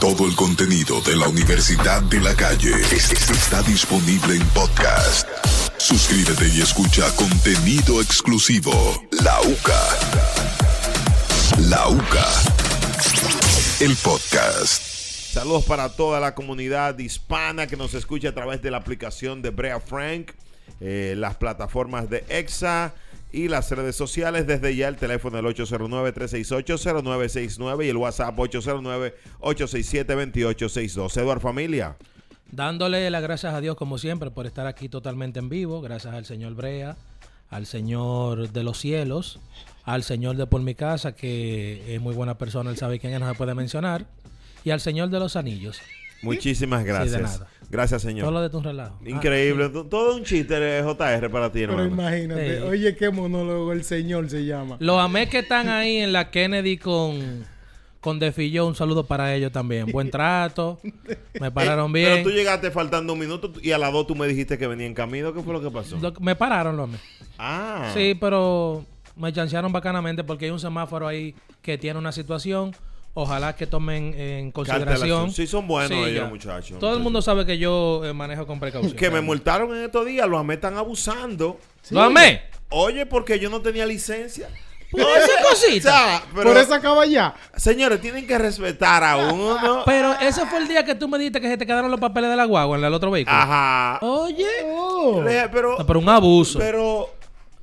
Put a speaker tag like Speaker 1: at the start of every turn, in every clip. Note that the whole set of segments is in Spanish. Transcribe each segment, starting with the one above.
Speaker 1: Todo el contenido de la Universidad de la Calle es- es- está disponible en podcast. Suscríbete y escucha contenido exclusivo. La UCA. La UCA. El podcast.
Speaker 2: Saludos para toda la comunidad hispana que nos escucha a través de la aplicación de Brea Frank, eh, las plataformas de EXA y las redes sociales. Desde ya el teléfono del 809-368-0969 y el WhatsApp 809-867-2862. Eduard Familia.
Speaker 3: Dándole las gracias a Dios, como siempre, por estar aquí totalmente en vivo. Gracias al señor Brea, al señor de los cielos, al señor de por mi casa, que es muy buena persona, él sabe quién es, no se puede mencionar, y al señor de los anillos.
Speaker 2: Muchísimas
Speaker 3: Sí, de
Speaker 2: gracias.
Speaker 3: nada.
Speaker 2: Gracias,
Speaker 3: Todo lo
Speaker 2: señor.
Speaker 3: de tus relajos.
Speaker 2: Increíble. T- Todo un chiste, eh, JR, para ti,
Speaker 4: Pero
Speaker 2: hermano.
Speaker 4: imagínate,
Speaker 3: Sí.
Speaker 4: oye, qué monólogo el señor se llama.
Speaker 3: Los amé que están ahí en la Kennedy con, con Defilló, un saludo para ellos también. Buen trato, me pararon
Speaker 2: Eh,
Speaker 3: bien.
Speaker 2: Pero tú llegaste faltando un minuto y a las dos tú me dijiste que venía en camino. ¿Qué fue lo que pasó?
Speaker 3: Lo- me pararon, lo amé.
Speaker 2: Ah.
Speaker 3: Sí, pero me chancearon bacanamente porque hay un semáforo ahí que tiene una situación. Ojalá que tomen en consideración.
Speaker 2: Cancelación. Sí, son buenos ellos,
Speaker 3: ya.
Speaker 2: muchachos.
Speaker 3: Todo el mundo sabe que yo eh, manejo con precaución.
Speaker 2: Que me multaron en estos días, los AME están abusando.
Speaker 3: ¡Lo amé!
Speaker 2: Oye, porque yo no tenía licencia.
Speaker 3: Por esa
Speaker 2: O
Speaker 3: cosita.
Speaker 2: sea, pero-
Speaker 4: Por esa caballa.
Speaker 2: señores, tienen que respetar a uno.
Speaker 3: Pero ese fue el día que tú me dijiste que se te quedaron los papeles de la guagua en el otro vehículo.
Speaker 2: Ajá.
Speaker 3: Oye.
Speaker 4: Oh.
Speaker 2: ah, Le dije, Pero,
Speaker 3: No, pero un abuso.
Speaker 2: pero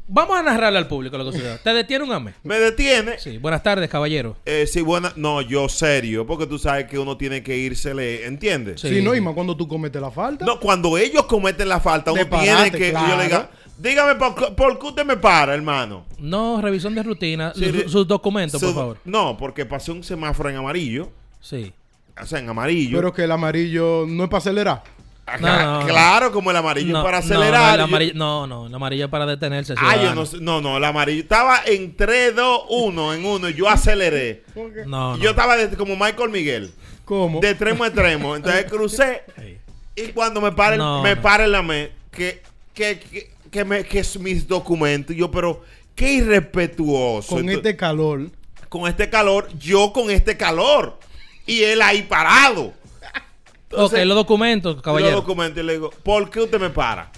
Speaker 3: Vamos a narrarle al público lo que sucedió. ¿Te detiene un AME?
Speaker 2: me detiene.
Speaker 3: Sí. Buenas tardes, caballero.
Speaker 2: Eh, sí, buena. No, yo serio, porque tú sabes que uno tiene que írsele, ¿entiendes?
Speaker 3: Sí.
Speaker 4: Sí, no, y más cuando tú cometes la falta.
Speaker 2: No, cuando ellos cometen la falta, uno
Speaker 4: De parate,
Speaker 2: tiene que. Yo
Speaker 4: claro.
Speaker 2: le diga, dígame, ¿por, qué- por qué usted me para, hermano?
Speaker 3: No, revisión de rutina.
Speaker 2: Sí,
Speaker 3: Su-
Speaker 2: re-
Speaker 3: sus documentos,
Speaker 2: Su-
Speaker 3: por favor.
Speaker 2: No, porque pasé un semáforo en amarillo.
Speaker 3: Sí.
Speaker 2: O sea, en amarillo.
Speaker 4: Pero que el amarillo no es para acelerar.
Speaker 2: Ajá,
Speaker 3: No, no.
Speaker 2: Claro, como el amarillo para
Speaker 3: No,
Speaker 2: acelerar.
Speaker 3: el
Speaker 2: yo-
Speaker 3: amarillo, no, no, el amarillo es para detenerse.
Speaker 2: Ah, yo
Speaker 3: ciudadano.
Speaker 2: no, sé- no, no, el amarillo. Estaba en 3, 2, 1, en 1. Yo aceleré.
Speaker 3: No, no.
Speaker 2: Yo estaba desde- como Michael Miguel,
Speaker 4: ¿Cómo?
Speaker 2: de extremo a extremo. Entonces crucé.
Speaker 3: Ey.
Speaker 2: Y cuando me paren,
Speaker 3: No,
Speaker 2: me
Speaker 3: no.
Speaker 2: paren la me, que, que, que, que me, que es mis documentos. Y Yo, pero qué irrespetuoso.
Speaker 4: Con
Speaker 2: Entonces,
Speaker 4: este calor.
Speaker 2: con este calor, yo con este calor. Y él ahí parado.
Speaker 3: ok, los documentos,
Speaker 2: Yo
Speaker 3: caballero.
Speaker 2: documento y le digo, ¿por qué usted me para?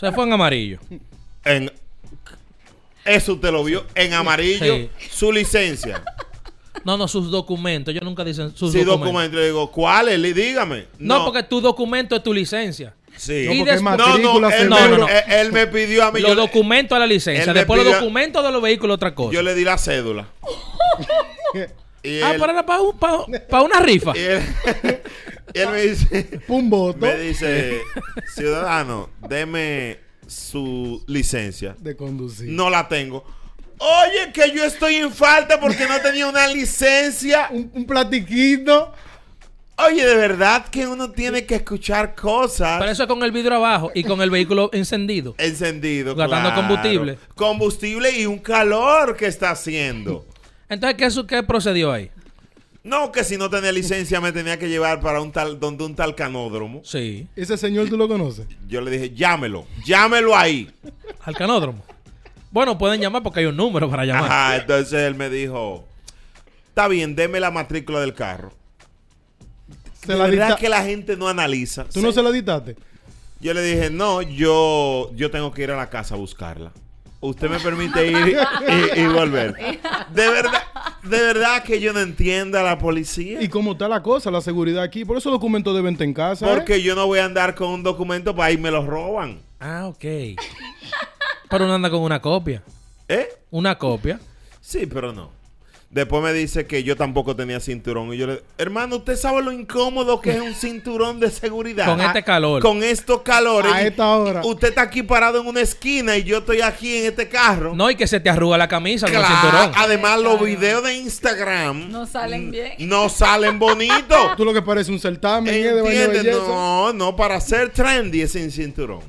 Speaker 3: Se fue en amarillo.
Speaker 2: En, eso usted lo vio en amarillo,
Speaker 3: Sí.
Speaker 2: su licencia.
Speaker 3: No, no, sus documentos. Yo nunca dicen sus
Speaker 2: Sí,
Speaker 3: documentos.
Speaker 2: documento. Le digo, ¿cuál es? Le- Dígame.
Speaker 3: No, porque tu documento es tu licencia.
Speaker 2: Sí.
Speaker 3: Y
Speaker 4: No, porque
Speaker 3: después-
Speaker 4: es
Speaker 2: No, no,
Speaker 4: matrícula,
Speaker 2: él,
Speaker 3: no,
Speaker 2: me,
Speaker 4: seguro.
Speaker 3: no, no.
Speaker 2: Él, él me pidió a mí.
Speaker 3: Los
Speaker 2: yo, le,
Speaker 3: documentos a la licencia.
Speaker 2: él me
Speaker 3: Después los
Speaker 2: pidió-
Speaker 3: documentos de los vehículos, otra cosa.
Speaker 2: yo le di la cédula. Y
Speaker 3: ah,
Speaker 2: él,
Speaker 3: para, para, un- para- para una rifa.
Speaker 2: y él, y él me dice,
Speaker 4: Un voto
Speaker 2: me dice, ciudadano, deme su licencia.
Speaker 4: de conducir.
Speaker 2: No la tengo. Oye, que yo estoy en falta porque no tenía una licencia.
Speaker 4: Un, un platiquito.
Speaker 2: Oye, de verdad que uno tiene que escuchar cosas.
Speaker 3: Para eso es con el vidrio abajo y con el vehículo encendido.
Speaker 2: Encendido.
Speaker 3: Gastando
Speaker 2: claro.
Speaker 3: combustible.
Speaker 2: Combustible y un calor que está haciendo.
Speaker 3: Entonces, ¿qué, su- qué procedió ahí?
Speaker 2: No, que si no tenía licencia me tenía que llevar para un tal, donde un tal canódromo.
Speaker 3: Sí.
Speaker 4: Ese señor tú lo conoces.
Speaker 2: Yo le dije, llámelo, llámelo ahí.
Speaker 3: Al canódromo. Bueno, pueden llamar porque hay un número para llamar.
Speaker 2: Ajá, entonces él me dijo, está bien, deme la matrícula del carro.
Speaker 4: Se
Speaker 2: De
Speaker 4: la
Speaker 2: verdad
Speaker 4: dicta-
Speaker 2: que la gente no analiza.
Speaker 4: ¿Tú no
Speaker 2: Sí.
Speaker 4: se la dictaste?
Speaker 2: Yo le dije, no, yo, yo tengo que ir a la casa a buscarla. Usted me permite ir y, y volver. De verdad, de verdad que yo no entiendo a la policía.
Speaker 4: ¿Y cómo está la cosa, la seguridad aquí? Por eso documentos de venta en casa. ¿eh?
Speaker 2: Porque yo no voy a andar con un documento para ahí me lo roban.
Speaker 3: Ah, ok. Pero uno anda con una copia.
Speaker 2: ¿Eh?
Speaker 3: Una copia.
Speaker 2: Sí, pero no. Después me dice que yo tampoco tenía cinturón. Y yo le hermano, ¿usted sabe lo incómodo que es un cinturón de seguridad?
Speaker 3: Con
Speaker 2: Ah,
Speaker 3: este calor.
Speaker 2: Con estos calores.
Speaker 4: A esta hora.
Speaker 2: Usted está aquí parado en una esquina y yo estoy aquí en este carro.
Speaker 3: No, y que se te arruga la camisa con el
Speaker 2: Claro,
Speaker 3: cinturón.
Speaker 2: Además, los videos de Instagram
Speaker 5: No
Speaker 2: Mm.
Speaker 5: salen bien.
Speaker 2: no salen bonitos.
Speaker 4: Tú lo que parece un certamen ¿eh? de baño de
Speaker 2: ¿Entiendes?
Speaker 4: belleza.
Speaker 2: No, no, para ser trendy es sin cinturón.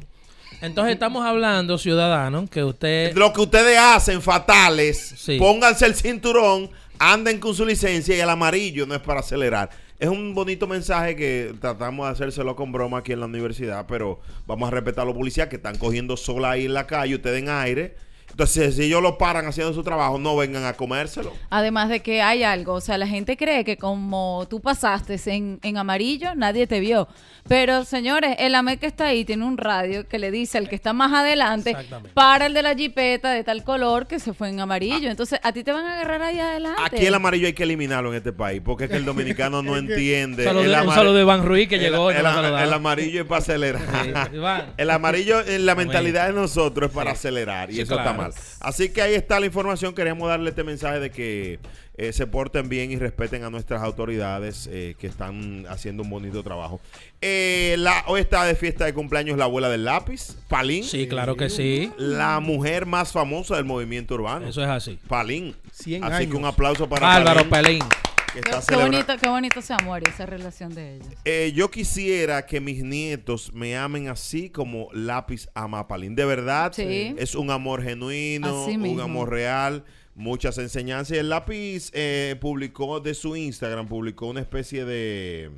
Speaker 3: Entonces estamos hablando, ciudadanos, que usted...
Speaker 2: Lo que ustedes hacen, fatales,
Speaker 3: Sí.
Speaker 2: pónganse el cinturón, anden con su licencia y el amarillo no es para acelerar. Es un bonito mensaje que tratamos de hacérselo con broma aquí en la universidad, pero vamos a respetar a los policías que están cogiendo sola ahí en la calle, ustedes en aire, Entonces, si ellos lo paran haciendo su trabajo, no vengan a comérselo.
Speaker 5: Además de que hay algo, o sea, la gente cree que como tú pasaste en, en amarillo, nadie te vio. Pero señores, el AMET que está ahí tiene un radio que le dice al que está más adelante,
Speaker 3: Exactamente.
Speaker 5: para el de la jipeta de tal color que se fue en amarillo. Entonces, a ti te van a agarrar ahí adelante.
Speaker 2: Ah. Aquí el amarillo hay que eliminarlo en este país, porque es que el dominicano no entiende.
Speaker 3: Un saludo,
Speaker 2: El
Speaker 3: de- un
Speaker 2: amar-
Speaker 3: saludo de Van Ruiz que
Speaker 2: el-
Speaker 3: llegó. y no
Speaker 2: el-
Speaker 3: lo saludaba.
Speaker 2: el amarillo es para acelerar.
Speaker 3: Sí, Iván.
Speaker 2: El amarillo, en la mentalidad de nosotros es para acelerar y
Speaker 3: Sí,
Speaker 2: eso está
Speaker 3: claro.
Speaker 2: mal. Así que ahí está la información. Queríamos darle este mensaje de que eh, se porten bien y respeten a nuestras autoridades eh, que están haciendo un bonito trabajo. Eh, la, hoy está de fiesta de cumpleaños la abuela del lápiz, Palín,
Speaker 3: Sí, claro que sí.
Speaker 2: la mujer más famosa del movimiento urbano.
Speaker 3: Eso es así.
Speaker 2: Palín.
Speaker 4: 100
Speaker 2: Así
Speaker 4: años.
Speaker 2: que un aplauso para
Speaker 3: Álvaro Pelín.
Speaker 2: Palín, que
Speaker 5: Qué,
Speaker 2: está
Speaker 5: qué
Speaker 2: celebra-
Speaker 5: bonito, qué bonito se amor y esa relación de ellos.
Speaker 2: Eh, yo quisiera que mis nietos me amen así como Lápiz ama a Palín. De verdad,
Speaker 5: Sí.
Speaker 2: es un amor genuino,
Speaker 5: Así
Speaker 2: un
Speaker 5: mismo.
Speaker 2: amor real, muchas enseñanzas. Y el Lápiz eh, publicó de su Instagram, publicó una especie de...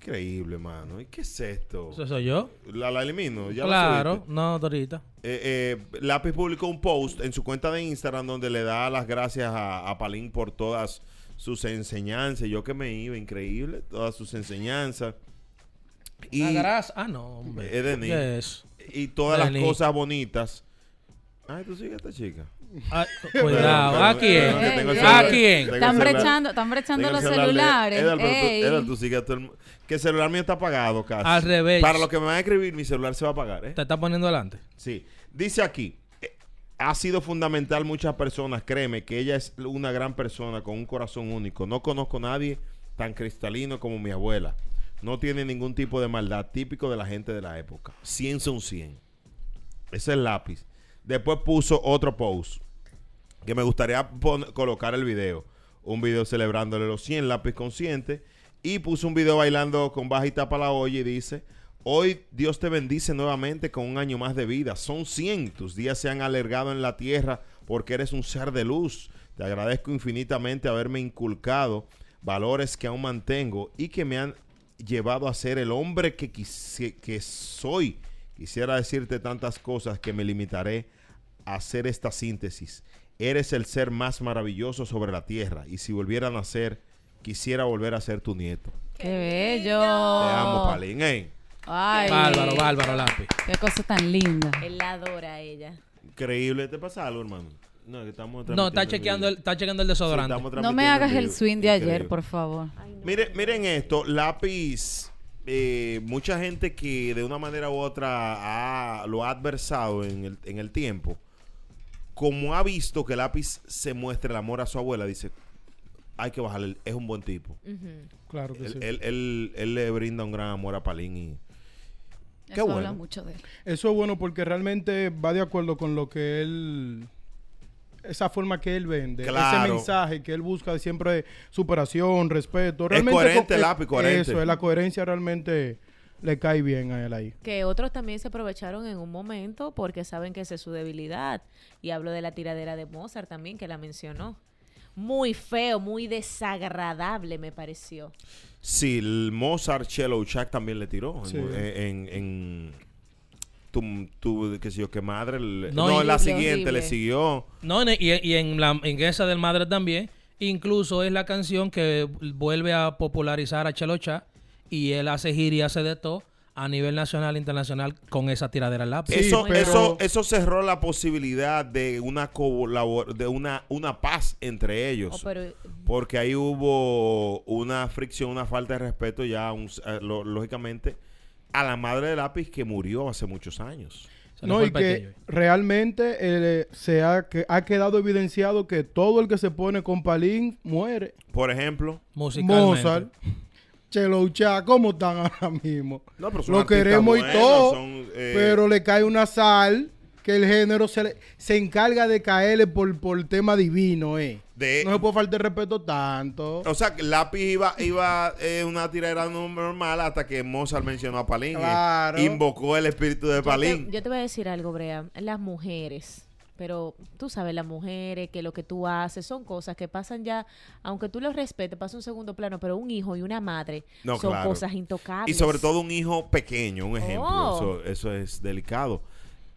Speaker 2: Increíble, mano. ¿Y qué es esto?
Speaker 3: Eso soy yo.
Speaker 2: La, la elimino. ¿Ya la
Speaker 3: claro.
Speaker 2: subiste?
Speaker 3: No, Dorita.
Speaker 2: Eh, eh, Lápiz publicó un post en su cuenta de Instagram donde le da las gracias a, a Palín por todas sus enseñanzas. Yo que me iba, increíble, todas sus enseñanzas. Y,
Speaker 3: Ah, gracias. Ah, no, hombre.
Speaker 2: Es de mí.
Speaker 3: ¿Qué es?
Speaker 2: y todas las
Speaker 3: Dani.
Speaker 2: cosas bonitas. Ay, tú sigues a esta chica.
Speaker 3: Ah, cuidado. ¿A
Speaker 2: Perdón,
Speaker 5: perdón, que tengo el
Speaker 3: quién? ¿A
Speaker 5: celular.
Speaker 3: quién?
Speaker 5: Están
Speaker 2: Tengo el celular-
Speaker 5: brechando, están brechando
Speaker 2: tengo
Speaker 5: los
Speaker 2: el celular de-
Speaker 5: celulares.
Speaker 2: Edal, pero tú-
Speaker 5: Ey.
Speaker 2: Edal, tú sigues a todo el mu- Que el celular mío está apagado casi.
Speaker 3: Al revés.
Speaker 2: Para los que me van a escribir, mi celular se va a apagar, ¿eh?
Speaker 3: Te está poniendo delante.
Speaker 2: Sí. Dice aquí, eh, ha sido fundamental muchas personas, créeme que ella es una gran persona con un corazón único. No conozco a nadie tan cristalino como mi abuela. No tiene ningún tipo de maldad típico de la gente de la época. 100 son 100. Ese es el lápiz. Después puso otro post que me gustaría pon- colocar el video. Un video celebrándole los 100 lápiz consciente. Y puso un video bailando con baja y tapa la olla y dice, hoy Dios te bendice nuevamente con un año más de vida. Son 100, tus días se han alargado en la tierra porque eres un ser de luz. Te agradezco infinitamente haberme inculcado valores que aún mantengo y que me han llevado a ser el hombre que, quise- que soy. Quisiera decirte tantas cosas que me limitaré a hacer esta síntesis. Eres el ser más maravilloso sobre la tierra y si volviera a nacer, quisiera volver a ser tu nieto.
Speaker 5: Qué bello.
Speaker 2: Te
Speaker 5: Oh.
Speaker 2: amo, Palín. ¿eh?
Speaker 5: Ay,
Speaker 3: Bárbaro, bárbaro, lápiz.
Speaker 5: Qué cosa tan linda.
Speaker 6: Él la adora a ella.
Speaker 2: Increíble, ¿te pasa algo, hermano? No, que estamos
Speaker 3: No, está
Speaker 2: transmitiendo
Speaker 3: chequeando
Speaker 2: en
Speaker 3: el,
Speaker 2: vivo.
Speaker 3: está chequeando el
Speaker 2: Sí,
Speaker 3: desodorante.
Speaker 2: estamos
Speaker 5: No me
Speaker 2: transmitiendo en
Speaker 5: hagas el
Speaker 2: vivo.
Speaker 5: swing de ayer,
Speaker 2: Increíble.
Speaker 5: por favor.
Speaker 2: Miren, miren esto, lápiz. eh, mucha gente que de una manera u otra ha- lo ha adversado en el, en el tiempo, como ha visto que lápiz se muestra el amor a su abuela, dice, hay que bajarle, es un buen tipo.
Speaker 4: Claro que
Speaker 2: Él,
Speaker 4: sí.
Speaker 2: él- él- él le brinda un gran amor a Palín y... Qué
Speaker 5: Eso
Speaker 2: bueno.
Speaker 5: habla mucho de él.
Speaker 4: Eso es bueno porque realmente va de acuerdo con lo que él. Esa forma que él vende, ese
Speaker 2: Claro.
Speaker 4: mensaje que él busca de siempre superación, respeto.
Speaker 2: Es
Speaker 4: Realmente
Speaker 2: coherente,
Speaker 4: co- eh,
Speaker 2: lápiz, coherente.
Speaker 4: Eso, es la coherencia realmente le cae bien a él ahí.
Speaker 6: Que otros también se aprovecharon en un momento porque saben que esa es su debilidad. Y hablo de la tiradera de Mozart también, que la mencionó. Muy feo, muy desagradable me pareció.
Speaker 2: Sí, el Mozart Chelouchak también le tiró en- eh,
Speaker 4: Sí.
Speaker 2: en... en- en tu, tu- qué sé yo, qué madre. el-
Speaker 3: No,
Speaker 2: no,
Speaker 3: y-
Speaker 2: en la siguiente le
Speaker 5: horrible.
Speaker 2: siguió.
Speaker 3: No, en- y, y en la en esa del Madre también. Incluso es la canción que vuelve a popularizar a Chelocha y él hace gira y hace de todo a nivel nacional e internacional con esa tiradera al lápiz.
Speaker 4: Sí,
Speaker 2: eso,
Speaker 4: pero-
Speaker 2: eso, eso cerró la posibilidad de una colabor- de una, una paz entre ellos.
Speaker 6: Oh, pero-
Speaker 2: Porque ahí hubo una fricción, una falta de respeto ya, un- eh, lo- lógicamente, a la madre de lápiz que murió hace muchos años.
Speaker 3: Se le
Speaker 4: No,
Speaker 3: fue
Speaker 4: y
Speaker 3: el
Speaker 4: que
Speaker 3: pequeño.
Speaker 4: realmente eh, se ha, que ha quedado evidenciado que todo el que se pone con Palín muere.
Speaker 2: Por ejemplo,
Speaker 3: Musicalmente.
Speaker 4: Mozart, Cheloucha, ¿cómo están ahora mismo?
Speaker 2: No, pero son
Speaker 4: Lo
Speaker 2: artistas
Speaker 4: queremos y
Speaker 2: buenos,
Speaker 4: todo,
Speaker 2: son, eh,
Speaker 4: pero le cae una sal que el género se, le- se encarga de caerle por, por tema divino, ¿eh?
Speaker 2: De-
Speaker 4: no se puede faltar el respeto tanto.
Speaker 2: o sea, que lápiz iba, iba eh, una tiradera normal hasta que Mozart mencionó a Palín. eh,
Speaker 4: Claro.
Speaker 2: invocó el espíritu de
Speaker 6: Yo te-
Speaker 2: Palín.
Speaker 6: Yo te, voy a decir algo, Brea. Las mujeres. Pero tú sabes, las mujeres, que lo que tú haces son cosas que pasan ya, aunque tú los respetes, pasa un segundo plano, pero un hijo y una madre
Speaker 2: No,
Speaker 6: son
Speaker 2: claro.
Speaker 6: cosas intocables.
Speaker 2: Y sobre todo un hijo pequeño, un ejemplo.
Speaker 6: Oh.
Speaker 2: Eso, eso es delicado.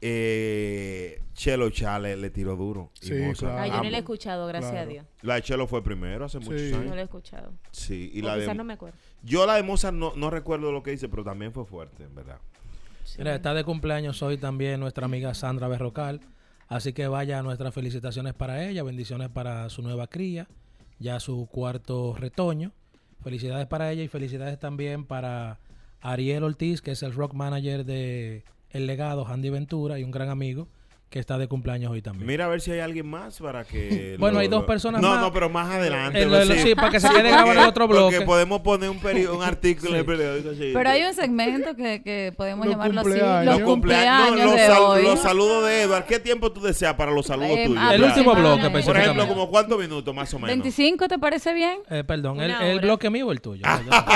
Speaker 2: eh, Chelo Chale le tiró duro. y
Speaker 4: Sí,
Speaker 2: Mozart
Speaker 4: claro.
Speaker 6: Ah, yo no la he
Speaker 2: ambos.
Speaker 6: escuchado, gracias
Speaker 4: Claro.
Speaker 6: a Dios.
Speaker 2: La de Chelo fue primero hace muchos
Speaker 6: No la
Speaker 2: años.
Speaker 6: he escuchado.
Speaker 2: Sí, y
Speaker 6: Y
Speaker 2: la de...
Speaker 6: quizás no me acuerdo.
Speaker 2: Yo la de Mozart no, no recuerdo lo que hice, pero también fue fuerte, en verdad.
Speaker 3: Mira, está de cumpleaños hoy también nuestra amiga Sandra Berrocal. Así que vaya nuestras felicitaciones para ella, bendiciones para su nueva cría, ya su cuarto retoño. Felicidades para ella y felicidades también para Ariel Ortiz, que es el rock manager de El Legado, Andy Ventura, y un gran amigo que está de cumpleaños hoy también.
Speaker 2: Mira a ver si hay alguien más para que...
Speaker 3: Bueno,
Speaker 2: lo-
Speaker 3: hay dos
Speaker 2: lo-
Speaker 3: personas
Speaker 2: no,
Speaker 3: más.
Speaker 2: No, pero más adelante. pues
Speaker 3: Eh, lo- lo-
Speaker 2: sí.
Speaker 3: sí, para que se quede
Speaker 2: porque-
Speaker 3: grabado en el otro bloque.
Speaker 2: Porque podemos poner un, peri- un artículo en el periódico. sí.
Speaker 5: Pero hay un segmento que, que podemos
Speaker 4: Los
Speaker 5: llamarlo así.
Speaker 4: cumpleaños.
Speaker 5: Los
Speaker 4: Los
Speaker 5: cumpleaños
Speaker 2: no, los,
Speaker 5: de
Speaker 2: sal-
Speaker 5: hoy.
Speaker 2: los saludos de Edward. ¿Qué tiempo tú deseas para los saludos
Speaker 5: Eh,
Speaker 2: tuyos?
Speaker 5: ah,
Speaker 3: El
Speaker 2: Ya.
Speaker 3: último bloque,
Speaker 2: Por ejemplo,
Speaker 3: específicamente.
Speaker 2: ¿como cuántos minutos más o menos?
Speaker 5: 25, ¿te parece bien?
Speaker 3: Eh, perdón, el,
Speaker 6: Una
Speaker 3: el
Speaker 6: hora.
Speaker 3: bloque mío o el tuyo.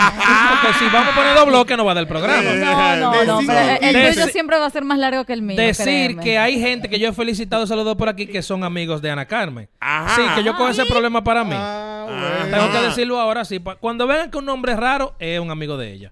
Speaker 3: Porque si vamos a poner dos bloques no va del programa.
Speaker 5: No, no, no.
Speaker 4: Decir-
Speaker 5: pero el- el
Speaker 3: Decir-
Speaker 5: tuyo siempre va a ser más largo que el mío.
Speaker 3: decir
Speaker 5: créeme.
Speaker 3: que hay gente que yo he felicitado y saludado por aquí que son amigos de Ana Carmen.
Speaker 2: Ajá.
Speaker 3: Sí, que yo cojo ese problema para mí.
Speaker 4: Ah,
Speaker 2: Ah.
Speaker 4: bueno.
Speaker 3: Tengo que decirlo ahora sí. pa- Cuando vean que un nombre es raro, es un amigo de ella.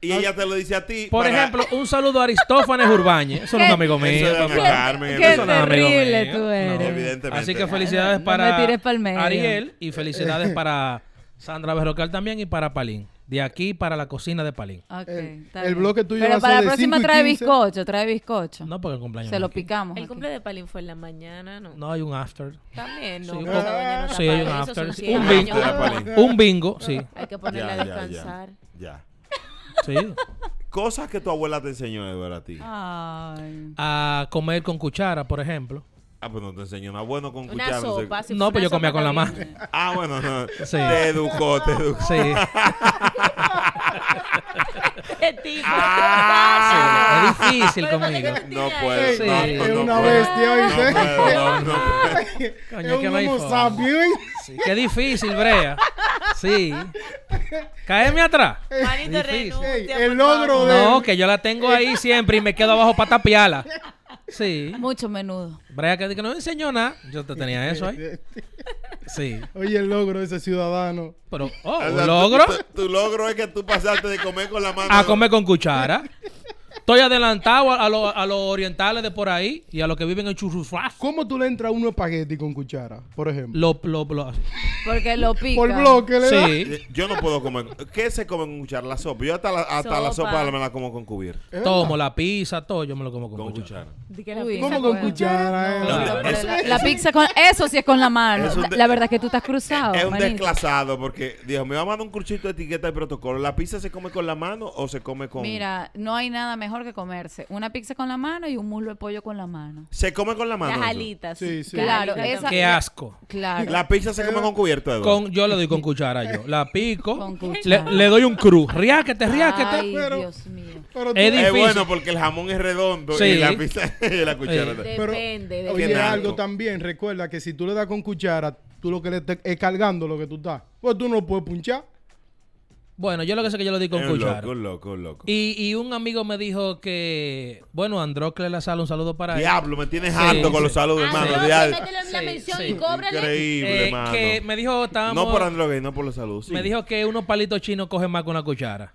Speaker 2: Y ella te lo dice a ti.
Speaker 3: Por
Speaker 2: para-
Speaker 3: ejemplo, un saludo a Aristófanes Urbañez. Eso no es un amigo mío.
Speaker 2: Eso es
Speaker 3: papá.
Speaker 2: Ana Carmen.
Speaker 5: qué
Speaker 2: eso
Speaker 3: Eso no es un amigo
Speaker 5: terrible
Speaker 3: mío.
Speaker 5: tú
Speaker 3: No.
Speaker 5: eres.
Speaker 2: Evidentemente.
Speaker 3: Así que
Speaker 5: No,
Speaker 3: felicidades
Speaker 5: no me
Speaker 3: para
Speaker 5: tires pa'l medio.
Speaker 3: Ariel y felicidades para Sandra Berrocal también y para Palín. De aquí para la cocina de Palín.
Speaker 5: Ok, está
Speaker 4: el
Speaker 5: bien.
Speaker 4: bloque tuyo va
Speaker 5: Pero
Speaker 4: a
Speaker 5: para
Speaker 4: ser
Speaker 5: la
Speaker 4: de
Speaker 5: próxima
Speaker 4: 5 y
Speaker 5: trae
Speaker 4: 15.
Speaker 5: bizcocho, trae bizcocho.
Speaker 3: No porque el cumpleaños.
Speaker 5: Se
Speaker 3: no
Speaker 5: lo
Speaker 3: es aquí.
Speaker 5: picamos.
Speaker 6: El
Speaker 5: aquí.
Speaker 6: cumple de Palín fue en la mañana, ¿no?
Speaker 3: No hay un after.
Speaker 6: También, no.
Speaker 3: Sí,
Speaker 6: Sí,
Speaker 3: un- Sí, hay un after. Un bingo.
Speaker 2: años. Palín.
Speaker 3: Un bingo, sí.
Speaker 6: Hay que
Speaker 2: Ya,
Speaker 6: ponerla a
Speaker 2: ya,
Speaker 6: descansar.
Speaker 2: Ya,
Speaker 3: Sí.
Speaker 2: ya. Cosas que tu abuela te enseñó, Edward, a ti. Ah,
Speaker 5: Ay.
Speaker 3: A comer con cuchara, por ejemplo.
Speaker 2: pues no te enseñó nada bueno con
Speaker 6: Una
Speaker 2: cuchara. no sé-
Speaker 6: sopa. si
Speaker 3: No,
Speaker 6: fue
Speaker 3: pues
Speaker 6: una
Speaker 3: yo comía
Speaker 6: sopa
Speaker 3: con la
Speaker 6: caliente.
Speaker 3: mano.
Speaker 2: Ah, bueno, no.
Speaker 3: Sí.
Speaker 2: Te educó, te educó.
Speaker 3: Sí.
Speaker 6: El tipo.
Speaker 3: Ah, sí, es difícil
Speaker 6: Pero ¿por qué
Speaker 3: conmigo.
Speaker 6: te
Speaker 2: No
Speaker 6: tiras?
Speaker 2: puede.
Speaker 3: Sí.
Speaker 2: no,
Speaker 3: Es
Speaker 2: no, no
Speaker 4: una
Speaker 2: puede.
Speaker 4: bestia, ¿oíste?
Speaker 2: No puede, no, no puede.
Speaker 3: Coño,
Speaker 4: es
Speaker 3: que
Speaker 4: un
Speaker 3: no hay
Speaker 4: homo
Speaker 3: forma.
Speaker 4: sapiens.
Speaker 3: Sí, Qué difícil, Brea. Sí. Caeme atrás.
Speaker 6: Manito,
Speaker 3: Difícil.
Speaker 6: renuncia,
Speaker 4: Ey,
Speaker 6: por
Speaker 4: el
Speaker 6: favor.
Speaker 4: logro de...
Speaker 3: No, que yo la tengo ahí siempre y me quedo abajo para tapiarla. Sí.
Speaker 5: Mucho menudo.
Speaker 3: Brea que, di que no me enseñó nada. Yo te tenía eso ahí. Sí.
Speaker 4: Oye, el logro de ese ciudadano.
Speaker 3: Pero, oh,
Speaker 2: O sea,
Speaker 3: un
Speaker 2: tu-
Speaker 3: logro
Speaker 2: Tu, tu logro es que tú pasaste de comer con la mano.
Speaker 3: a comer con cuchara. Estoy adelantado a, a los- a los orientales de por ahí y a los que viven en Churrusfaz.
Speaker 4: ¿Cómo tú le entras a uno espagueti con cuchara, por ejemplo?
Speaker 3: Lo, lo, lo-
Speaker 5: Porque lo pica.
Speaker 4: Por bloque le da.
Speaker 3: Sí.
Speaker 2: Eh, Yo no puedo comer. ¿Qué se come con cuchara? La sopa. Yo hasta la, hasta la
Speaker 6: Sopa.
Speaker 2: sopa me la como con cubierta.
Speaker 3: Tomo la pizza, todo, yo me lo como con,
Speaker 2: Con
Speaker 3: cuchara.
Speaker 2: cuchara.
Speaker 6: Di que la
Speaker 5: Uy.
Speaker 6: pizza
Speaker 4: ¿Cómo
Speaker 5: Esa
Speaker 4: con
Speaker 5: buena.
Speaker 4: cuchara? eh?
Speaker 5: No,
Speaker 2: No,
Speaker 5: pero
Speaker 2: eso-
Speaker 5: la, la pizza con eso sí es con la mano.
Speaker 2: Es un
Speaker 5: La,
Speaker 2: de-
Speaker 5: la verdad es que tú estás cruzado.
Speaker 2: Es un
Speaker 5: manito.
Speaker 2: desclasado porque, Dios, me va a mandar un cursito de etiqueta de protocolo. ¿La pizza se come con la mano o se come con.?
Speaker 5: Mira, no hay nada mejor que comerse una pizza con la mano y un muslo de pollo con la mano.
Speaker 2: ¿Se come con la mano?
Speaker 6: Las
Speaker 2: eso?
Speaker 6: alitas.
Speaker 4: Sí, sí.
Speaker 5: Claro,
Speaker 6: Las alitas
Speaker 5: esa-
Speaker 3: Qué asco.
Speaker 5: Claro.
Speaker 2: La pizza se come con cubierto, Eduardo.
Speaker 3: Con, yo le doy con cuchara yo. La pico.
Speaker 5: Con
Speaker 3: le,
Speaker 5: cuchara.
Speaker 3: le doy un cruz. Riáquete, riáquete.
Speaker 5: Ay,
Speaker 4: pero-
Speaker 5: Dios mío.
Speaker 4: Pero tú-
Speaker 3: Es
Speaker 2: Es
Speaker 3: difícil.
Speaker 2: Eh, bueno porque el jamón es redondo
Speaker 3: Sí.
Speaker 2: y la pizza y la cuchara.
Speaker 3: Sí.
Speaker 4: Pero-
Speaker 6: Depende. de-
Speaker 4: Oye,
Speaker 2: Qué naco.
Speaker 4: algo también, recuerda que si tú le das con cuchara, tú lo que le estás es cargando lo que tú estás. Pues tú no lo puedes punchar.
Speaker 3: Bueno, yo lo que sé es que yo le doy con
Speaker 2: Es un
Speaker 3: cuchara.
Speaker 2: loco, un loco, un loco.
Speaker 3: Y, y un amigo me dijo que, bueno, Androcle la sala, un saludo para él.
Speaker 2: Diablo, me tienes
Speaker 3: Sí,
Speaker 2: harto con
Speaker 3: sí.
Speaker 2: los saludos,
Speaker 6: Ah,
Speaker 2: hermano.
Speaker 6: no,
Speaker 2: diablo.
Speaker 6: mételo en la
Speaker 3: Sí,
Speaker 6: mención
Speaker 3: sí.
Speaker 6: y cóbrale.
Speaker 2: Increíble,
Speaker 3: Eh,
Speaker 2: hermano.
Speaker 3: que me dijo, estábamos,
Speaker 2: No por Android, no por los saludos. sí.
Speaker 3: me dijo que unos palitos chinos cogen más que una cuchara.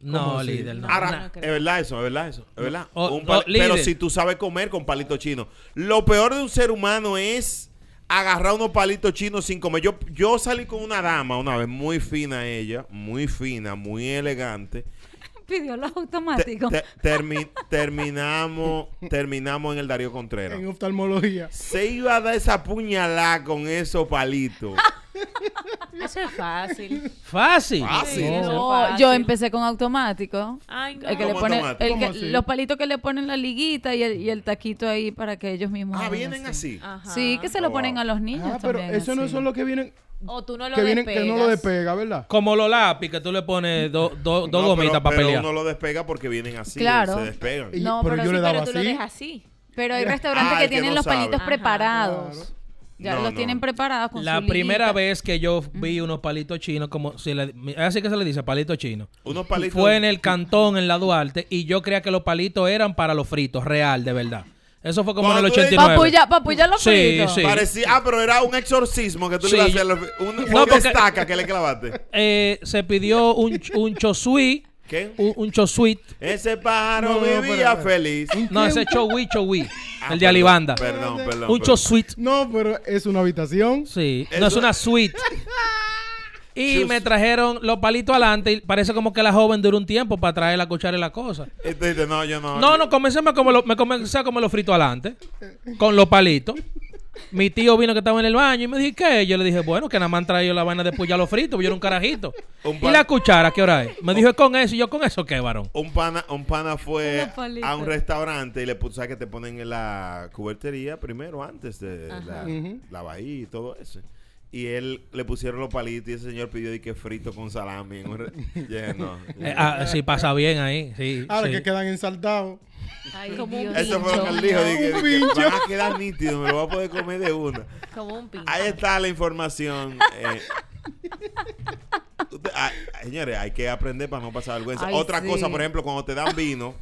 Speaker 3: No, líder, no.
Speaker 2: Ahora,
Speaker 3: na-
Speaker 6: no
Speaker 2: es
Speaker 6: creo.
Speaker 2: verdad eso, es verdad eso, es verdad.
Speaker 3: O-
Speaker 2: Un
Speaker 3: o
Speaker 2: pali-
Speaker 3: Oh, líder.
Speaker 2: pero si tú sabes comer con palito chino. Lo peor de un ser humano es agarrar unos palitos chinos sin comer. Yo, yo salí con una dama una vez, muy fina ella, muy fina, muy elegante.
Speaker 5: Pidió los
Speaker 2: Te-
Speaker 5: automáticos.
Speaker 2: te- termi- terminamos, terminamos en el Darío Contreras.
Speaker 4: En oftalmología.
Speaker 2: Se iba a dar esa puñalada con esos palitos.
Speaker 6: Eso es fácil.
Speaker 3: Fácil.
Speaker 2: Fácil.
Speaker 6: Sí, eso es
Speaker 5: No,
Speaker 6: fácil.
Speaker 5: yo empecé con automático.
Speaker 6: Ay, no.
Speaker 5: El que le
Speaker 2: ¿Cómo
Speaker 5: pone,
Speaker 2: automático?
Speaker 5: el
Speaker 4: ¿Cómo
Speaker 5: que-
Speaker 4: así?
Speaker 5: los palitos que le ponen la liguita y el, y el taquito ahí para que ellos mismos.
Speaker 2: Ah,
Speaker 5: hagan
Speaker 2: vienen así.
Speaker 6: Ajá.
Speaker 5: Sí, que se lo ponen a los niños.
Speaker 4: Ah, pero
Speaker 5: también,
Speaker 4: eso no
Speaker 5: así.
Speaker 4: son los que vienen,
Speaker 6: O tú no lo
Speaker 4: que vienen, que no lo
Speaker 6: despegas.
Speaker 4: despega, ¿verdad?
Speaker 3: Como los lápiz que tú le pones do- do- dos
Speaker 2: No,
Speaker 3: gomitas
Speaker 2: pero-
Speaker 3: para
Speaker 2: pero
Speaker 3: pelear.
Speaker 2: uno lo despega porque vienen así,
Speaker 5: Claro.
Speaker 2: se despegan.
Speaker 4: Y-
Speaker 5: No, pero
Speaker 4: yo
Speaker 5: sí,
Speaker 4: le
Speaker 6: Pero
Speaker 4: daba
Speaker 6: tú lo
Speaker 4: así.
Speaker 6: dejas así.
Speaker 5: Pero hay restaurantes
Speaker 2: Ah,
Speaker 5: que
Speaker 2: el que
Speaker 5: tienen
Speaker 2: no
Speaker 5: los
Speaker 2: sabe.
Speaker 5: palitos
Speaker 6: Ajá,
Speaker 5: preparados. Ya
Speaker 2: No,
Speaker 5: los
Speaker 2: no.
Speaker 5: tienen preparados con
Speaker 3: La
Speaker 5: su
Speaker 3: primera
Speaker 5: liguita.
Speaker 3: vez que yo vi unos palitos chinos, como si le- mi- así que se le dice, palitos chinos.
Speaker 2: Unos palitos.
Speaker 3: Fue en el cantón, en la Duarte, y yo creía que los palitos eran para los fritos, real, de verdad. Eso fue como en el
Speaker 2: Cuando tú dices-
Speaker 3: 89.
Speaker 5: Papuya, papuya los
Speaker 3: Sí,
Speaker 5: fritos.
Speaker 3: sí.
Speaker 2: Parecía, ah, pero era un exorcismo que tú le
Speaker 3: Sí,
Speaker 2: ibas a hacer. Un,
Speaker 3: No,
Speaker 2: una
Speaker 3: porque-
Speaker 2: estaca que le clavaste.
Speaker 3: Eh, se pidió un, ch- un chosui
Speaker 2: ¿Qué?
Speaker 3: un, un show suite.
Speaker 2: Ese pájaro
Speaker 4: No, no, no, pero-
Speaker 2: vivía
Speaker 4: pero-
Speaker 2: feliz.
Speaker 3: No, ese chowi, chowi.
Speaker 2: Ah,
Speaker 3: el de
Speaker 2: perdón,
Speaker 3: Alibanda.
Speaker 2: Perdón, perdón.
Speaker 3: Un show
Speaker 2: perdón.
Speaker 3: suite.
Speaker 4: No, pero es una habitación.
Speaker 3: Sí,
Speaker 2: Eso-
Speaker 3: no es una suite. Y me trajeron los palitos adelante y parece como que la joven duró un tiempo para traer la cuchara y la cosa.
Speaker 2: Este dice, no, yo no.
Speaker 3: No, no, comencé me como lo, me comencé a comer los fritos adelante con los palitos. Mi tío vino que estaba en el baño y me dije, ¿qué? Yo le dije, bueno, que nada más han traído la vaina después ya los fritos, porque yo era un carajito.
Speaker 2: Un
Speaker 3: ¿Y
Speaker 2: pal-
Speaker 3: la cuchara qué hora es? Me dijo, ¿es con eso? Y yo, ¿con eso qué, varón?
Speaker 2: Un pana, un pana fue
Speaker 5: Una palita.
Speaker 2: a un restaurante y le puso, ¿sabes que te ponen en la cubertería primero, antes de la, la bahía y todo eso? Y él le pusieron los palitos y ese señor pidió de que frito con salami. En un re- Ya, no.
Speaker 3: Eh, ah, sí, pasa bien ahí. Sí,
Speaker 4: Ahora
Speaker 3: sí.
Speaker 4: que quedan ensaltados.
Speaker 5: Ay,
Speaker 6: Como un
Speaker 5: Dios.
Speaker 2: Eso fue lo que él dijo. de que- de que van a quedar nítido, me lo voy a poder comer de una.
Speaker 6: Como un pinche.
Speaker 2: Ahí está la información. eh. Usted- ah, ah, señores, hay que aprender para no pasar vergüenza.
Speaker 5: Ay,
Speaker 2: Otra
Speaker 5: sí.
Speaker 2: cosa, por ejemplo, cuando te dan vino,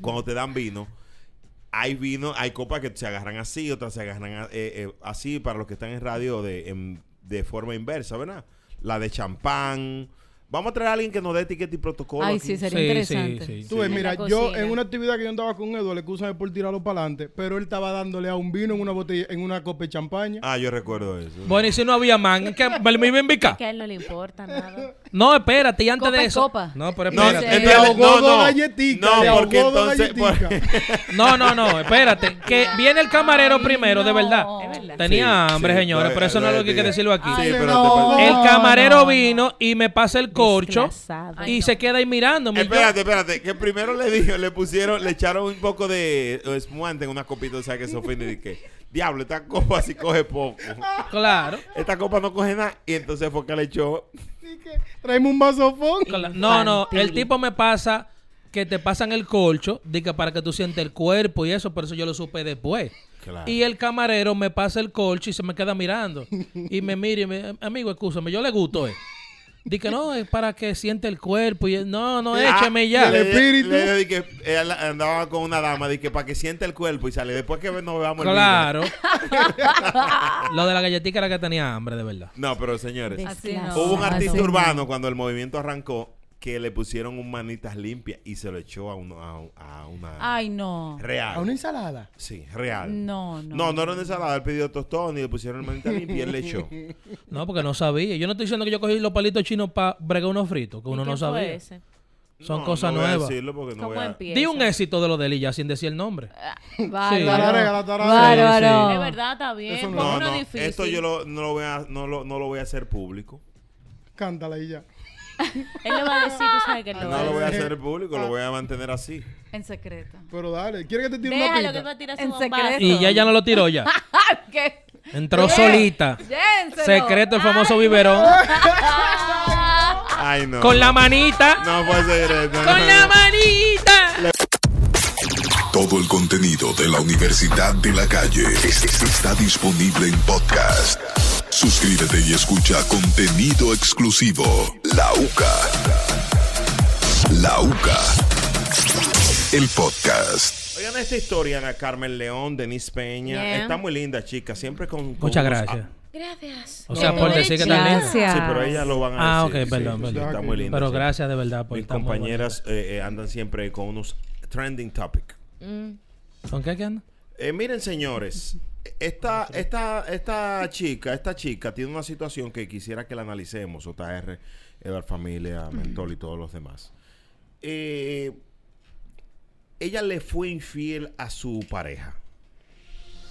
Speaker 2: cuando te dan vino, hay vino, hay copas que se agarran así, otras se agarran eh, eh, así para los que están en radio de, en- de forma inversa, ¿verdad? La de champán. Vamos a traer a alguien que nos dé etiqueta y protocolo.
Speaker 5: Ay,
Speaker 2: aquí.
Speaker 5: sí, sería
Speaker 3: Sí,
Speaker 5: interesante.
Speaker 3: sí, sí.
Speaker 4: Tú ves,
Speaker 6: En
Speaker 4: mira,
Speaker 6: la
Speaker 4: yo
Speaker 6: cocina.
Speaker 4: en una actividad que yo andaba con Eduardo, le excusan por tirarlo para adelante, pero él estaba dándole a un vino en una botella, en una copa de champaña.
Speaker 2: Ah, yo recuerdo eso.
Speaker 3: Bueno, y si no había man, ¿qué? me me iba a invitar?
Speaker 6: Que a él no le importa nada.
Speaker 3: No, espérate, y antes
Speaker 5: Copa
Speaker 3: de
Speaker 5: es
Speaker 3: eso.
Speaker 5: copa.
Speaker 3: No, pero
Speaker 2: No,
Speaker 3: espérate.
Speaker 5: entonces-
Speaker 4: Le ahogó
Speaker 2: no,
Speaker 4: dos
Speaker 2: no.
Speaker 4: galletitas,
Speaker 2: No,
Speaker 4: le ahogó
Speaker 2: porque
Speaker 4: dos
Speaker 2: entonces- pues,
Speaker 4: galletitas.
Speaker 3: No, no, no, espérate. Que viene el camarero
Speaker 5: Ay,
Speaker 3: primero, de
Speaker 5: no.
Speaker 3: verdad.
Speaker 5: Es
Speaker 6: verdad.
Speaker 3: Tenía
Speaker 2: Sí,
Speaker 3: hambre,
Speaker 2: sí,
Speaker 3: señores,
Speaker 2: lo-
Speaker 3: pero eso no es lo que hay que
Speaker 2: digo.
Speaker 3: decirlo aquí.
Speaker 2: Sí,
Speaker 5: Ay,
Speaker 2: pero
Speaker 5: no.
Speaker 2: te
Speaker 3: El camarero
Speaker 5: no, no.
Speaker 3: vino y me pasa el corcho
Speaker 6: Desclasado.
Speaker 3: y
Speaker 5: Ay,
Speaker 3: se
Speaker 5: no.
Speaker 3: queda ahí mirándome. Y yo-
Speaker 2: Espérate, espérate, que primero le dijo, le pusieron, le echaron un poco de eh, esmuante en una copita, o sea que se ofende y que, diablo, esta copa sí coge poco.
Speaker 3: Claro.
Speaker 2: Esta copa no coge nada. Y entonces fue que le echó.
Speaker 4: Así que, Tráeme un vasofón.
Speaker 3: Cla- No, no,
Speaker 6: Infantil.
Speaker 3: el tipo me pasa que te pasan el colcho, di que para que tú sientes el cuerpo y eso, por eso yo lo supe después.
Speaker 2: Claro.
Speaker 3: Y el camarero me pasa el colcho y se me queda mirando. Y me mira y me amigo, escúchame, yo le gusto, eh. Di que no, es para que siente el cuerpo y no, no, échame ya.
Speaker 2: Ah, Le-
Speaker 4: El espíritu.
Speaker 2: Le, le- di que él andaba con una dama, de que para que siente el cuerpo y sale. Después que nos veamos el vino.
Speaker 3: Claro. Lo de la galletita era que tenía hambre, de verdad.
Speaker 2: No, pero señores.
Speaker 5: Así
Speaker 6: Desclasado.
Speaker 5: no.
Speaker 2: Hubo un artista
Speaker 5: Así no.
Speaker 2: urbano cuando el movimiento arrancó que le pusieron un manitas limpias y se lo echó a, uno, a, a una
Speaker 5: Ay, no.
Speaker 2: real.
Speaker 4: A una ensalada.
Speaker 2: Sí, real.
Speaker 5: No, no.
Speaker 2: No, no era una ensalada, él pidió tostón y le pusieron manita limpia y él le echó.
Speaker 3: No, porque no sabía. Yo no estoy diciendo que yo cogí los palitos chinos para bregar unos fritos, que
Speaker 6: ¿Y
Speaker 3: uno
Speaker 6: qué
Speaker 3: no
Speaker 6: fue
Speaker 3: sabía.
Speaker 6: ese?
Speaker 3: Son
Speaker 2: No,
Speaker 3: cosas
Speaker 2: no voy a
Speaker 3: nuevas.
Speaker 2: decirlo porque no
Speaker 6: ¿Cómo
Speaker 2: voy a-
Speaker 6: empieza?
Speaker 3: Di un éxito de lo de Lilla sin decir el nombre.
Speaker 5: Ah, Bárbaro.
Speaker 4: Tararega, tararega.
Speaker 5: Bárbaro.
Speaker 6: Es verdad, está
Speaker 4: Eso
Speaker 6: bien.
Speaker 4: no.
Speaker 6: Con
Speaker 2: No,
Speaker 6: uno
Speaker 2: no,
Speaker 6: difícil.
Speaker 2: esto yo lo- no, lo voy a, no, lo, no lo voy a hacer público.
Speaker 4: Cántala y ya.
Speaker 6: Él le va a decir, tú sabes que él
Speaker 2: No
Speaker 6: lo va a
Speaker 2: lo voy
Speaker 6: decir.
Speaker 2: a hacer público, lo voy a mantener así.
Speaker 5: En secreto.
Speaker 4: Pero dale, ¿quiere que te tire
Speaker 6: Déjalo
Speaker 4: una
Speaker 6: que él
Speaker 4: pista?
Speaker 6: va a tirar su
Speaker 5: En
Speaker 6: bombazo.
Speaker 5: secreto.
Speaker 3: Y ya ya no lo tiró ya.
Speaker 5: ¿Qué?
Speaker 3: Entró
Speaker 5: Ye-
Speaker 3: solita.
Speaker 5: Yénselo.
Speaker 3: Secreto el famoso
Speaker 5: Ay,
Speaker 3: biberón.
Speaker 2: Ay, no.
Speaker 3: Con la manita.
Speaker 2: No puede ser esto, no.
Speaker 3: Con la manita.
Speaker 1: Todo el contenido de la Universidad de la Calle es- es- está disponible en podcast. Suscríbete y escucha contenido exclusivo. La UCA. La UCA. El podcast.
Speaker 2: Oigan esta historia de Carmen León, Denise Peña.
Speaker 6: Yeah.
Speaker 2: Está muy linda, chica. Siempre con. con
Speaker 3: Muchas
Speaker 2: unos-
Speaker 3: gracias.
Speaker 6: Gracias.
Speaker 3: O sea, por decir que tan linda.
Speaker 5: Gracias.
Speaker 2: Sí, pero ellas lo van a
Speaker 3: Ah,
Speaker 2: decir.
Speaker 3: ok, perdón,
Speaker 2: sí,
Speaker 3: perdón.
Speaker 2: sí, está muy linda.
Speaker 3: Pero
Speaker 2: sí.
Speaker 3: gracias de verdad por
Speaker 2: Mis
Speaker 3: tan buen
Speaker 2: compañeras eh, eh, andan siempre con unos trending topic.
Speaker 6: Mm.
Speaker 3: momento. ¿Con qué que anda?
Speaker 2: Eh, miren, señores, esta, esta, esta chica, esta chica tiene una situación que quisiera que la analicemos, JR, Edward Familia, Mentol y todos los demás. Eh, ella le fue infiel a su pareja.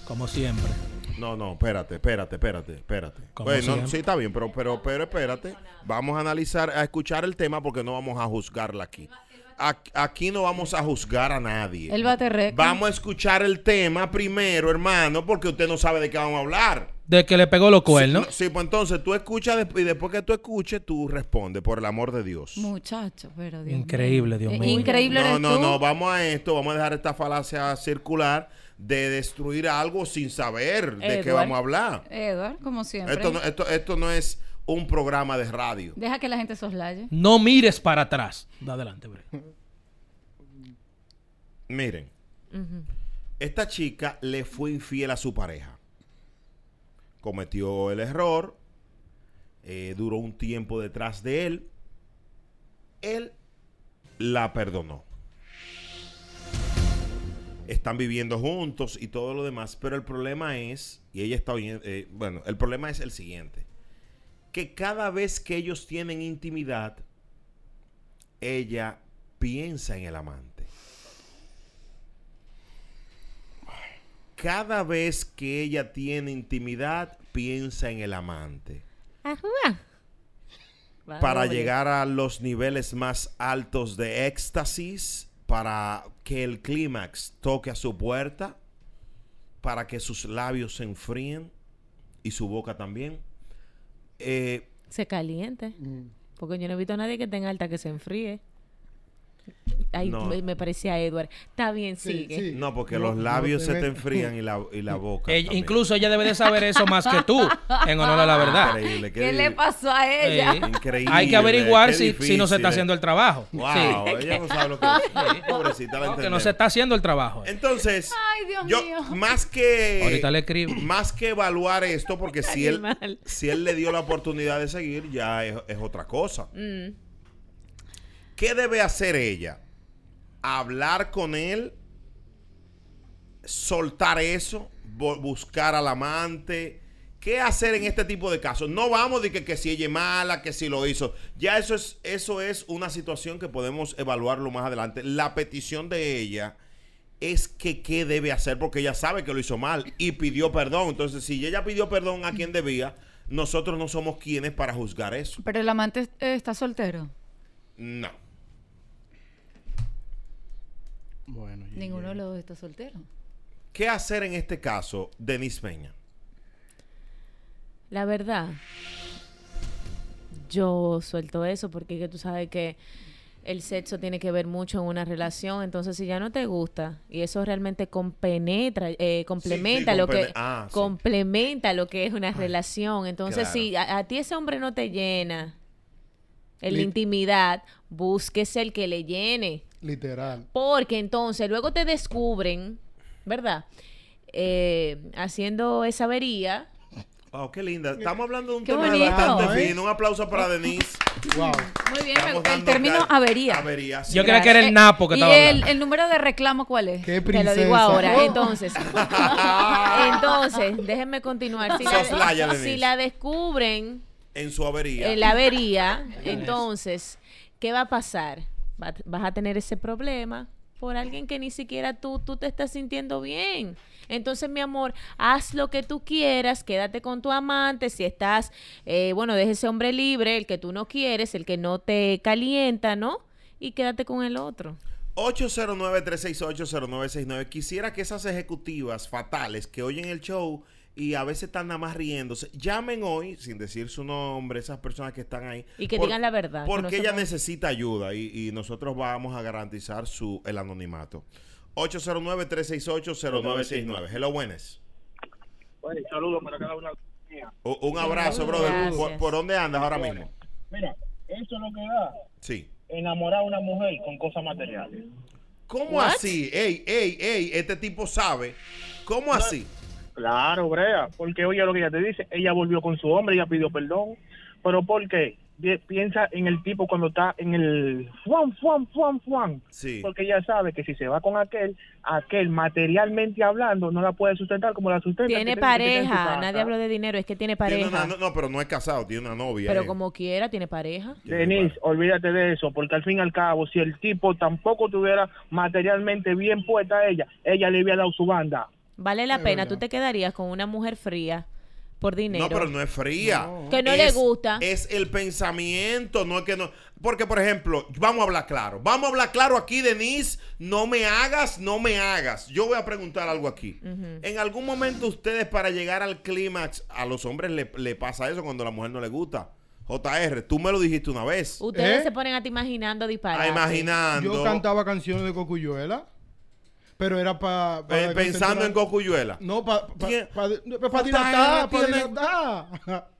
Speaker 3: Como siempre.
Speaker 2: No, no, espérate, espérate, espérate, espérate.
Speaker 3: Como
Speaker 2: Bueno,
Speaker 3: siempre.
Speaker 2: sí, está bien, pero, pero, pero espérate. Vamos a analizar, a escuchar el tema porque no vamos a juzgarla aquí. Ac- Aquí no vamos a juzgar a nadie.
Speaker 5: Él va a terreco.
Speaker 2: Vamos a escuchar el tema primero, hermano, porque usted no sabe de qué vamos a hablar.
Speaker 3: De que le pegó los cuernos.
Speaker 2: Sí, Sí, pues entonces tú escuchas desp- y después que tú escuches, tú respondes, por el amor de Dios.
Speaker 5: Muchacho, pero Dios mío.
Speaker 3: Increíble, Dios
Speaker 5: Eh,
Speaker 3: mío.
Speaker 5: Increíble
Speaker 2: No,
Speaker 5: eres
Speaker 2: no,
Speaker 5: tú.
Speaker 2: no, vamos a esto, vamos a dejar esta falacia circular de destruir algo sin saber de qué
Speaker 6: Edward.
Speaker 2: vamos a hablar.
Speaker 5: Edward, como siempre.
Speaker 2: Esto no, esto, esto no es un programa de radio.
Speaker 5: Deja que la gente soslaye.
Speaker 3: No mires para atrás. Da Adelante, Bre.
Speaker 2: Miren, esta chica le fue infiel a su pareja. Cometió el error, eh, duró un tiempo detrás de él. él la perdonó. Están viviendo juntos y todo lo demás, pero el problema es, y ella está oyendo, eh, bueno, el problema es el siguiente, que cada vez que ellos tienen intimidad, ella piensa en el amante. Cada vez que ella tiene intimidad, piensa en el amante
Speaker 6: Ah, Vale,
Speaker 2: para
Speaker 6: oye.
Speaker 2: llegar a los niveles más altos de éxtasis, para que el clímax toque a su puerta, para que sus labios se enfríen y su boca también. Eh,
Speaker 6: Se caliente.
Speaker 2: Mm.
Speaker 6: Porque yo no he visto a nadie que tenga alta que se enfríe. Ay,
Speaker 2: No.
Speaker 6: me, me parecía Edward. Está bien,
Speaker 4: Sí,
Speaker 6: sigue.
Speaker 4: sí.
Speaker 2: no, porque
Speaker 4: No,
Speaker 2: los
Speaker 4: no
Speaker 2: labios
Speaker 4: te
Speaker 2: se te
Speaker 4: ven.
Speaker 2: enfrían y la, y la boca.
Speaker 3: Ella-
Speaker 2: también.
Speaker 3: incluso ella debe de saber eso más que tú, en honor a la verdad.
Speaker 2: Increíble,
Speaker 5: ¿Qué le
Speaker 2: di-
Speaker 5: pasó a
Speaker 3: Sí.
Speaker 5: ella?
Speaker 2: Increíble,
Speaker 3: Hay que averiguar
Speaker 2: qué
Speaker 3: si, si no se
Speaker 2: difícil,
Speaker 3: está
Speaker 2: eh.
Speaker 3: haciendo el trabajo.
Speaker 2: Wow,
Speaker 3: Sí.
Speaker 2: ella no sabe lo que es. Pobrecita, la
Speaker 3: No, que no
Speaker 2: entendemos.
Speaker 3: se está haciendo el trabajo.
Speaker 5: Eh,
Speaker 2: Entonces,
Speaker 5: Ay, Dios
Speaker 2: yo
Speaker 5: mío.
Speaker 2: más que
Speaker 3: Ahorita le escribo.
Speaker 2: más que evaluar esto, porque si él
Speaker 6: Animal.
Speaker 2: si él le dio la oportunidad de seguir, ya es, es otra cosa.
Speaker 6: Mm.
Speaker 2: ¿Qué debe hacer ella? Hablar con él, soltar eso, bu- buscar al amante. ¿Qué hacer en este tipo de casos? No vamos de que, que si ella es mala, que si lo hizo. Ya eso es, eso es una situación que podemos evaluarlo más adelante. La petición de ella es que qué debe hacer porque ella sabe que lo hizo mal y pidió perdón. Entonces, si ella pidió perdón a quien debía, nosotros no somos quienes para juzgar eso.
Speaker 5: Pero el amante eh, está soltero.
Speaker 2: No.
Speaker 4: Bueno, ya-
Speaker 5: Ninguno de los dos está soltero.
Speaker 2: ¿Qué hacer en este caso, Denis Peña?
Speaker 6: La verdad, yo suelto eso porque que tú sabes que el sexo tiene que ver mucho en una relación. Entonces, si ya no te gusta y eso realmente compenetra, eh, complementa
Speaker 2: sí,
Speaker 6: lo
Speaker 2: compene-
Speaker 6: que
Speaker 2: ah, sí.
Speaker 6: complementa lo que es una relación. Entonces,
Speaker 2: claro.
Speaker 6: si a, a ti ese hombre no te llena en la
Speaker 4: Lit-
Speaker 6: intimidad, búsquese el que le llene.
Speaker 4: Literal.
Speaker 6: Porque entonces luego te descubren, ¿verdad? Eh, haciendo esa avería.
Speaker 2: Wow, qué linda. Estamos hablando de un
Speaker 5: Qué
Speaker 2: tema
Speaker 5: bonito.
Speaker 2: bastante
Speaker 4: ¿eh?
Speaker 2: fino. Un aplauso para Denise.
Speaker 4: Wow.
Speaker 5: Muy bien,
Speaker 2: Estamos
Speaker 5: me- el
Speaker 2: dando
Speaker 5: término
Speaker 2: ca-
Speaker 5: avería.
Speaker 2: Avería, sí.
Speaker 3: Yo creo que era el
Speaker 5: Eh,
Speaker 3: Napo que
Speaker 5: ¿Y
Speaker 3: estaba
Speaker 5: el,
Speaker 3: hablando.
Speaker 5: el número de reclamo cuál es?
Speaker 4: Qué
Speaker 6: Te
Speaker 4: princesa.
Speaker 6: lo digo
Speaker 4: Oh,
Speaker 6: ahora. Entonces, entonces, déjenme continuar. Si
Speaker 2: Soslaya,
Speaker 6: la,
Speaker 2: Denise.
Speaker 6: si la descubren
Speaker 2: En su avería.
Speaker 6: en la avería, entonces, ¿qué va a pasar? Va- vas a tener ese problema por alguien que ni siquiera tú, tú te estás sintiendo bien. Entonces, mi amor, haz lo que tú quieras, quédate con tu amante, si estás, eh, bueno, deja ese hombre libre, el que tú no quieres, el que no te calienta, ¿no? Y quédate con el otro.
Speaker 2: 809-368-0969. Quisiera que esas ejecutivas fatales que oyen el show y a veces están nada más riéndose, llamen hoy, sin decir su nombre, esas personas que están ahí.
Speaker 6: Y que digan la verdad, que
Speaker 2: Porque
Speaker 6: no se
Speaker 2: ella
Speaker 6: pongan-
Speaker 2: necesita ayuda y, y nosotros vamos a garantizar su, el anonimato. 809-368-0969. Hello, buenas.
Speaker 7: Oye, saludos para cada una. mía.
Speaker 2: U- un abrazo, brother.
Speaker 6: Gracias.
Speaker 2: ¿Por, por dónde andas ahora mismo?
Speaker 7: Mira, eso es lo que da
Speaker 2: Sí.
Speaker 7: enamorar a una mujer con cosas materiales.
Speaker 2: ¿Cómo así? Ey, ey, ey, este tipo sabe. ¿Cómo así?
Speaker 7: Claro, Brea, porque oye lo que ella te dice, ella volvió con su hombre, ella pidió perdón, pero ¿por qué? Pi- Piensa en el tipo cuando está en el fuan, fuan, fuan, fuan.
Speaker 2: Sí.
Speaker 7: Porque ella sabe que si se va con aquel, aquel materialmente hablando no la puede sustentar como la sustenta. que
Speaker 6: Tiene
Speaker 7: que tener en su
Speaker 6: pareja,
Speaker 7: casa.
Speaker 6: nadie habló de dinero, es que tiene
Speaker 2: Tiene
Speaker 6: pareja.
Speaker 2: una- no, no, pero no es casado, tiene una novia.
Speaker 6: Pero
Speaker 2: eh.
Speaker 6: como quiera, tiene pareja.
Speaker 2: Tiene
Speaker 7: Denise,
Speaker 2: pareja.
Speaker 7: olvídate de eso, porque al fin y al cabo, si el tipo tampoco tuviera materialmente bien puesta a ella, ella le hubiera dado su banda.
Speaker 6: Vale la
Speaker 4: Es
Speaker 6: pena,
Speaker 4: verdad.
Speaker 6: tú te quedarías con una mujer fría por dinero.
Speaker 2: No, pero no es fría.
Speaker 6: Que no
Speaker 2: Es-
Speaker 6: le gusta.
Speaker 2: Es el pensamiento, no es que no. Porque, por ejemplo, vamos a hablar claro. Vamos a hablar claro aquí, Denise. No me hagas, no me hagas. Yo voy a preguntar algo aquí. En algún momento ustedes para llegar al clímax, a los hombres le, le pasa eso cuando a la mujer no le gusta. JR, tú me lo dijiste una vez.
Speaker 6: Ustedes
Speaker 4: ¿Eh?
Speaker 6: se ponen a ti imaginando
Speaker 2: Ah,
Speaker 6: disparar.
Speaker 2: imaginando.
Speaker 4: Yo cantaba canciones de Cocuyuela, pero era pa-
Speaker 2: eh,
Speaker 4: para.
Speaker 2: pensando
Speaker 4: concentrar-
Speaker 2: en Cocuyuela.
Speaker 4: No, para pa,
Speaker 2: Tien-
Speaker 4: pa, pa, pa
Speaker 2: Otra
Speaker 4: dilatar, pa
Speaker 2: tiene-
Speaker 4: dilatar.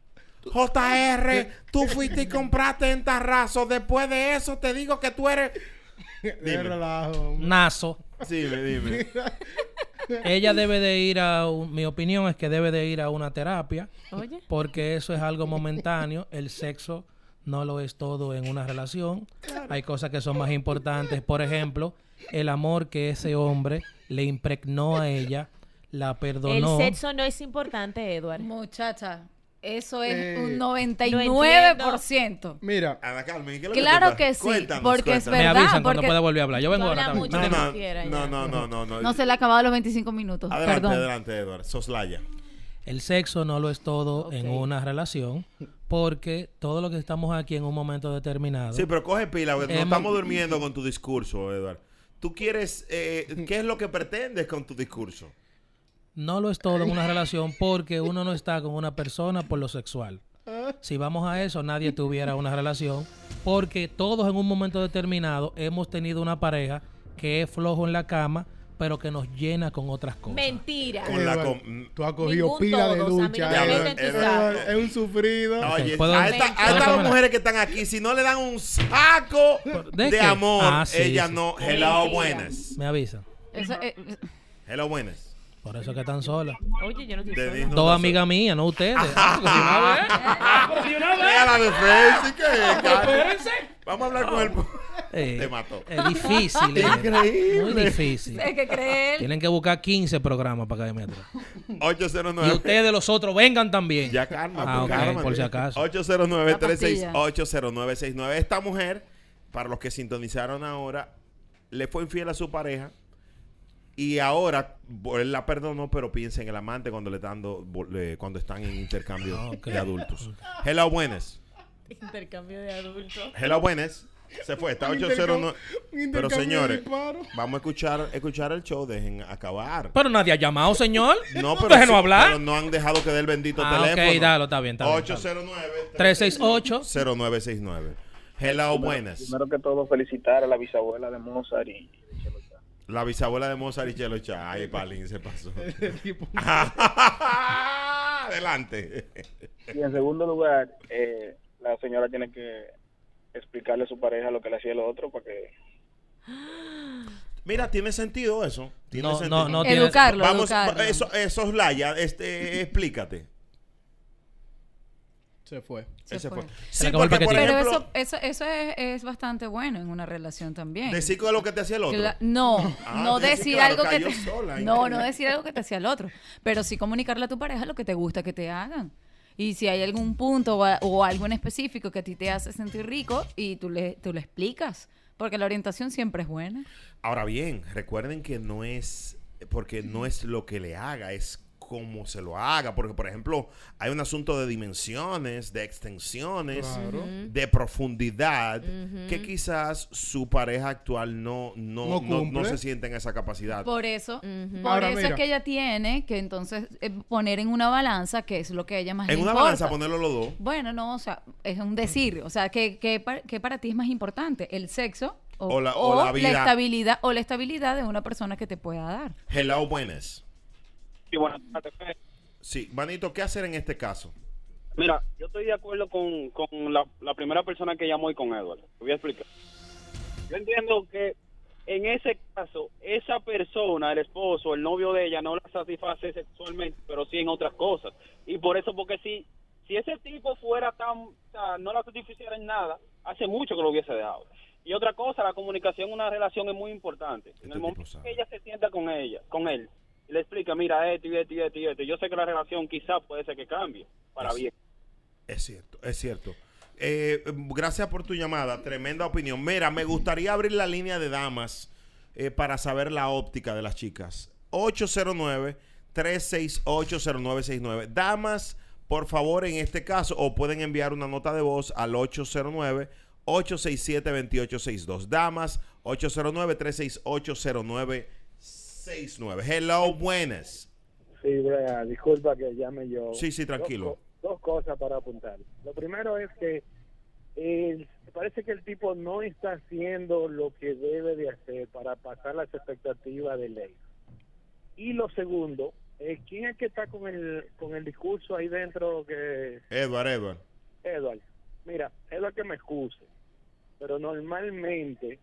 Speaker 2: JR, tú fuiste y compraste en Tarrazo. Después de eso te digo que tú eres.
Speaker 4: De relajo. hombre.
Speaker 3: Nazo.
Speaker 2: Sí, dime.
Speaker 3: Ella debe de ir a, un- mi opinión es que debe de ir a una terapia,
Speaker 6: Oye,
Speaker 3: porque eso es algo momentáneo. El sexo no lo es todo en una relación. Hay cosas que son más importantes. Por ejemplo, el amor que ese hombre le impregnó a ella, la
Speaker 6: El
Speaker 3: perdonó.
Speaker 6: sexo no es importante, Edward.
Speaker 5: Muchacha, eso es
Speaker 4: Eh,
Speaker 5: un
Speaker 4: lo
Speaker 5: 99%.
Speaker 4: Mira,
Speaker 2: Ana Carmen, ¿qué es lo
Speaker 5: Claro
Speaker 2: te pasa?
Speaker 5: que sí,
Speaker 2: Cuéntanos,
Speaker 5: porque es
Speaker 2: cuéntanos.
Speaker 3: Me
Speaker 5: ¿verdad?
Speaker 3: avisan cuando
Speaker 5: Porque
Speaker 3: pueda volver a hablar. Yo vengo
Speaker 6: tú
Speaker 3: ahora
Speaker 6: hablas
Speaker 3: también.
Speaker 6: mucho.
Speaker 3: Tengo-
Speaker 6: que quiera,
Speaker 2: No,
Speaker 6: ya.
Speaker 2: no, no, no, no.
Speaker 5: No se le ha acabado los 25 minutos.
Speaker 2: Adelante,
Speaker 5: Perdón.
Speaker 2: adelante, Edward. Soslaya.
Speaker 3: El sexo no lo es todo en
Speaker 6: Ok.
Speaker 3: una relación porque todo lo que estamos aquí en un momento determinado.
Speaker 2: Sí, pero coge pila, porque nos
Speaker 3: Hemos-
Speaker 2: estamos durmiendo con tu discurso, Edward. Tú quieres, eh, ¿qué es lo que pretendes con tu discurso?
Speaker 3: No lo es todo en una relación porque uno no está con una persona por lo sexual.
Speaker 6: Ah.
Speaker 3: Si vamos a eso, nadie tuviera una relación porque todos en un momento determinado hemos tenido una pareja que es flojo en la cama, pero que nos llena con otras cosas.
Speaker 6: Mentira.
Speaker 2: Con la
Speaker 4: Eva,
Speaker 2: com-
Speaker 4: tú has cogido
Speaker 6: Ningún
Speaker 4: pila de
Speaker 6: todos, a mí
Speaker 4: lucha.
Speaker 6: no me
Speaker 4: Eva.
Speaker 2: meten tus
Speaker 4: Eva,
Speaker 6: datos.
Speaker 4: es un sufrido.
Speaker 2: Oye,
Speaker 3: ¿puedo-
Speaker 2: a esta- a
Speaker 3: ¿puedo
Speaker 2: estas
Speaker 3: terminar?
Speaker 2: mujeres que están aquí, si no le dan un saco
Speaker 3: ¿De
Speaker 2: de,
Speaker 3: qué?
Speaker 2: amor,
Speaker 3: Ah, sí,
Speaker 2: ellas
Speaker 3: sí.
Speaker 2: no. Hello,
Speaker 6: Mentira.
Speaker 2: buenas.
Speaker 3: Me avisan.
Speaker 5: Eso, eh, eh,
Speaker 2: Hello, buenas.
Speaker 3: Por eso que están solas.
Speaker 6: Oye, yo no estoy
Speaker 2: De
Speaker 6: sola.
Speaker 2: Disney
Speaker 3: Dos
Speaker 2: Plus.
Speaker 3: amigas mías, no ustedes. Ah, porque si no,
Speaker 2: Mira la de Frenzy, ¿qué es, cara? Vamos a hablar con el...
Speaker 3: eh,
Speaker 2: Te mató.
Speaker 3: Es difícil. eh. Muy difícil.
Speaker 5: hay que creer.
Speaker 3: Tienen que buscar 15 programas para caerme atrás. Y
Speaker 2: 809.
Speaker 3: ustedes los otros vengan también.
Speaker 2: Ya calma,
Speaker 3: Ah, ok,
Speaker 2: pues, cálmate.
Speaker 3: por si acaso.
Speaker 2: 809-368-0969. Esta mujer, para los que sintonizaron ahora, le fue infiel a su pareja y ahora bo- él la perdonó, pero piensa en el amante cuando le están dando, bo- le- cuando están en intercambio
Speaker 3: Ah, Ok.
Speaker 2: de adultos. Hello, buenas.
Speaker 6: Intercambio de adultos.
Speaker 2: Hello, buenas. Se fue, está
Speaker 4: Un
Speaker 2: 809.
Speaker 4: intercambio- un
Speaker 2: Pero
Speaker 4: intercambio de
Speaker 2: señores,
Speaker 4: disparos.
Speaker 2: vamos a escuchar, escuchar el show, dejen acabar.
Speaker 3: Pero nadie ha llamado, señor.
Speaker 2: No, pero,
Speaker 3: Déjenos
Speaker 2: sí,
Speaker 3: hablar.
Speaker 2: pero no han dejado que dé el bendito
Speaker 3: Ah, ok,
Speaker 2: teléfono.
Speaker 3: dalo, está bien, está bien, está
Speaker 2: 809
Speaker 3: 368.
Speaker 2: 0969. Hello, buenas.
Speaker 8: Primero que todo, felicitar a la bisabuela de Mozart y
Speaker 2: La bisabuela de Mozart y Chelo Chá. Ay, Palín, se pasó.
Speaker 4: tipo-
Speaker 2: Adelante.
Speaker 8: Y en segundo lugar, eh, la señora tiene que explicarle a su pareja lo que le hacía el otro para que...
Speaker 2: Mira, tiene sentido eso. ¿Tiene
Speaker 3: No,
Speaker 2: sentido?
Speaker 3: no, no tiene-
Speaker 5: Educarlo,
Speaker 2: Vamos,
Speaker 5: educarlo.
Speaker 2: va- eso, eh, Soslaya, este, explícate.
Speaker 4: Se fue.
Speaker 5: Se
Speaker 2: Ese
Speaker 5: fue.
Speaker 2: fue.
Speaker 3: Se le acabó el
Speaker 2: porque, por
Speaker 3: paquetito.
Speaker 5: Pero
Speaker 2: ejemplo,
Speaker 5: eso, eso, eso es, es bastante bueno en una relación también.
Speaker 2: decir con lo que te hacía el otro.
Speaker 5: Cla- no,
Speaker 2: Ah,
Speaker 5: no
Speaker 2: sí, sí,
Speaker 5: decir
Speaker 2: claro,
Speaker 5: algo que
Speaker 2: cayó
Speaker 5: te,
Speaker 2: sola,
Speaker 5: no,
Speaker 2: increíble.
Speaker 5: no decir algo que te hacía el otro, pero sí comunicarle a tu pareja lo que te gusta que te hagan. Y si hay algún punto o, a- o algo en específico que a ti te hace sentir rico y tú le, tú le explicas, porque la orientación siempre es buena.
Speaker 2: Ahora bien, recuerden que no es, porque no es lo que le haga, es cómo se lo haga, porque por ejemplo hay un asunto de dimensiones, de extensiones,
Speaker 4: Claro.
Speaker 2: de profundidad, que quizás su pareja actual no, no,
Speaker 4: No
Speaker 2: no, no
Speaker 4: cumple.
Speaker 2: se siente en esa capacidad.
Speaker 5: Por eso, por
Speaker 4: Ahora,
Speaker 5: eso
Speaker 4: mira.
Speaker 5: es que ella tiene que entonces eh, poner en una balanza que es lo que a ella más le
Speaker 2: en una
Speaker 5: importa.
Speaker 2: balanza ponerlo los dos.
Speaker 5: Bueno, no, o sea, es un decir. O sea, ¿qué, qué, par- qué para ti es más importante? ¿El sexo o,
Speaker 2: O la- o la vida.
Speaker 5: estabilidad o la estabilidad de una persona que te pueda dar?
Speaker 2: Hello, buenas.
Speaker 8: Y bueno,
Speaker 2: Sí, Manito, ¿qué hacer en este caso?
Speaker 7: Mira, yo estoy de acuerdo con, con la, la primera persona que llamó y con Edward. Te voy a explicar. Yo entiendo que en ese caso, esa persona, el esposo, el novio de ella, no la satisface sexualmente, pero sí en otras cosas. Y por eso, porque si, si ese tipo fuera tan, o sea, no la satisficiera en nada, hace mucho que lo hubiese dejado. Y otra cosa, la comunicación en una relación es muy importante. En
Speaker 2: Este
Speaker 7: el
Speaker 2: tipo
Speaker 7: momento
Speaker 2: sabe.
Speaker 7: que ella se sienta con ella, con él, y le explica, mira, esto y esto y esto y esto. Yo sé que la relación quizás puede ser que cambie para
Speaker 2: Así.
Speaker 7: bien.
Speaker 2: Es cierto, es cierto. Eh, gracias por tu llamada, tremenda opinión. Mira, me gustaría abrir la línea de damas eh, para saber la óptica de las chicas. 809-368-0969. Damas, por favor, en este caso, o pueden enviar una nota de voz al 809. 867-2862. Damas, 809-368-0969. Hello, buenas.
Speaker 8: Sí, Brea, disculpa que llame yo.
Speaker 2: Sí, sí, tranquilo.
Speaker 8: Dos, co- dos cosas para apuntar. Lo primero es que el- parece que el tipo no está haciendo lo que debe de hacer para pasar las expectativas de ley. Y lo segundo, eh, ¿quién es que está con el, con el discurso ahí dentro que
Speaker 2: Edward, Edward.
Speaker 8: Edward, mira, Edward que me excuse, pero normalmente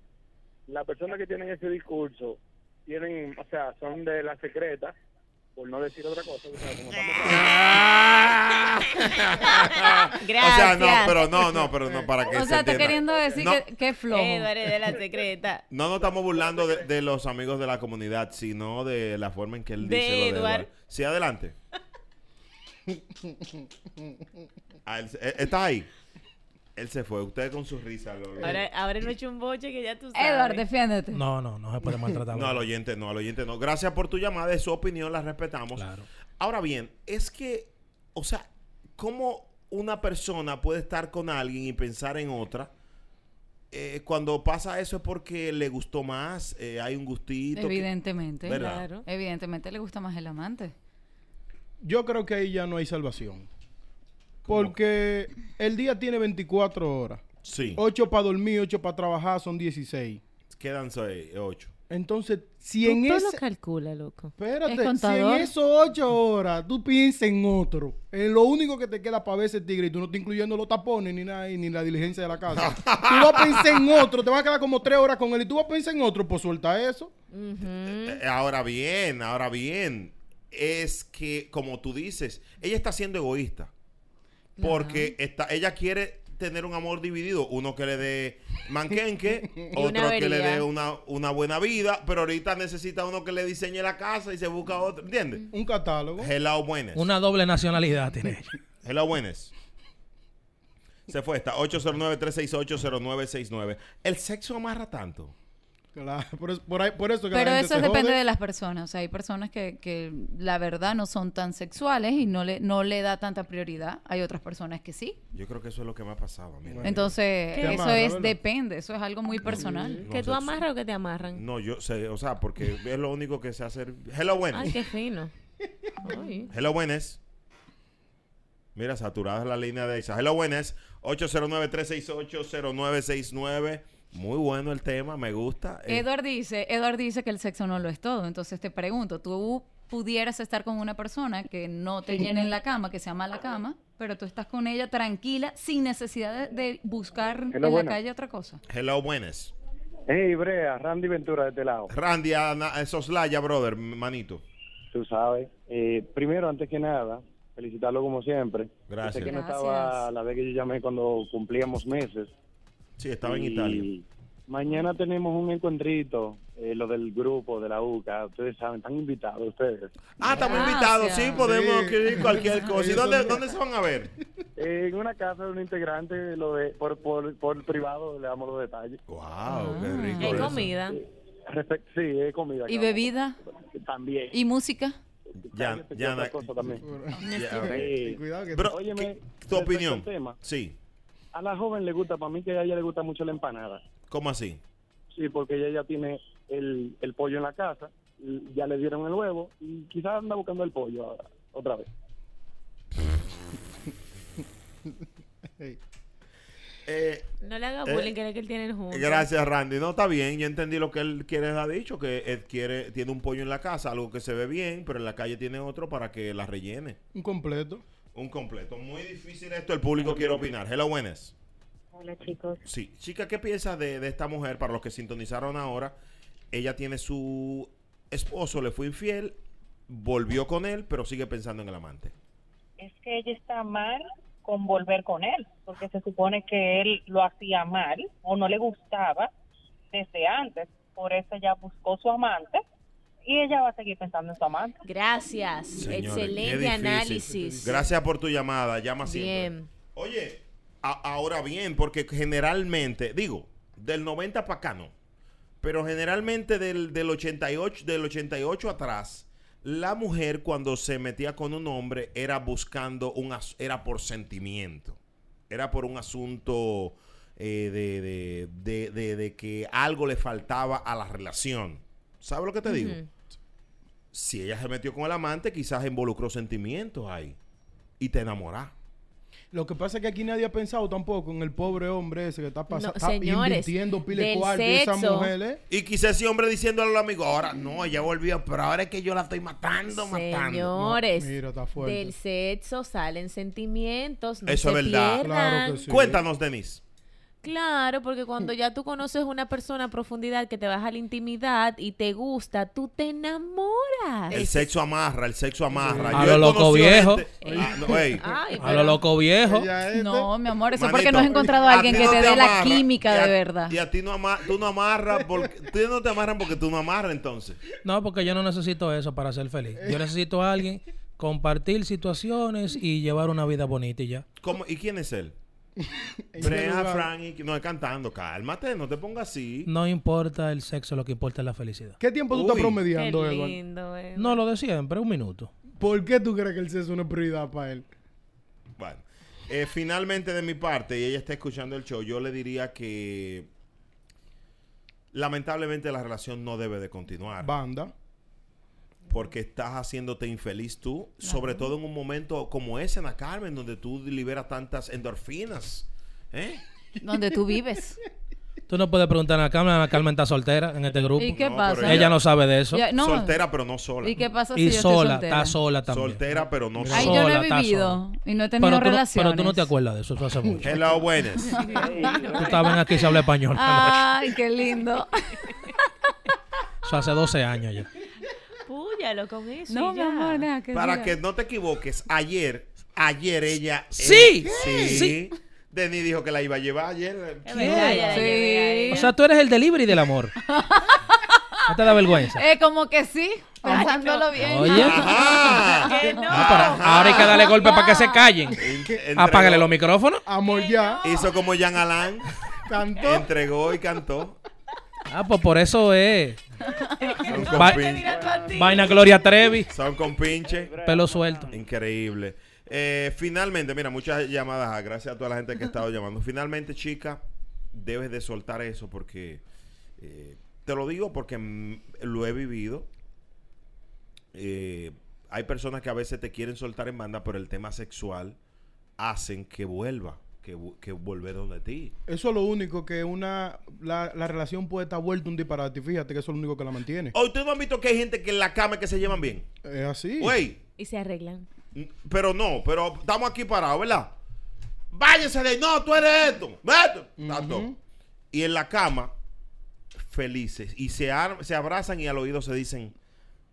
Speaker 8: las personas que tienen ese discurso tienen, o sea, son de la secreta
Speaker 7: por no decir otra cosa. o sea, como estamos
Speaker 2: O sea,
Speaker 6: Gracias.
Speaker 2: no, pero no, no, pero no, para que
Speaker 5: O
Speaker 2: se
Speaker 5: sea, está
Speaker 2: entienda.
Speaker 5: queriendo decir
Speaker 2: No.
Speaker 5: que, que es flojo.
Speaker 6: Edward es de la secreta.
Speaker 2: No nos estamos burlando de, de los amigos de la comunidad, sino de la forma en que él
Speaker 6: De
Speaker 2: dice. lo
Speaker 6: Eduard.
Speaker 2: Eduard. Sí, adelante. Ah, él se- eh, está ahí. Él se fue. Usted con su risa. Lo, lo-
Speaker 6: Ahora, ahora no he hecho un boche que ya tú sabes.
Speaker 5: Edward, defiéndete.
Speaker 3: No, no, no se puede maltratar.
Speaker 2: No, al oyente no, al oyente no. Gracias por tu llamada, es su opinión, la respetamos.
Speaker 3: Claro.
Speaker 2: Ahora bien, es que, o sea, ¿cómo una persona puede estar con alguien y pensar en otra? Eh, cuando pasa eso es porque le gustó más, eh, hay un gustito. que-
Speaker 5: Evidentemente.
Speaker 2: ¿Verdad?
Speaker 6: Claro.
Speaker 5: Evidentemente le gusta más el amante.
Speaker 4: Yo creo que ahí ya no hay salvación. Porque el día tiene 24 horas.
Speaker 2: Sí,
Speaker 4: 8 para dormir, 8 para trabajar, son 16.
Speaker 2: quedan seis, ocho.
Speaker 4: Entonces, si
Speaker 6: Tú
Speaker 4: en
Speaker 6: todo lo
Speaker 4: ese...
Speaker 6: calcula, loco.
Speaker 4: Espérate,
Speaker 5: Es
Speaker 4: si en
Speaker 5: contador.
Speaker 4: esos 8 horas tú piensas en otro, en lo único que te queda para ver ese tigre, y tú no estás incluyendo los tapones ni nada, y ni la diligencia de la casa, tú vas a pensar en otro, te vas a quedar como 3 horas con él, y tú vas a pensar en otro, pues suelta eso.
Speaker 5: Mm.
Speaker 2: Eh, Ahora bien, ahora bien, es que, como tú dices, ella está siendo egoísta. Porque está, ella quiere tener un amor dividido. Uno que le dé manquenque, otro
Speaker 6: una
Speaker 2: que le
Speaker 6: avería.
Speaker 2: dé una, una buena vida, pero ahorita necesita uno que le diseñe la casa y se busca otro. ¿Entiendes?
Speaker 4: Un catálogo.
Speaker 2: Hello, buenas.
Speaker 3: Una doble nacionalidad tiene ella.
Speaker 2: Hello, buenas. Se fue esta, 809-368-0969. El sexo amarra tanto.
Speaker 4: Claro, por, eso- por ahí- por eso que la
Speaker 5: Pero
Speaker 4: gente
Speaker 5: eso
Speaker 4: se
Speaker 5: depende
Speaker 4: jode.
Speaker 5: de las personas. O sea, hay personas que, que la verdad no son tan sexuales y no le, no le da tanta prioridad. Hay otras personas que sí.
Speaker 2: Yo creo que eso es lo que me ha pasado. Mira,
Speaker 5: Entonces,
Speaker 4: Te
Speaker 5: eso
Speaker 4: amarra,
Speaker 5: es,
Speaker 4: ¿verdad?
Speaker 5: depende. Eso es algo muy personal.
Speaker 2: No,
Speaker 6: ¿Que tú
Speaker 2: sexo.
Speaker 6: amarras o que te amarran?
Speaker 2: No, yo sé, o sea, porque es lo único que sé hacer. Hello, buenas.
Speaker 6: Ay, qué fino. Ay.
Speaker 2: Hello, buenas. Mira, saturada es la línea de esa. Hello, buenas. 809-368-0969. Muy bueno el tema, me gusta. Eh,
Speaker 5: Edward dice, Edward dice que el sexo no lo es todo. Entonces te pregunto, tú pudieras estar con una persona que no te llene en la cama, que sea mala cama, pero tú estás con ella tranquila, sin necesidad de, de buscar en la
Speaker 7: buena.
Speaker 5: calle otra cosa.
Speaker 2: Hello, buenas.
Speaker 7: Hey, Brea, Randy Ventura de este lado.
Speaker 2: Randy Ana, eh, Soslaya, brother, manito.
Speaker 7: Tú sabes. Eh, primero, antes que nada, felicitarlo como siempre.
Speaker 2: Gracias.
Speaker 7: Yo sé que no
Speaker 5: Gracias.
Speaker 7: estaba la vez que yo llamé cuando cumplíamos meses.
Speaker 2: Sí, estaba en
Speaker 7: Y
Speaker 2: Italia.
Speaker 7: Mañana tenemos un encuentrito, eh, lo del grupo de la UCA. Ustedes saben, están invitados ustedes.
Speaker 2: Ah, estamos
Speaker 5: Gracias.
Speaker 2: invitados, sí, podemos
Speaker 4: Sí.
Speaker 2: escribir cualquier cosa. ¿Y
Speaker 4: Ellos
Speaker 2: dónde,
Speaker 4: son-
Speaker 2: dónde se van a ver?
Speaker 7: Eh, en una casa de un integrante, lo de, por, por, por privado, le damos los detalles.
Speaker 2: Wow, qué rico.
Speaker 6: ¿Hay
Speaker 2: eso.
Speaker 6: comida?
Speaker 7: Respect- sí, es comida.
Speaker 5: Y
Speaker 7: claro.
Speaker 5: bebida
Speaker 7: También.
Speaker 5: y música.
Speaker 2: Ya,
Speaker 7: Cállate,
Speaker 2: ya,
Speaker 7: otra
Speaker 2: na-
Speaker 7: cosa también.
Speaker 2: ya, ok.
Speaker 7: Eh,
Speaker 4: Cuidado que
Speaker 2: Bro,
Speaker 7: Óyeme,
Speaker 2: ¿qué-
Speaker 7: respecto
Speaker 2: tu
Speaker 7: al
Speaker 2: opinión.
Speaker 7: tema.
Speaker 2: Sí,
Speaker 7: A la joven le gusta, para mí que a ella le gusta mucho la empanada.
Speaker 2: ¿cómo así?
Speaker 7: Sí, porque ella ya tiene el, el pollo en la casa, y ya le dieron el huevo y quizás anda buscando el pollo ahora, otra vez.
Speaker 2: Eh,
Speaker 6: No le haga
Speaker 2: Eh,
Speaker 6: bullying, que es que él tiene el jugo.
Speaker 2: Gracias, Randy. No, está bien. Yo entendí lo que él quiere ha dicho, que él quiere, tiene un pollo en la casa, algo que se ve bien, pero en la calle tiene otro para que la rellene.
Speaker 4: un completo.
Speaker 2: Un completo. Muy difícil esto. El público quiere opinar. Hello, buenas.
Speaker 9: Hola chicos,
Speaker 2: Sí. Chica, ¿qué piensas de, de esta mujer? Para los que sintonizaron ahora, ella tiene su esposo, le fue infiel, volvió con él, pero sigue pensando en el amante.
Speaker 9: es que ella está mal con volver con él, porque se supone que él lo hacía mal o no le gustaba desde antes, por eso ella buscó su amante y ella va a seguir pensando en su amante.
Speaker 6: Gracias.
Speaker 2: Señores, qué
Speaker 6: Excelente
Speaker 2: difícil.
Speaker 6: análisis.
Speaker 2: Gracias por tu llamada. Llama siempre.
Speaker 6: Bien.
Speaker 2: Oye, a- ahora bien, porque generalmente, digo, del 90 para acá no, pero generalmente del, del 88, del 88 atrás, la mujer cuando se metía con un hombre era buscando un as- era por sentimiento, era por un asunto eh, de, de- de- de- de que algo le faltaba a la relación. ¿Sabes lo que te digo?
Speaker 6: Ujú.
Speaker 2: Si ella se metió con el amante, quizás involucró sentimientos ahí y te enamorás.
Speaker 4: Lo que pasa es que aquí nadie ha pensado tampoco en el pobre hombre ese que está
Speaker 6: No,
Speaker 4: pasando,
Speaker 6: señores,
Speaker 4: invirtiendo pile
Speaker 6: del
Speaker 4: cuarto y esas
Speaker 6: sexo.
Speaker 4: mujeres.
Speaker 2: Y quizá ese hombre diciéndole a los amigos, ahora no, ella volvió, pero ahora es que yo la estoy matando, matando.
Speaker 6: Señores,
Speaker 4: No, mira, está fuerte.
Speaker 6: del sexo salen sentimientos, no
Speaker 2: Eso
Speaker 6: se
Speaker 2: es verdad.
Speaker 6: pierdan.
Speaker 4: Claro que sí.
Speaker 2: Cuéntanos, Denise.
Speaker 6: Claro, porque cuando ya tú conoces una persona a profundidad que te vas a la intimidad y te gusta, tú te enamoras.
Speaker 2: El sexo amarra, el sexo amarra.
Speaker 3: A
Speaker 2: Yo
Speaker 3: lo
Speaker 2: he
Speaker 3: loco
Speaker 2: conocido
Speaker 3: viejo.
Speaker 2: gente- Ah, no, ey.
Speaker 6: Ay,
Speaker 3: A lo loco viejo.
Speaker 4: Ella es
Speaker 5: No, mi amor, eso es
Speaker 2: Manito,
Speaker 5: porque no has encontrado a alguien
Speaker 2: ti
Speaker 5: que
Speaker 2: no
Speaker 5: te dé la
Speaker 2: amarra, y
Speaker 5: química
Speaker 2: a-
Speaker 5: de verdad.
Speaker 2: Y a ti no, ama- tú no amarras porque... tú no te amarran porque tú no amarras entonces.
Speaker 3: No, porque yo no necesito eso para ser feliz. Yo necesito a alguien compartir situaciones y llevar una vida bonita y ya.
Speaker 2: ¿Cómo? ¿Y quién es él?
Speaker 4: en qué
Speaker 2: Brea,
Speaker 4: lugar.
Speaker 2: Frank, y- no es cantando. Cálmate, no te pongas así.
Speaker 3: No importa el sexo, lo que importa es la felicidad.
Speaker 4: ¿Qué tiempo tú estás
Speaker 2: Uy.
Speaker 6: Qué
Speaker 4: promediando, Edward?
Speaker 6: lindo, eh.
Speaker 3: No, lo de siempre, un minuto.
Speaker 4: ¿Por qué tú crees que el sexo es una prioridad para él?
Speaker 2: Bueno, eh, finalmente de mi parte, y ella está escuchando el show, yo le diría que lamentablemente la relación no debe de continuar.
Speaker 4: Banda.
Speaker 2: Porque estás haciéndote infeliz tú, sobre todo en un momento como ese, Ana Carmen, donde tú liberas tantas endorfinas. ¿Eh?
Speaker 5: Donde tú vives.
Speaker 3: Tú no puedes preguntar a Carmen, Ana Carmen está soltera en este grupo.
Speaker 5: ¿Y qué
Speaker 2: No, pero
Speaker 5: pasa?
Speaker 3: Ella no sabe de eso.
Speaker 5: Ya- no.
Speaker 2: Soltera, pero no sola.
Speaker 5: ¿Y qué pasa si
Speaker 3: y
Speaker 5: yo estoy
Speaker 3: sola,
Speaker 5: soltera?
Speaker 3: está sola también.
Speaker 2: Soltera, pero no
Speaker 5: Ay,
Speaker 2: sola.
Speaker 5: yo no
Speaker 3: Sola,
Speaker 5: he
Speaker 3: está
Speaker 5: vivido y no
Speaker 3: Pero tú,
Speaker 5: he tenido
Speaker 3: no- pero tú
Speaker 5: relaciones.
Speaker 3: no te acuerdas de eso, eso hace mucho.
Speaker 2: Hello, buenas.
Speaker 3: Tú estabas en aquí se habla español.
Speaker 5: Ah. Ay, qué lindo.
Speaker 3: Eso hace 12 años ya.
Speaker 6: Púyalo con eso.
Speaker 5: No,
Speaker 6: No,
Speaker 5: mi amor, nada que
Speaker 2: Para
Speaker 5: diga.
Speaker 2: que no te equivoques, ayer, ayer ella... eh,
Speaker 3: Sí,
Speaker 2: sí.
Speaker 3: sí.
Speaker 2: Denis dijo que la iba a llevar ayer.
Speaker 6: Es verdad, ya la
Speaker 5: Sí.
Speaker 6: llevé a ella.
Speaker 3: O sea, tú eres el delivery del amor. No te da vergüenza.
Speaker 5: Eh, como que sí, pensándolo bien.
Speaker 3: Oye.
Speaker 2: Ajá.
Speaker 6: Que no.
Speaker 3: Ah, para- ahora hay que darle golpe para que se
Speaker 2: ah.
Speaker 3: callen.
Speaker 2: Entregó-
Speaker 3: Apágale los micrófonos.
Speaker 4: Amor ya.
Speaker 2: Hizo como Jean Alain,
Speaker 4: Cantó.
Speaker 2: entregó y cantó.
Speaker 3: Ah, pues por eso es.
Speaker 2: Son
Speaker 3: Va-
Speaker 2: compinches.
Speaker 3: Vaina Gloria Trevi.
Speaker 2: Son compinches.
Speaker 3: Pelo suelto.
Speaker 2: Increíble. Eh, finalmente, mira, muchas llamadas. ah, Gracias a toda la gente que ha estado llamando. Finalmente, chica, debes de soltar eso porque eh, te lo digo porque mm, lo he vivido. Eh, hay personas que a veces te quieren soltar en banda, pero el tema sexual hacen que vuelva, que, vu- que volver donde ti.
Speaker 4: Eso es lo único que una la, la relación puede estar vuelta un disparate. y Fíjate que eso es lo único que la mantiene.
Speaker 2: Hoy ustedes no han visto que hay gente que en la cama es que se llevan bien.
Speaker 4: Es así.
Speaker 2: Güey,
Speaker 6: Y se arreglan.
Speaker 2: n- pero no, pero estamos aquí parados, ¿verdad? Váyase de no, tú eres esto. esto, tanto. Y en la cama, felices. Y se, ar- se abrazan y al oído se dicen,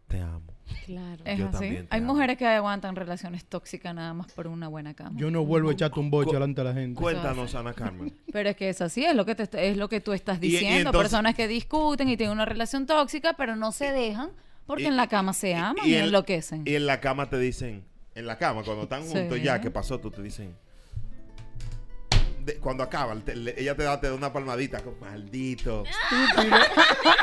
Speaker 2: te amo.
Speaker 6: Claro.
Speaker 5: Es
Speaker 2: Yo
Speaker 5: así.
Speaker 2: también te
Speaker 5: Hay
Speaker 2: amo.
Speaker 5: mujeres que aguantan relaciones tóxicas nada más por una buena cama.
Speaker 4: Yo no vuelvo a echarte un boche delante de la gente.
Speaker 2: Cuéntanos, Ana Carmen.
Speaker 5: Pero es que es así, es lo que te, est- es lo que tú estás
Speaker 2: Y- y
Speaker 5: diciendo.
Speaker 2: entonces-
Speaker 5: Personas que discuten y tienen una relación tóxica, pero no se dejan porque
Speaker 2: y-
Speaker 5: en la cama se aman y,
Speaker 2: en-
Speaker 5: enloquecen.
Speaker 2: Y en la cama te dicen, en la cama, cuando están
Speaker 5: Sí.
Speaker 2: juntos ya, ¿qué pasó? Tú te dicen. de- cuando acaban, te- le- ella te da, te da una palmadita, como, maldito.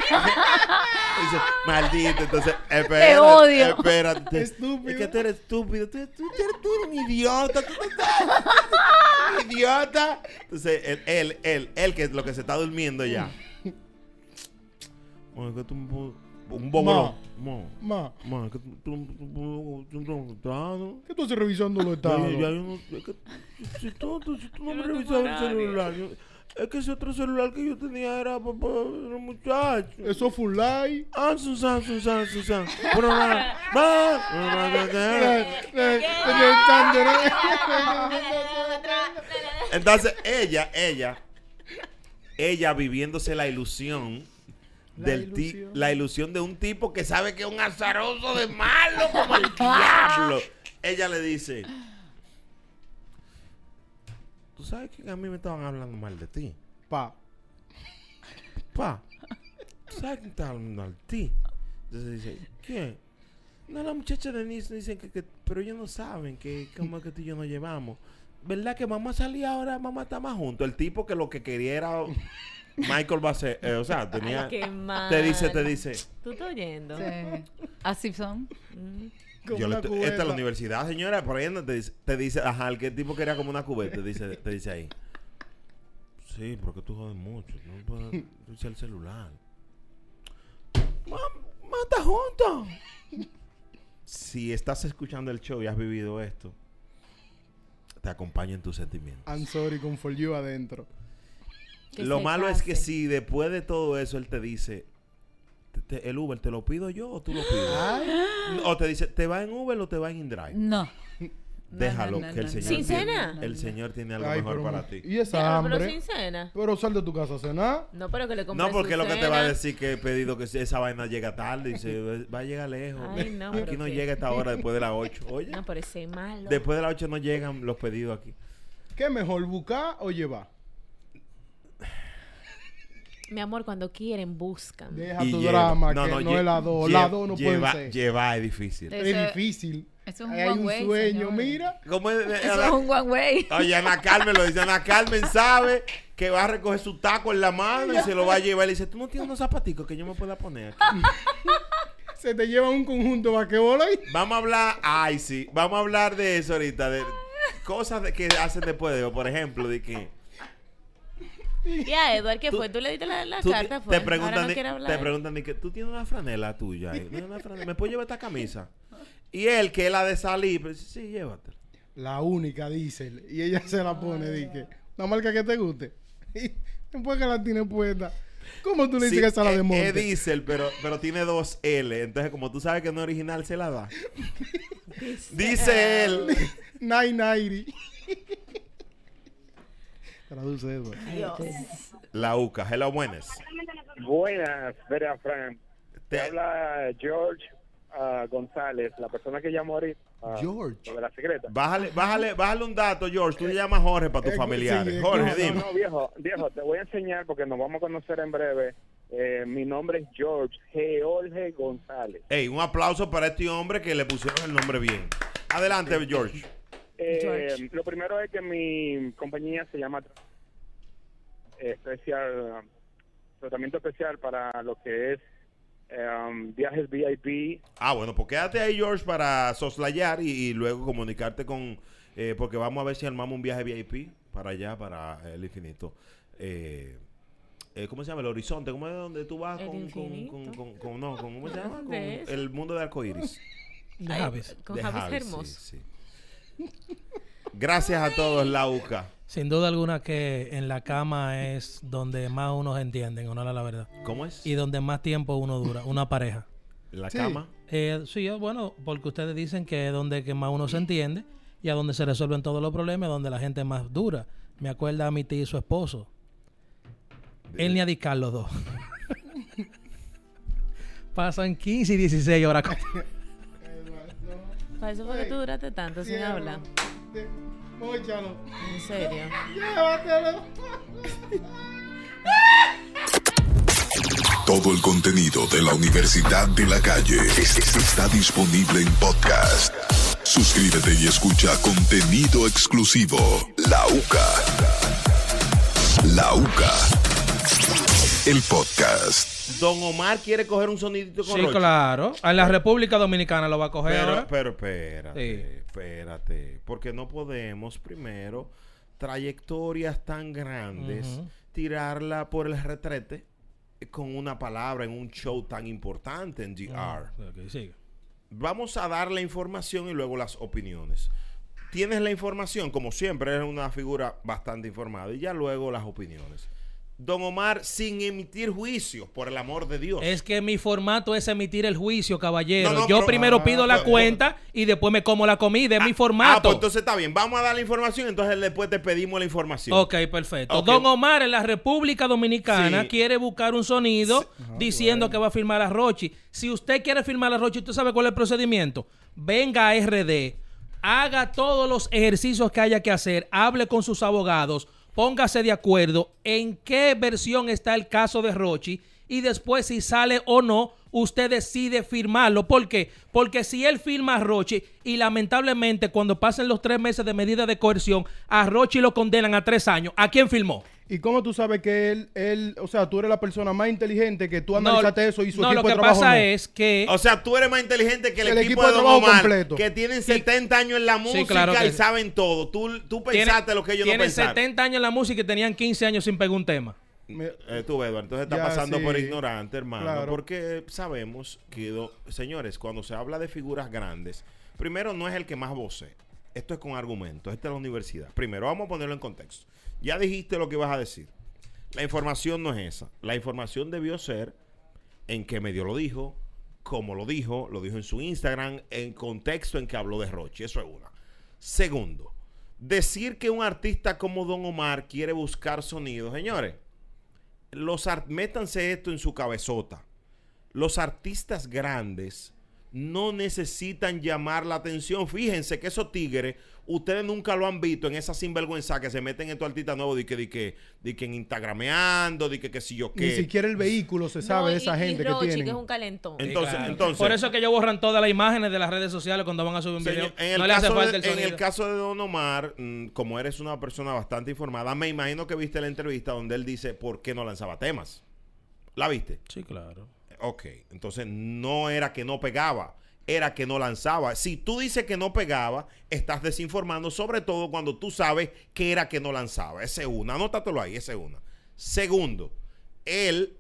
Speaker 2: Dice, maldito, entonces, espérate.
Speaker 5: odio.
Speaker 2: Espérate.
Speaker 4: Estúpido.
Speaker 2: Es que tú eres estúpido. Tú, tú- tú eres, tú eres un idiota. Tú, tú estás- un idiota. Entonces, él, él, él, él, que es lo que se está durmiendo ya. Bueno, es que tú un, bo- un bobolón. Mo.
Speaker 4: Ma,
Speaker 2: Man, que tú- tú- tú- tú- tú- tú- tú- tú- ¿no?
Speaker 4: ¿qué tú haces revisando los
Speaker 2: Ya-
Speaker 4: estados?
Speaker 2: ya yo no- es que Si tú tú- si tú no me revisas el celular, yo- es que ese otro celular que yo tenía era papá, era un muchacho.
Speaker 4: Eso fue un like.
Speaker 2: Ah, Susan, Susan, Susan. Bueno, va, va. Entonces, ella, ella, ella viviéndose la ilusión del ti-
Speaker 4: ilusión.
Speaker 2: la ilusión de un tipo que sabe que es un azaroso de malo como el diablo. Ella le dice, tú sabes que a mí me estaban hablando mal de ti.
Speaker 4: Pa.
Speaker 2: Pa, ¿tú sabes que me estaban hablando mal de ti? Entonces dice, ¿qué? No, la muchacha de Denise dicen que, que- pero ellos no saben que como que tú y yo nos llevamos. ¿Verdad que mamá salía ahora, mamá está más junto? El tipo que lo que quería era Michael Bassett, eh, o sea, tenía...
Speaker 6: Ay, qué mal.
Speaker 2: Te dice, te dice.
Speaker 6: ¿Tú estás oyendo? Mm.
Speaker 5: Sí. Así son.
Speaker 4: con
Speaker 2: Yo le
Speaker 4: una
Speaker 2: estoy-
Speaker 4: cubeta.
Speaker 2: esta es la universidad, señora. Por ahí no te dice, te dice, ajá, el que el tipo quería como una cubeta. Te dice, te dice ahí. Sí, porque tú jodes mucho. No puedes usar el celular. ¡Mata juntos! Si estás escuchando el show y has vivido esto, te acompaño en tus sentimientos.
Speaker 4: I'm sorry, con for you adentro.
Speaker 6: Que
Speaker 2: lo
Speaker 6: se
Speaker 2: malo es que
Speaker 6: case.
Speaker 2: si después de todo eso él te dice, te- te- el Uber, ¿te lo pido yo o tú lo pides? o te dice, ¿te va en Uber o te va en InDrive?
Speaker 5: No.
Speaker 2: Déjalo, que el señor.
Speaker 6: no, no,
Speaker 2: tiene-
Speaker 6: no, no,
Speaker 2: El señor tiene algo
Speaker 4: Ay,
Speaker 2: mejor
Speaker 4: pero-
Speaker 2: para ti.
Speaker 4: Y esa
Speaker 6: Claro, pero
Speaker 4: hambre.
Speaker 6: sin cena.
Speaker 4: Pero sal de tu casa a cenar.
Speaker 6: No, pero que le compre
Speaker 2: No, porque
Speaker 6: su
Speaker 2: lo que te va a
Speaker 6: cena.
Speaker 2: decir que he pedido que si esa vaina llega tarde y se va a llegar lejos.
Speaker 6: Ay, no,
Speaker 2: aquí
Speaker 6: pero
Speaker 2: no
Speaker 6: qué.
Speaker 2: llega esta hora después de las 8. Oye,
Speaker 6: No, pero ese es malo.
Speaker 2: después de las 8 no llegan los pedidos aquí.
Speaker 4: ¿Qué mejor, buscar o llevar?
Speaker 6: Mi amor, cuando quieren, buscan.
Speaker 4: Deja
Speaker 2: Y
Speaker 4: tu
Speaker 2: lleva-
Speaker 4: drama, que no,
Speaker 2: lle-
Speaker 4: es la dos.
Speaker 2: lle-
Speaker 4: La dos no
Speaker 2: lleva,
Speaker 4: puede ser.
Speaker 2: Llevar es difícil.
Speaker 5: Eso-
Speaker 4: Es difícil.
Speaker 5: Eh, eso es un
Speaker 4: Ahí Hay
Speaker 5: one
Speaker 4: un
Speaker 5: way,
Speaker 4: sueño,
Speaker 5: señor.
Speaker 4: mira.
Speaker 2: ¿Cómo es?
Speaker 5: Eso es un one way.
Speaker 2: Oye, Ana Carmen lo dice. Ana Carmen sabe que va a recoger su taco en la mano y se lo va a llevar. Y le dice, ¿tú no tienes unos zapaticos que yo me pueda poner aquí?
Speaker 4: Se te lleva un conjunto de basquetbol ahí.
Speaker 2: Vamos a hablar, ay sí, vamos a hablar de eso ahorita, de cosas de- que hacen después de, por ejemplo, de que...
Speaker 6: Y a Edward, ¿qué fue? ¿Tú le diste la, la
Speaker 2: Tú
Speaker 6: carta?
Speaker 2: ti-
Speaker 6: Fue?
Speaker 2: Te preguntan,
Speaker 6: Ahora no
Speaker 2: de-
Speaker 6: quiere hablar.
Speaker 2: te preguntan de que tú tienes una franela tuya. ahí, ¿no? Una franela, ¿Me puedo llevar esta camisa? Y él, que es la de salir, pues, sí, llévatela.
Speaker 4: La única, dice Y ella se la pone, dije. Una marca que te guste. Y después que la tiene puesta. ¿Cómo tú le dices
Speaker 2: Sí,
Speaker 4: que esa es la
Speaker 3: eh,
Speaker 2: es-
Speaker 4: de
Speaker 2: Es
Speaker 4: monte?
Speaker 2: diésel, pero, pero tiene dos L. Entonces, como tú sabes que no es original, se la da. Dice él.
Speaker 4: 990. Traduce eso.
Speaker 2: La UCA. Hello, buenas.
Speaker 7: Buenas, Vera Fran. Te
Speaker 2: Te-
Speaker 7: habla George ah, González, la persona que llamó ahorita. ah,
Speaker 4: George.
Speaker 7: lo de la secreta.
Speaker 2: Bájale, bájale, bájale un dato, George. Tú le llamas Jorge para tus
Speaker 4: Eh, sí,
Speaker 2: familiares.
Speaker 4: eh,
Speaker 2: Jorge,
Speaker 4: no,
Speaker 7: No,
Speaker 2: dime.
Speaker 7: no, viejo, viejo, te voy a enseñar porque nos vamos a conocer en breve. Eh, mi nombre es George, George González.
Speaker 2: Ey, un aplauso para este hombre que le pusieron el nombre bien. Adelante, George.
Speaker 7: Eh,
Speaker 5: George.
Speaker 7: Lo primero es que mi compañía se llama eh, especial um, tratamiento especial para lo que es um, viajes VIP.
Speaker 2: Ah, bueno, pues quédate ahí, George, para soslayar y, y luego comunicarte con... eh, porque vamos a ver si armamos un viaje VIP para allá, para el infinito. Eh, eh, ¿Cómo se llama? El horizonte. ¿Cómo es donde tú vas
Speaker 6: El
Speaker 2: con, con,
Speaker 6: infinito.
Speaker 2: con, con- con- No, con- ¿cómo se llama? Con
Speaker 6: ¿Dónde es?
Speaker 2: el mundo de arcoíris.
Speaker 3: De
Speaker 6: Ay,
Speaker 3: Javis.
Speaker 6: Con
Speaker 2: De
Speaker 6: Javis
Speaker 2: Javis,
Speaker 6: Hermoso.
Speaker 2: sí, sí. Gracias a todos, Lauca.
Speaker 3: Sin duda alguna que en la cama es donde más unos entienden, honor a la verdad.
Speaker 2: ¿Cómo es?
Speaker 3: Y donde más tiempo uno dura, una pareja.
Speaker 2: La
Speaker 4: Sí.
Speaker 2: cama.
Speaker 3: Eh, sí, eh, bueno, porque ustedes dicen que es donde que más uno se entiende y a donde se resuelven todos los problemas, donde la gente es más dura. Me acuerda a mi tío y su esposo. Él ni a discar los dos. Pasan 15 y 16 horas. con-
Speaker 6: Para eso fue que tú duraste tanto sin hablar.
Speaker 4: Móchalo.
Speaker 6: En serio.
Speaker 4: Llévatelo.
Speaker 1: Todo el contenido de la Universidad de la Calle es- es- está disponible en podcast. Suscríbete y escucha contenido exclusivo. La UCA. La UCA. El podcast.
Speaker 2: Don Omar quiere coger un sonidito con
Speaker 3: Sí,
Speaker 2: Rocha.
Speaker 3: claro. En la República Dominicana lo va a coger.
Speaker 2: Pero,
Speaker 3: ahora.
Speaker 2: pero espérate,
Speaker 3: Sí.
Speaker 2: espérate. Porque no podemos primero trayectorias tan grandes
Speaker 3: Ujú.
Speaker 2: tirarla por el retrete con una palabra en un show tan importante en GR.
Speaker 3: Ok, sigue.
Speaker 2: Vamos a dar la información y luego las opiniones. Tienes la información, como siempre, eres una figura bastante informada. Y ya luego las opiniones. Don Omar, sin emitir juicios, por el amor de Dios.
Speaker 3: Es que mi formato es emitir el juicio, caballero.
Speaker 2: No, no,
Speaker 3: Yo
Speaker 2: pero-
Speaker 3: primero
Speaker 2: ah,
Speaker 3: pido la
Speaker 2: pero-
Speaker 3: cuenta y después me como la comida. Es mi
Speaker 2: Ah,
Speaker 3: formato.
Speaker 2: pues entonces está bien. Vamos a dar la información, entonces después te pedimos la información.
Speaker 3: Ok, perfecto.
Speaker 2: Ok.
Speaker 3: Don Omar en la República Dominicana
Speaker 2: Sí.
Speaker 3: quiere buscar un sonido diciendo que va a firmar a Rochi. Si usted quiere firmar a Rochi, ¿usted sabe cuál es el procedimiento? Venga a RD, haga todos los ejercicios que haya que hacer, hable con sus abogados, póngase de acuerdo en qué versión está el caso de Rochi y después si sale o no, usted decide firmarlo. ¿Por qué? Porque si él firma a Rochi y lamentablemente cuando pasen los tres meses de medida de coerción, a Rochi lo condenan a tres años, ¿a quién firmó?
Speaker 4: ¿Y cómo tú sabes que él, él, o sea, tú eres la persona más inteligente que tú analizaste eso y su
Speaker 3: no,
Speaker 4: equipo
Speaker 3: lo
Speaker 4: de
Speaker 3: que
Speaker 4: trabajo
Speaker 3: pasa
Speaker 4: no?
Speaker 3: es que...
Speaker 2: O sea, tú eres más inteligente que el,
Speaker 4: El
Speaker 2: equipo,
Speaker 4: equipo de
Speaker 2: de Don
Speaker 4: trabajo
Speaker 2: Omar,
Speaker 4: completo.
Speaker 2: que tienen 70 años en la música
Speaker 3: claro
Speaker 2: y
Speaker 3: que-
Speaker 2: saben todo. Tú, tú
Speaker 3: tiene-
Speaker 2: pensaste lo que ellos no
Speaker 3: tienen
Speaker 2: pensaron.
Speaker 3: 70 años en la música y tenían 15 años sin pegar un tema.
Speaker 4: Me-
Speaker 2: Eh, tú, Eduardo, entonces está
Speaker 4: Ya,
Speaker 2: pasando
Speaker 4: sí.
Speaker 2: por ignorante, hermano,
Speaker 4: Claro.
Speaker 2: porque sabemos que, do- señores, cuando se habla de figuras grandes, primero no es el que más voce. Esto es con argumentos, esta es la universidad. Primero, vamos a ponerlo en contexto. Ya dijiste lo que vas a decir. La información no es esa. La información debió ser en qué medio lo dijo, cómo lo dijo, lo dijo en su Instagram, en contexto en que habló de Roche. Eso es una. Segundo, decir que un artista como Don Omar quiere buscar sonido, señores, los ar- métanse esto en su cabezota. Los artistas grandes no necesitan llamar la atención. Fíjense que esos tigres, ustedes nunca lo han visto en esa sinvergüenza que se meten en tu artista nuevo, de que, de que, de que en Instagrameando, de que, que si yo qué.
Speaker 4: Ni siquiera el vehículo se sabe de
Speaker 6: No, y-
Speaker 4: esa
Speaker 6: y
Speaker 4: gente que
Speaker 6: Rochi,
Speaker 4: tiene.
Speaker 6: es un calentón.
Speaker 2: En- Entonces-
Speaker 3: claro.
Speaker 2: entonces-
Speaker 3: Por eso es que ellos borran todas las imágenes de las redes sociales cuando van a subir un video.
Speaker 2: Señor, en, el
Speaker 3: no le hace
Speaker 2: caso
Speaker 3: falta
Speaker 2: de,
Speaker 3: el
Speaker 2: en
Speaker 3: sonido.
Speaker 2: el caso de Don Omar, mm, como eres una persona bastante informada, me imagino que viste la entrevista donde él dice por qué no lanzaba temas. ¿La viste?
Speaker 3: Sí, claro.
Speaker 2: Ok, entonces no era que no pegaba, era que no lanzaba. Si tú dices que no pegaba, estás desinformando, sobre todo cuando tú sabes que era que no lanzaba. Esa es una, anótatelo ahí, esa es una. Segundo, él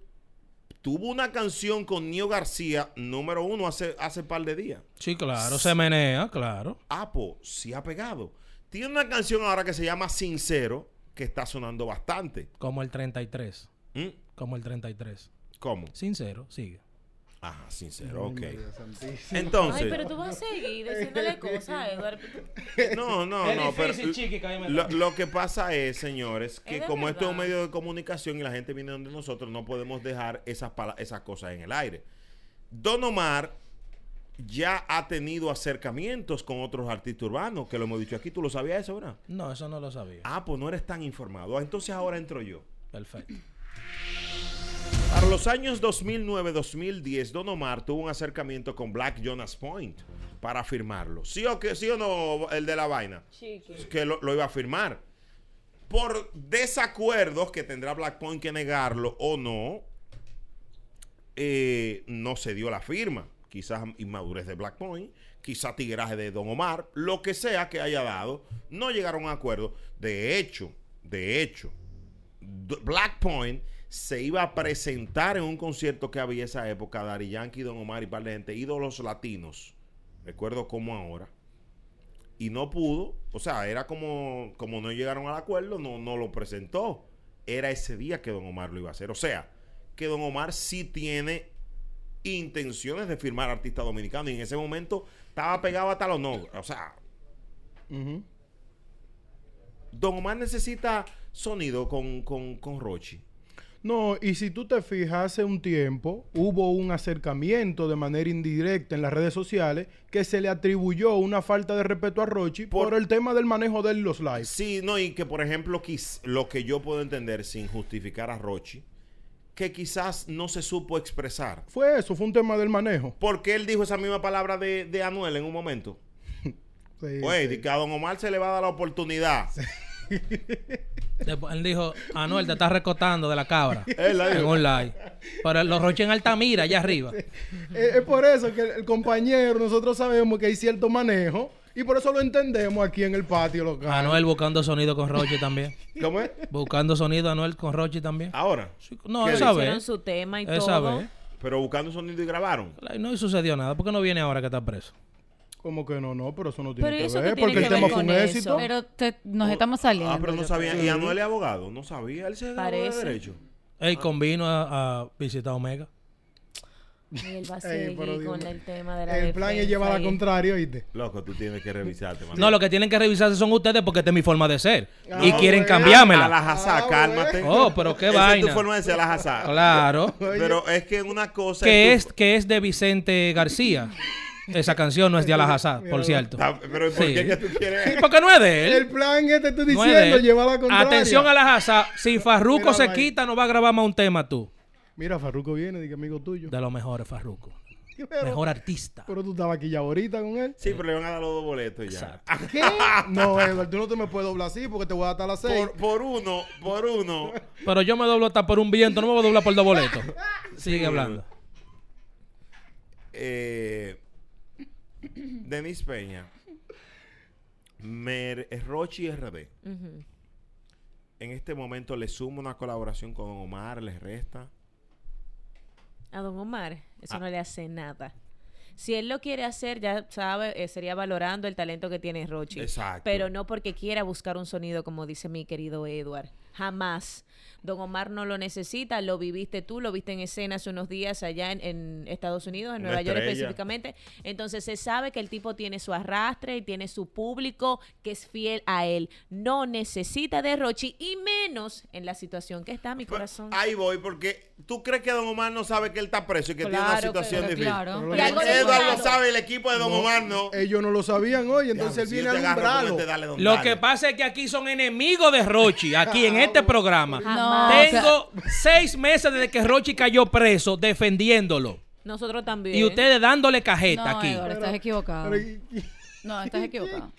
Speaker 2: tuvo una canción con Nio García, número uno, hace, hace par de días.
Speaker 3: Sí, claro. Se menea, claro.
Speaker 2: Apo sí ha pegado. Tiene una canción ahora que se llama Sincero, que está sonando bastante.
Speaker 3: Como el 33.
Speaker 2: ¿Mm?
Speaker 3: Como el 33.
Speaker 2: ¿Cómo?
Speaker 3: Sincero, sigue.
Speaker 2: Ajá, sincero, ok.
Speaker 4: santísima.
Speaker 2: Entonces.
Speaker 6: Ay, pero tú vas a seguir diciéndole cosas a Eduardo.
Speaker 2: No, no,
Speaker 3: Es
Speaker 2: no, pero
Speaker 3: difícil, chiqui, que ahí me
Speaker 2: lo, lo que pasa es, señores, que
Speaker 6: Es de
Speaker 2: como esto es un
Speaker 6: verdad.
Speaker 2: medio de comunicación y la gente viene donde nosotros, no podemos dejar esas, pala- esas cosas en el aire. Don Omar ya ha tenido acercamientos con otros artistas urbanos, que lo hemos dicho aquí, tú lo sabías eso, ¿verdad?
Speaker 3: No, eso no lo sabía.
Speaker 2: Ah, pues no eres tan informado. Ah, Entonces ahora entro yo.
Speaker 3: Perfecto.
Speaker 2: Para los años 2009-2010, Don Omar tuvo un acercamiento con Black Jonas Point para firmarlo. ¿Sí o, qué, sí o no el de la vaina? que lo, lo iba a firmar. Por desacuerdos que tendrá Black Point que negarlo o no, eh, no se dio la firma. Quizás inmadurez de Black Point, quizás tigraje de Don Omar, lo que sea que haya dado, no llegaron a un acuerdo. De hecho, de hecho, D- Black Point se iba a presentar en un concierto que había esa época, Dari Yankee, Don Omar y par de gente, ídolos latinos. Recuerdo como ahora y no pudo, o sea, era como, como no llegaron al acuerdo, no, no lo presentó. Era ese día que Don Omar lo iba a hacer. O sea, que Don Omar sí tiene intenciones de firmar artista dominicano y en ese momento estaba pegado hasta los no. O sea,
Speaker 4: Ujú.
Speaker 2: Don Omar necesita sonido con, con, con Rochi.
Speaker 4: No, y si tú te fijas, hace un tiempo hubo un acercamiento de manera indirecta en las redes sociales que se le atribuyó una falta de respeto a Rochi por,
Speaker 2: Por-
Speaker 4: el tema del manejo de los lives.
Speaker 2: Sí, no, y que por ejemplo, quiz- lo que yo puedo entender sin justificar a Rochi, que quizás no se supo expresar.
Speaker 4: Fue eso, fue un tema del manejo.
Speaker 2: Porque él dijo esa misma palabra de, de Anuel en un momento.
Speaker 4: Sí,
Speaker 2: Güey,
Speaker 4: sí.
Speaker 2: de que a Don Omar se le va a dar la oportunidad.
Speaker 3: Después él dijo, Anuel, te estás recotando de la cabra.
Speaker 2: Él la dijo.
Speaker 3: en un live. Pero los roches en Altamira, allá arriba.
Speaker 4: Eh, Es, es por eso que el, el compañero, nosotros sabemos que hay cierto manejo y por eso lo entendemos aquí en el patio local.
Speaker 3: Anuel buscando sonido con Roche también.
Speaker 2: ¿Cómo es?
Speaker 3: Buscando sonido Anuel con Roche también.
Speaker 2: Ahora.
Speaker 3: Sí, No, ¿eh?
Speaker 2: ¿Qué
Speaker 3: esa
Speaker 2: dice?
Speaker 6: Hicieron
Speaker 3: vez.
Speaker 6: su tema y
Speaker 3: Esa
Speaker 6: todo.
Speaker 3: vez.
Speaker 2: Pero buscando sonido y grabaron.
Speaker 3: ¿eh? No sucedió nada. ¿Por qué no viene ahora que está preso?
Speaker 4: Como que no, no, pero eso no tiene
Speaker 6: Pero
Speaker 4: que
Speaker 6: eso que
Speaker 4: ver,
Speaker 6: tiene
Speaker 4: porque
Speaker 6: que
Speaker 4: el
Speaker 6: ver
Speaker 4: tema fue un
Speaker 6: con eso.
Speaker 4: éxito. Oh.
Speaker 5: Pero te- nos estamos saliendo.
Speaker 2: Ah, pero no
Speaker 5: yo
Speaker 2: sabía.
Speaker 5: creo.
Speaker 2: Y Anuel es abogado. No sabía. Él se graduó de
Speaker 6: Parece.
Speaker 2: derecho.
Speaker 3: Él convino a, a visitar Omega.
Speaker 6: Y él va a
Speaker 4: Ey,
Speaker 6: seguir
Speaker 4: pero Dios
Speaker 6: con
Speaker 4: mío.
Speaker 6: el tema de la
Speaker 4: El plan es
Speaker 6: defensa
Speaker 4: llevar al
Speaker 6: y-
Speaker 4: contrario, ¿viste?
Speaker 2: Loco, tú tienes que revisarte, mano.
Speaker 3: No, lo que tienen que revisarse son ustedes porque esta es mi forma de ser.
Speaker 4: Ah,
Speaker 3: y
Speaker 4: no,
Speaker 3: quieren
Speaker 4: güey.
Speaker 3: cambiármela.
Speaker 2: A la jazá,
Speaker 4: Ah,
Speaker 2: cálmate.
Speaker 3: Oh, pero qué
Speaker 2: Esa es
Speaker 3: vaina.
Speaker 2: tu forma de ser la jazá.
Speaker 3: Claro.
Speaker 2: Pero es que una cosa
Speaker 3: que
Speaker 2: tu-
Speaker 3: es, que es de Vicente García. Esa canción no es de Alajazá, por cierto.
Speaker 2: Ah, Pero ¿por
Speaker 3: Sí.
Speaker 2: qué que tú quieres?
Speaker 3: Porque no es de él.
Speaker 4: El plan es, te estoy
Speaker 3: No es de
Speaker 4: diciendo,
Speaker 3: él.
Speaker 4: llevar al contrario.
Speaker 3: Atención Alajazá. Si Farruco
Speaker 4: Mira,
Speaker 3: se
Speaker 4: Mike.
Speaker 3: quita, no va a grabar más un tema tú.
Speaker 4: Mira, Farruco viene, dice amigo tuyo.
Speaker 3: De los mejores, Farruco.
Speaker 4: Pero-
Speaker 3: Mejor artista.
Speaker 4: Pero tú estabas aquí ya ahorita con él.
Speaker 2: Sí, pero le van a dar los dos boletos ya.
Speaker 3: Exacto.
Speaker 4: ¿Qué? No, Edward, tú no te me puedes doblar así porque te voy a dar hasta las seis.
Speaker 2: Por, por uno, por uno.
Speaker 3: Pero yo me doblo hasta por un viento, no me voy a doblar por dos boletos. Sigue hablando.
Speaker 2: eh, Denis Peña, Mer, Rochi RD. En este momento le sumo una colaboración con Don Omar, les resta.
Speaker 6: A don Omar,
Speaker 2: Ah.
Speaker 6: eso no le hace nada. Si él lo quiere hacer, ya sabe, eh, sería valorando el talento que tiene Rochi.
Speaker 2: Exacto.
Speaker 6: Pero no porque quiera buscar un sonido, como dice mi querido Edward. Jamás. Don Omar no lo necesita, lo viviste tú, lo viste en escena hace unos días allá en, en Estados Unidos, en
Speaker 2: Una
Speaker 6: Nueva York
Speaker 2: estrella.
Speaker 6: específicamente. Entonces se sabe que el tipo tiene su arrastre y tiene su público que es fiel a él. No necesita de Rochi y menos en la situación que está mi
Speaker 2: Pero
Speaker 6: corazón.
Speaker 2: Ahí voy, porque tú crees que Don Omar no sabe que él está preso y que tiene una
Speaker 6: Claro,
Speaker 2: situación
Speaker 5: pero
Speaker 2: difícil.
Speaker 5: claro.
Speaker 4: Pero
Speaker 2: Y
Speaker 4: Y algo de
Speaker 2: Edward
Speaker 6: cuidado.
Speaker 2: lo sabe, el equipo de Don Omar no.
Speaker 4: Ellos no lo sabían hoy, entonces él
Speaker 2: Si
Speaker 4: viene
Speaker 2: yo te
Speaker 4: a
Speaker 2: agarro con
Speaker 4: alumbrarlo.
Speaker 2: este, dale, don
Speaker 3: Lo
Speaker 2: Dale.
Speaker 3: que pasa es que aquí son enemigos de Rochi, aquí en este programa.
Speaker 5: No,
Speaker 3: Tengo seis meses desde que Rochi cayó preso defendiéndolo.
Speaker 6: Nosotros también.
Speaker 3: Y ustedes dándole
Speaker 5: no,
Speaker 3: cajeta aquí.
Speaker 5: Eduardo, estás equivocado.
Speaker 4: Pero, ¿y,
Speaker 5: No, estás equivocado.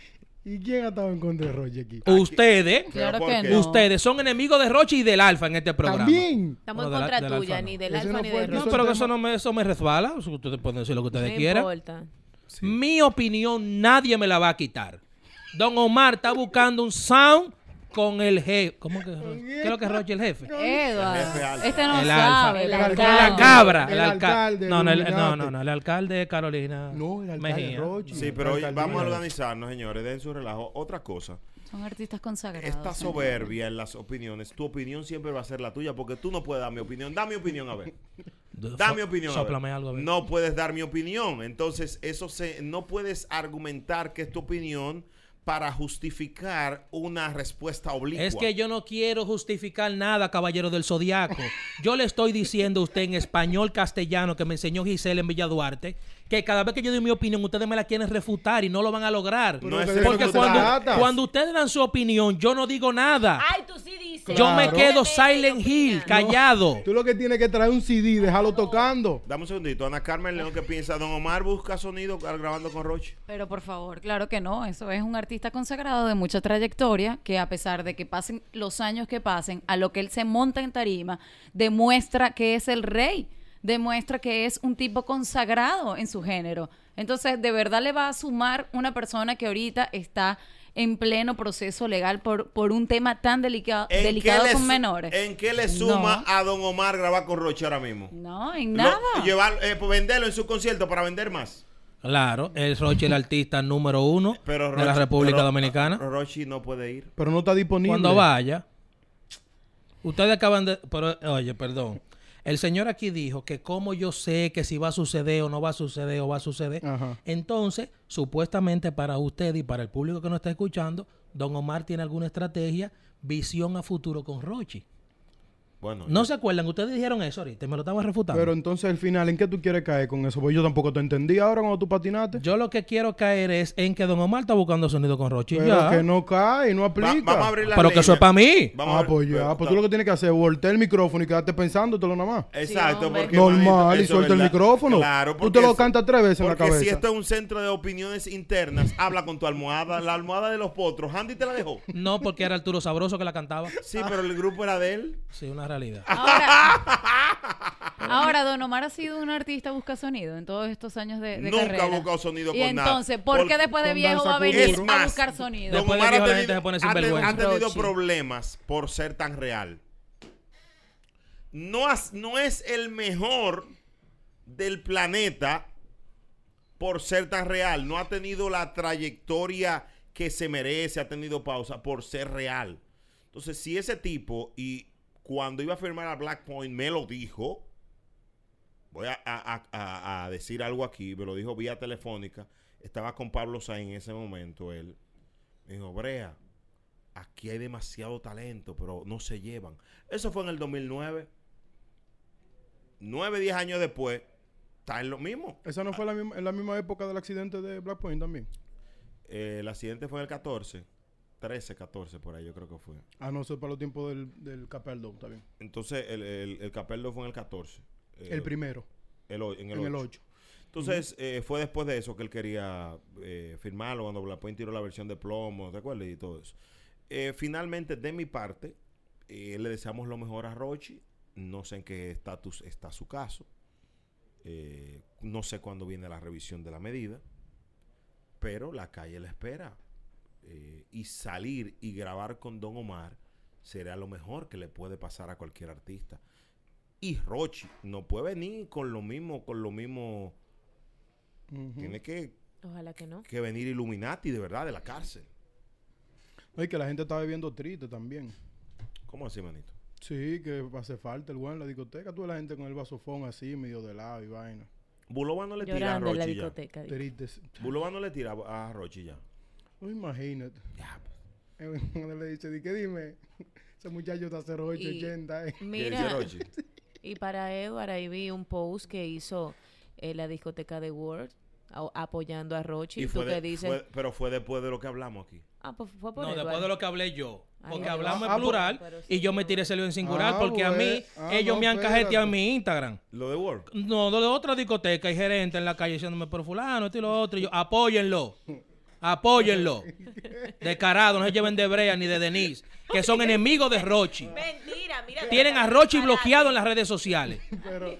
Speaker 4: y quién ha estado en contra de Roche aquí?
Speaker 3: Ustedes,
Speaker 2: Pero
Speaker 5: Claro
Speaker 2: ¿por
Speaker 5: que
Speaker 2: qué?
Speaker 5: no.
Speaker 3: ustedes son enemigos de Rochi y del Alfa en este programa.
Speaker 4: También.
Speaker 6: Estamos en
Speaker 3: No, de la-
Speaker 6: contra
Speaker 3: del
Speaker 6: tuya,
Speaker 3: alfa no.
Speaker 6: ni del
Speaker 4: Ese
Speaker 6: alfa
Speaker 4: no
Speaker 6: ni
Speaker 4: fue
Speaker 6: de
Speaker 4: el
Speaker 3: No,
Speaker 6: Rochi.
Speaker 4: Eso
Speaker 3: pero que
Speaker 4: tema-
Speaker 3: eso no me, eso me resbala. Ustedes pueden decir lo que ustedes
Speaker 6: No
Speaker 3: quieran.
Speaker 6: importa.
Speaker 3: Mi opinión nadie me la va a quitar. Don Omar está buscando un sound con el jefe. ¿Cómo que? ¿Qué es lo que es Rochi el jefe?
Speaker 2: jefe
Speaker 5: Eduardo,
Speaker 2: alfa.
Speaker 5: este no
Speaker 3: El alfa.
Speaker 5: sabe.
Speaker 6: El
Speaker 5: la
Speaker 6: alfa.
Speaker 5: verdad.
Speaker 3: La cabra.
Speaker 4: El
Speaker 3: El, alca-
Speaker 4: alcalde,
Speaker 3: No, no, el- no,
Speaker 4: Illuminati.
Speaker 3: no, no, el alcalde de Carolina.
Speaker 4: No, el alcalde
Speaker 3: Mejía.
Speaker 4: de Roche.
Speaker 2: Sí, pero hoy
Speaker 4: La alcaldía.
Speaker 2: vamos a organizarnos, señores, den su relajo. Otra cosa,
Speaker 5: Son artistas consagrados.
Speaker 2: esta
Speaker 5: señor.
Speaker 2: soberbia en las opiniones, tu opinión siempre va a ser la tuya porque tú no puedes dar mi opinión. Da mi opinión, a ver. Da
Speaker 3: So-
Speaker 2: mi opinión. a ver.
Speaker 3: Sóplame algo. a ver.
Speaker 2: No puedes dar mi opinión. Entonces, eso se, no puedes argumentar que es tu opinión para justificar una respuesta oblicua.
Speaker 3: Es que yo no quiero justificar nada, caballero del zodiaco. Yo le estoy diciendo a usted en español castellano que me enseñó Giselle en Villa Duarte que cada vez que yo doy mi opinión, ustedes me la quieren refutar y no lo van a lograr.
Speaker 2: No es
Speaker 4: de eso
Speaker 3: Porque
Speaker 4: se
Speaker 3: cuando,
Speaker 4: trata.
Speaker 3: cuando ustedes dan su opinión, yo no digo nada.
Speaker 6: Ay, tú sí dices.
Speaker 3: Yo me
Speaker 4: claro.
Speaker 3: quedo Silent Hill, callado.
Speaker 4: Tú lo que tienes que traer un CD, déjalo tocando.
Speaker 2: Dame un segundito. Ana Carmen León, ¿qué piensa? Don Omar busca sonido grabando con Roche.
Speaker 5: Pero por favor, claro que no. Eso es un artista consagrado de mucha trayectoria que a pesar de que pasen los años que pasen, a lo que él se monta en tarima, demuestra que es el rey, demuestra que es un tipo consagrado en su género. Entonces, de verdad le va a sumar una persona que ahorita está en pleno proceso legal por, por un tema tan delicado,
Speaker 2: ¿En
Speaker 5: delicado
Speaker 2: qué le
Speaker 5: con
Speaker 2: su-
Speaker 5: menores.
Speaker 2: ¿En qué le suma a Don Omar grabar con Roche ahora mismo?
Speaker 5: No, en
Speaker 2: Lo-
Speaker 5: nada.
Speaker 2: llevar- eh, pues, venderlo en su concierto para vender más.
Speaker 3: Claro, es Roche el artista número uno
Speaker 2: Pero
Speaker 3: de la
Speaker 2: Rochi-
Speaker 3: República
Speaker 2: pero-
Speaker 3: Dominicana.
Speaker 2: pero Rochi no puede ir.
Speaker 4: Pero no está disponible.
Speaker 3: Cuando vaya, ustedes acaban de... pero, oye, perdón. El señor aquí dijo que como yo sé que si va a suceder o no va a suceder o va a suceder,
Speaker 4: Ajá.
Speaker 3: entonces, supuestamente para usted y para el público que nos está escuchando, don Omar tiene alguna estrategia, visión a futuro con Rochi.
Speaker 2: Bueno,
Speaker 3: ¿No se acuerdan? Ustedes dijeron eso ahorita, me lo estaban refutando.
Speaker 4: Pero entonces al final, ¿en qué tú quieres caer con eso? Porque yo tampoco te entendí ahora cuando tú patinaste.
Speaker 3: Yo lo que quiero caer es en que don Omar está buscando sonido con Rochi.
Speaker 4: pero
Speaker 3: ya.
Speaker 4: que no cae, no
Speaker 2: va-
Speaker 4: aplica.
Speaker 2: vamos a abrir la
Speaker 3: Pero que eso es para mí.
Speaker 4: Ah, pues ya, pues tú lo que tienes que hacer es voltear el micrófono y quedarte pensándotelo nada más.
Speaker 2: Exacto,
Speaker 6: hombre.
Speaker 2: porque
Speaker 4: Normal,
Speaker 2: manito,
Speaker 4: y
Speaker 2: eso
Speaker 4: suelta
Speaker 2: es
Speaker 4: el
Speaker 2: verdad.
Speaker 4: micrófono.
Speaker 2: Claro,
Speaker 4: Tú te lo
Speaker 2: si-
Speaker 4: cantas tres veces en la
Speaker 2: Porque si
Speaker 4: cabeza.
Speaker 2: esto es un centro de opiniones internas, habla con tu almohada, la almohada de los potros. Andy te la dejó.
Speaker 3: No, porque era Arturo Sabroso que la cantaba.
Speaker 2: Sí, pero el grupo era de él.
Speaker 3: Sí, una realidad.
Speaker 5: Ahora, ahora, Don Omar ha sido un artista busca sonido en todos estos años de, de
Speaker 2: Nunca
Speaker 5: carrera.
Speaker 2: ha buscado sonido
Speaker 5: Y
Speaker 2: con nada.
Speaker 5: entonces, ¿por,
Speaker 2: Por-
Speaker 5: qué después de
Speaker 4: con
Speaker 5: viejo
Speaker 4: danza
Speaker 5: va a
Speaker 4: con
Speaker 5: venir
Speaker 4: burro.
Speaker 5: a buscar sonido?
Speaker 3: Después de
Speaker 2: Omar ha
Speaker 3: viejo, la
Speaker 2: tenido-
Speaker 3: gente se pone
Speaker 2: ha
Speaker 3: sinvergüenza.
Speaker 2: ten- ha tenido
Speaker 5: Rochi.
Speaker 2: problemas por ser tan real. No, has- no es el mejor del planeta por ser tan real. No ha tenido la trayectoria que se merece, ha tenido pausa por ser real. Entonces, si ese tipo, y cuando iba a firmar a Black Point, me lo dijo, voy a, a- a- a- a decir algo aquí, me lo dijo vía telefónica, estaba con Pablo Sainz en ese momento, él, me dijo, Brea, aquí hay demasiado talento, pero no se llevan. Eso fue en el 2009. Nueve, diez años después, está en lo mismo.
Speaker 4: Esa no fue la misma, en la misma época del accidente de Black Point también.
Speaker 2: Eh, el accidente fue en el 14, 13, 14, por ahí yo creo que fue.
Speaker 4: Ah, no, eso es para los tiempos del, del Capeldo, está bien.
Speaker 2: Entonces, el, el, el Capeldo fue en el 14. eh,
Speaker 4: El primero,
Speaker 2: el o- en el
Speaker 4: en el
Speaker 2: 8.
Speaker 4: 8.
Speaker 2: Entonces, eh, fue después de eso que él quería eh, firmarlo, cuando Black Point tiró la versión de plomo, ¿te acuerdas? Y todo eso. Eh, finalmente, de mi parte, eh, le deseamos lo mejor a Rochi. No sé en qué estatus está su caso. Eh, no sé cuándo viene la revisión de la medida. Pero la calle la espera. Eh, y salir y grabar con Don Omar será lo mejor que le puede pasar a cualquier artista. Y Rochi no puede venir con lo mismo, con lo mismo. Tiene que,
Speaker 6: Ojalá que no.
Speaker 2: que venir Illuminati de verdad de la cárcel.
Speaker 4: No, y que la gente estaba viviendo triste también.
Speaker 2: ¿Cómo así, manito?
Speaker 4: Sí, que hace falta el guan en la discoteca. Tú ves la gente con el vasofón así, medio de lado y vaina.
Speaker 2: Bulova no le tira a
Speaker 6: Llorando en la
Speaker 2: Rochi ya.
Speaker 6: discoteca. dijo.
Speaker 4: Triste.
Speaker 2: Bulova no le tira a Rochi ya.
Speaker 4: No imagínate.
Speaker 2: pues.
Speaker 4: Eh, Cuando le dice, di que dime, ese muchacho está 08,
Speaker 6: Y-
Speaker 4: 80, eh.
Speaker 2: ¿Qué dice
Speaker 6: Mira,
Speaker 2: Rochi?
Speaker 6: y para Edward ahí vi un post que hizo eh, la discoteca de Word a- apoyando a Rochi.
Speaker 2: Y
Speaker 6: tú
Speaker 2: fue
Speaker 6: que
Speaker 2: de-
Speaker 6: dices,
Speaker 2: fue- pero fue después de lo que hablamos aquí.
Speaker 6: ah, pues fue por
Speaker 3: No,
Speaker 6: Edward.
Speaker 3: después de lo que hablé yo.
Speaker 6: Ay,
Speaker 3: Porque
Speaker 6: Dios.
Speaker 3: hablamos
Speaker 4: Ah,
Speaker 3: en
Speaker 4: por-
Speaker 3: plural
Speaker 6: pero
Speaker 3: y
Speaker 6: sí,
Speaker 3: yo me
Speaker 6: no.
Speaker 3: tiré ese lío en singular
Speaker 4: Ah,
Speaker 3: porque a mí,
Speaker 4: bueno. Ah,
Speaker 3: ellos
Speaker 4: no,
Speaker 3: me han
Speaker 4: espérate.
Speaker 3: cajeteado en mi Instagram.
Speaker 2: Lo de Work.
Speaker 3: No, de otra discoteca y gerente en la calle diciéndome por fulano, esto y lo otro. Y yo, apóyenlo. Apóyenlo. Descarado, no se lleven de Brea ni de Denise, que son enemigos de Rochi.
Speaker 6: Mentira, mira.
Speaker 3: Tienen a Rochi bloqueado en las redes sociales.
Speaker 4: Pero,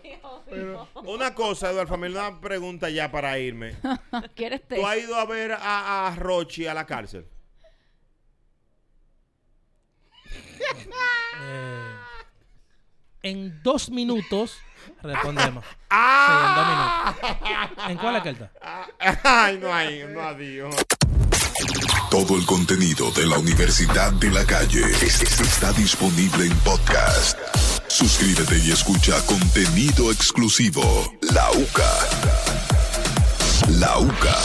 Speaker 4: pero,
Speaker 2: Una cosa, Eduardo Famil, una pregunta ya para irme.
Speaker 5: ¿Quieres te?
Speaker 2: ¿Tú has ido a ver a, a Rochi a la cárcel?
Speaker 3: Eh, En dos minutos respondemos. Sí, en dos minutos. ¿En cuál es que él está?
Speaker 2: Ah. Ay, no hay, no adiós.
Speaker 1: Todo el contenido de la Universidad de la Calle es- es- está disponible en podcast. Suscríbete y escucha contenido exclusivo. La UCA. La UCA.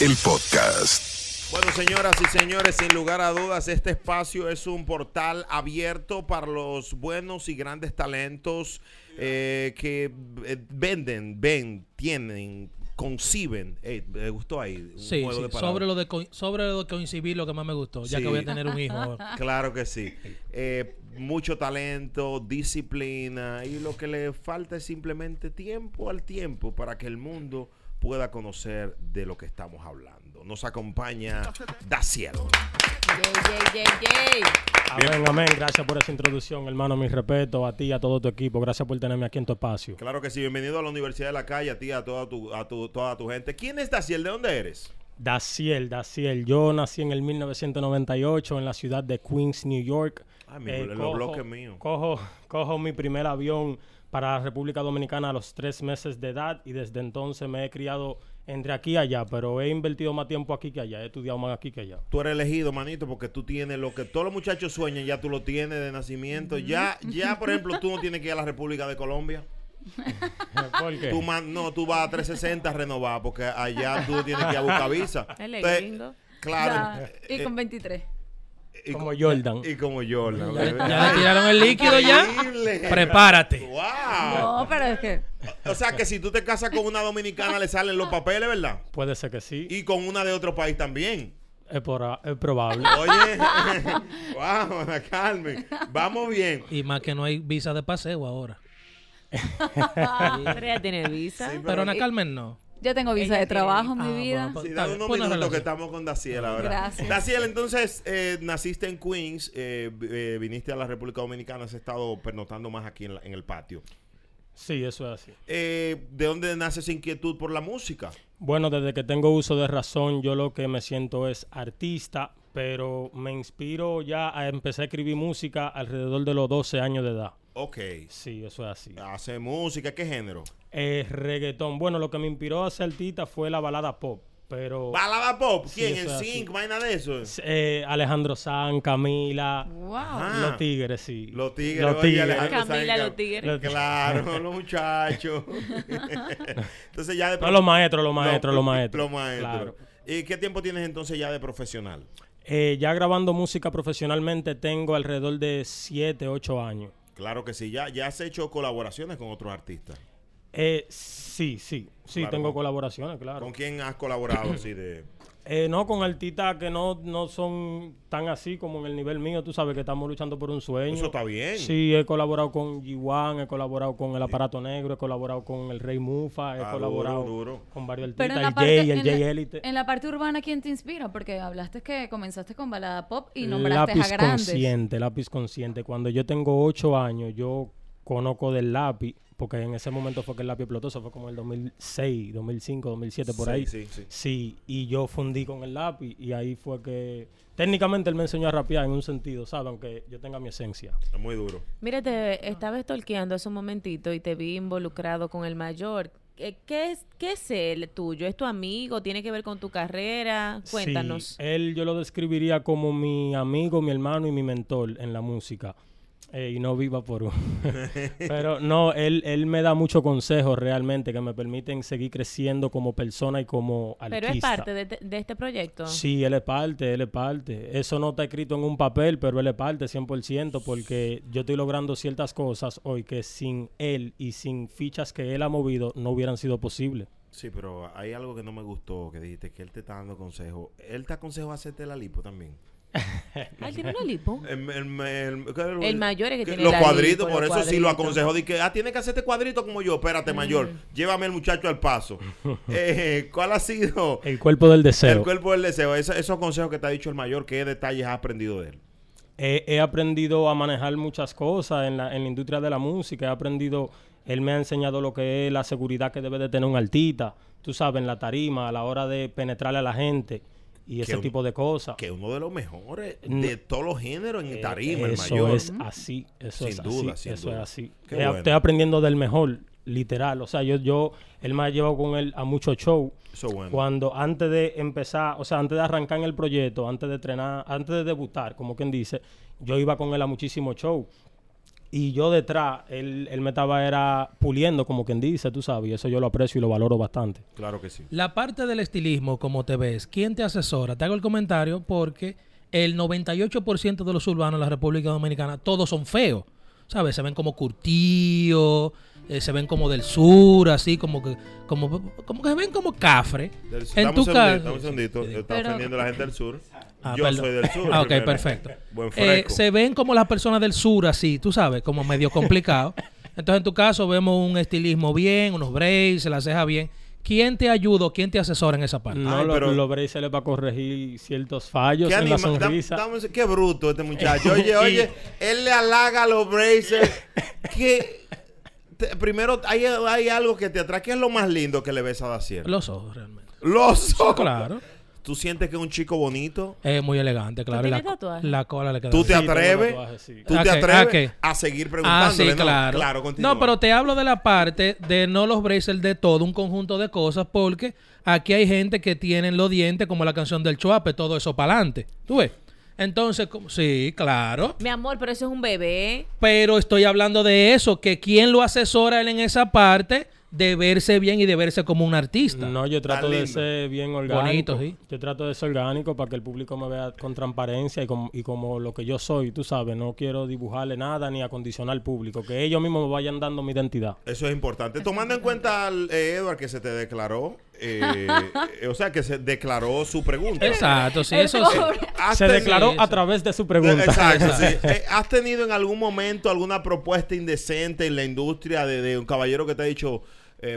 Speaker 1: El podcast.
Speaker 2: Bueno, señoras y señores, sin lugar a dudas, este espacio es un portal abierto para los buenos y grandes talentos eh, que eh, venden, ven, tienen, conciben. Ey, me gustó ahí. un
Speaker 3: Sí,
Speaker 2: juego
Speaker 3: sí,
Speaker 2: de palabras.
Speaker 3: sobre lo de co- sobre lo de coincidir lo que más me gustó, ya
Speaker 2: Sí.
Speaker 3: que voy a tener un hijo ahora.
Speaker 2: Claro que sí. Eh, mucho talento, disciplina y lo que le falta es simplemente tiempo al tiempo para que el mundo pueda conocer de lo que estamos hablando. Nos acompaña Daciel.
Speaker 6: Yay, yay, yay, yay.
Speaker 10: Amén, amén. Gracias por esa introducción, hermano. Mi respeto a ti y a todo tu equipo. Gracias por tenerme aquí en tu espacio.
Speaker 2: Claro que sí, bienvenido a la Universidad de la Calle, a ti, a toda tu, a tu- toda tu gente. ¿Quién es Daciel? ¿De dónde eres?
Speaker 10: Daciel, Daciel. Yo nací en el 1998 en la ciudad de Queens, New York. Eh,
Speaker 2: Ah,
Speaker 3: Eh,
Speaker 2: mi bro- los bloques míos.
Speaker 10: Cojo, cojo mi primer avión para República Dominicana a los tres meses de edad y desde entonces me he criado entre aquí y allá, pero he invertido más tiempo aquí que allá. He estudiado más aquí que allá.
Speaker 2: Tú eres elegido, manito, porque tú tienes lo que todos los muchachos sueñan, ya tú lo tienes de nacimiento. Ya, ya por ejemplo, tú no tienes que ir a la República de Colombia.
Speaker 10: ¿Por qué?
Speaker 2: Tú man- no, tú vas a 360 a renovar porque allá tú tienes que ir a buscar visa.
Speaker 6: Él es
Speaker 2: Entonces,
Speaker 6: gringo.
Speaker 2: Claro.
Speaker 5: Ya,
Speaker 2: eh,
Speaker 5: y con 23.
Speaker 2: y
Speaker 10: Como
Speaker 2: con-
Speaker 10: Jordan.
Speaker 2: Y como Jordan.
Speaker 3: Ya,
Speaker 2: ¿verdad?
Speaker 3: ya le tiraron el líquido ya.
Speaker 2: Increíble.
Speaker 3: Prepárate.
Speaker 2: Wow.
Speaker 5: No, pero es que.
Speaker 2: O sea que si tú te casas con una dominicana le salen los papeles, ¿verdad?
Speaker 10: Puede ser que sí.
Speaker 2: Y con una de otro país también.
Speaker 10: Es, pora- es probable.
Speaker 2: Oye, wow, Ana Carmen, vamos bien.
Speaker 3: Y más que no hay visa de paseo ahora. Ah,
Speaker 6: Andrea tiene visa.
Speaker 2: Sí,
Speaker 3: Pero Ana Carmen no.
Speaker 5: Yo tengo visa de trabajo, mi
Speaker 3: Ah,
Speaker 5: vida.
Speaker 3: bueno, pues,
Speaker 2: Sí,
Speaker 3: está
Speaker 2: dame
Speaker 3: bien.
Speaker 2: unos
Speaker 3: Buena
Speaker 2: minutos que
Speaker 3: relación.
Speaker 2: estamos con Daciel ahora.
Speaker 5: Gracias.
Speaker 2: Daciel, entonces eh, naciste en Queens, eh, eh, viniste a la República Dominicana, has estado pernotando más aquí en, la- en el patio.
Speaker 10: Sí, eso es así.
Speaker 2: Eh, ¿De dónde nace esa inquietud por la música?
Speaker 10: Bueno, desde que tengo uso de razón, yo lo que me siento es artista, pero me inspiro ya a empecé a escribir música alrededor de los 12 años de edad.
Speaker 2: Ok.
Speaker 10: Sí, eso es así.
Speaker 2: Hace música, ¿qué género?
Speaker 10: Eh, reggaetón. Bueno, lo que me inspiró a ser artista fue la balada pop, pero
Speaker 2: ¿Balada pop?
Speaker 10: Oh. Sí,
Speaker 2: ¿Quién?
Speaker 10: eso
Speaker 2: ¿En
Speaker 10: es así.
Speaker 2: Sync? ¿Vaina de eso?
Speaker 10: eh, Alejandro San, Camila,
Speaker 5: Wow.
Speaker 2: Ah,
Speaker 10: Los Tigres, sí.
Speaker 2: Los tigres.
Speaker 10: Los
Speaker 2: oye,
Speaker 10: Tigres.
Speaker 2: Alejandro
Speaker 6: Camila,
Speaker 2: Sanz,
Speaker 6: los Tigres.
Speaker 10: Los Tigres.
Speaker 2: Claro, los muchachos. entonces ya de
Speaker 10: No, los maestros, los maestros, los
Speaker 2: Lo-
Speaker 10: maestros.
Speaker 2: lo maestro.
Speaker 10: Claro.
Speaker 2: ¿Y qué tiempo tienes entonces ya de profesional?
Speaker 10: Eh, ya grabando música profesionalmente tengo alrededor de 7, 8 años.
Speaker 2: Claro que sí, ya, ya has hecho colaboraciones con otros artistas.
Speaker 10: Eh, sí, sí, sí,
Speaker 2: Claro.
Speaker 10: tengo colaboraciones, claro.
Speaker 2: ¿Con quién has colaborado así de...?
Speaker 10: Eh, no, con artistas que no, no son tan así como en el nivel mío. Tú sabes que estamos luchando por un sueño.
Speaker 2: Eso está bien.
Speaker 10: Sí, he colaborado con G1, he colaborado con El Aparato Negro, he colaborado con El Rey Mufa, he
Speaker 2: Ah,
Speaker 10: colaborado
Speaker 2: duro, duro.
Speaker 10: con varios
Speaker 5: Pero en
Speaker 10: artistas,
Speaker 5: la,
Speaker 10: el
Speaker 5: parte,
Speaker 10: Jay, el
Speaker 5: en
Speaker 10: Jay
Speaker 5: la-
Speaker 10: Elite.
Speaker 5: en la parte urbana, ¿quién te inspira? Porque hablaste que comenzaste con balada pop y nombraste
Speaker 10: Lápiz
Speaker 5: a grandes.
Speaker 10: consciente, lápiz consciente. Cuando yo tengo ocho años, yo conozco del lápiz, porque en ese momento fue que el lápiz explotó, eso fue como en el 2006, 2005, 2007, por
Speaker 2: Sí,
Speaker 10: ahí.
Speaker 2: sí, sí.
Speaker 10: y yo fundí con el lápiz, y ahí fue que técnicamente él me enseñó a rapear en un sentido, ¿sabes? Aunque yo tenga mi esencia.
Speaker 2: Está muy duro.
Speaker 6: Mira, te estaba stalkeando hace un momentito y te vi involucrado con el mayor eh, ¿qué, es, ¿qué es el tuyo? ¿Es tu amigo? ¿Tiene que ver con tu carrera?
Speaker 10: Sí,
Speaker 6: Cuéntanos.
Speaker 10: él yo lo describiría como mi amigo, mi hermano y mi mentor en la música. Eh, y no viva por uno. Pero no, él, él me da muchos consejos realmente que me permiten seguir creciendo como persona y como artista.
Speaker 6: Pero es parte de, te- de este proyecto.
Speaker 10: Sí, él es parte, él es parte. Eso no está escrito en un papel, pero él es parte 100% porque yo estoy logrando ciertas cosas hoy que sin él y sin fichas que él ha movido no hubieran sido posible.
Speaker 2: Sí, pero hay algo que no me gustó, que dijiste que él te está dando consejo. Él te aconsejó hacerte la lipo también.
Speaker 6: Ah, él tiene una lipo.
Speaker 2: El, el- el- ¿qué era lo-
Speaker 6: El mayor es que tiene
Speaker 2: Los
Speaker 6: la
Speaker 2: cuadritos,
Speaker 6: lipo,
Speaker 2: por eso
Speaker 6: los
Speaker 2: sí lo
Speaker 6: cuadritos. Mm.
Speaker 2: aconsejó. Dije, ah, tienes que hacerte cuadrito como yo. Espérate, mayor. Llévame el muchacho al paso. Eh, ¿Cuál ha sido
Speaker 10: El cuerpo del deseo.
Speaker 2: el cuerpo del deseo? Esa- esos consejos que te ha dicho el mayor, ¿qué detalles has aprendido de él?
Speaker 10: He, he aprendido a manejar muchas cosas en la, en la industria de la música. He aprendido, él me ha enseñado lo que es la seguridad que debe de tener un artista, tú sabes, en la tarima, a la hora de penetrar a la gente y ese
Speaker 2: un-
Speaker 10: tipo de cosas.
Speaker 2: Que uno de los mejores
Speaker 10: No.
Speaker 2: de todos los géneros en
Speaker 10: Eh,
Speaker 2: tarima, el
Speaker 10: eso
Speaker 2: mayor.
Speaker 10: es así, eso
Speaker 2: Sin
Speaker 10: es
Speaker 2: duda,
Speaker 10: así,
Speaker 2: sin
Speaker 10: eso es
Speaker 2: duda.
Speaker 10: así.
Speaker 2: Qué
Speaker 10: Eh,
Speaker 2: bueno.
Speaker 10: Estoy aprendiendo del mejor, literal. O sea, yo, yo, él me ha llevado con él a muchos shows.
Speaker 2: Eso es bueno.
Speaker 10: Cuando antes de empezar, o sea, antes de arrancar en el proyecto, antes de entrenar, antes de debutar, como quien dice, yo iba con él a muchísimos shows. Y yo detrás, él, él me estaba era puliendo, como quien dice, tú sabes, y eso yo lo aprecio y lo valoro bastante.
Speaker 2: Claro que sí.
Speaker 3: La parte del estilismo, como te ves, ¿quién te asesora? Te hago el comentario porque el 98% de los urbanos en la República Dominicana, todos son feos. ¿Sabes? Se ven como curtíos, eh, se ven como del sur, así, como que, como, como que se ven como cafre.
Speaker 2: Del-
Speaker 3: En
Speaker 2: Dame
Speaker 3: tu
Speaker 2: un segundito,
Speaker 3: caso.
Speaker 2: dame un segundito. Está
Speaker 5: Pero-
Speaker 2: ofendiendo a la gente del sur.
Speaker 3: Ah,
Speaker 2: Yo
Speaker 3: perdón.
Speaker 2: soy del sur.
Speaker 3: Ah, ok,
Speaker 2: primero.
Speaker 3: perfecto.
Speaker 2: Buen
Speaker 3: Eh,
Speaker 2: fresco.
Speaker 3: se ven como las personas del sur, así, tú sabes, como medio complicado. Entonces, en tu caso, vemos un estilismo bien, unos braids, la ceja bien. ¿Quién te ayuda o quién te asesora en esa parte?
Speaker 10: No,
Speaker 2: Ay,
Speaker 10: lo,
Speaker 2: pero-
Speaker 10: lo veré y se le va a corregir ciertos fallos
Speaker 2: ¿Qué,
Speaker 10: en la
Speaker 2: anima- da-
Speaker 10: sonrisa.
Speaker 2: dame un se- qué bruto este muchacho. Oye, oye, él le halaga a los braces. que te- primero hay, hay algo que te atrae. ¿Qué es lo más lindo que le ves a Dacier?
Speaker 3: Los ojos, realmente.
Speaker 2: Los ojos.
Speaker 3: Claro.
Speaker 2: ¿Tú sientes que es un chico bonito?
Speaker 3: Es muy elegante, claro. y la,
Speaker 6: tienes
Speaker 3: co-
Speaker 6: tatuaje?
Speaker 3: la cola le queda
Speaker 2: ¿Tú te
Speaker 3: bien.
Speaker 10: tengo
Speaker 2: atreves?
Speaker 10: tatuajes, sí.
Speaker 2: ¿Tú te
Speaker 3: Ok,
Speaker 2: atreves
Speaker 3: ok.
Speaker 2: a seguir
Speaker 3: Ah, sí,
Speaker 2: preguntándole? No,
Speaker 3: claro.
Speaker 2: continúa.
Speaker 3: no, pero te hablo de la parte de no los braces de todo, un conjunto de cosas, porque aquí hay gente que tienen los dientes, como la canción del Chuape, todo eso para adelante. ¿Tú ves? Entonces, como- sí, claro.
Speaker 6: Mi amor, pero eso es un bebé.
Speaker 3: Pero estoy hablando de eso, que quién lo asesora él en esa parte de verse bien y de verse como un artista.
Speaker 10: No, yo trato
Speaker 2: Está
Speaker 10: de
Speaker 2: lindo.
Speaker 10: ser bien orgánico.
Speaker 3: Bonito, sí.
Speaker 10: Yo trato de ser orgánico para que el público me vea con transparencia y, com- y como lo que yo soy, tú sabes. No quiero dibujarle nada ni acondicionar al público. Que ellos mismos me vayan dando mi identidad.
Speaker 2: Eso es importante. Tomando en cuenta, al, eh, Edward, que se te declaró, eh, eh, o sea, que se declaró su pregunta.
Speaker 3: Exacto, sí,
Speaker 6: El
Speaker 3: eso sí.
Speaker 6: pobre.
Speaker 2: ¿Has
Speaker 10: Se
Speaker 2: tenido-
Speaker 10: declaró
Speaker 3: sí,
Speaker 10: a
Speaker 3: sí.
Speaker 10: través de su pregunta.
Speaker 2: Exacto, sí. Eh, ¿Has tenido en algún momento alguna propuesta indecente en la industria de, de un caballero que te ha dicho,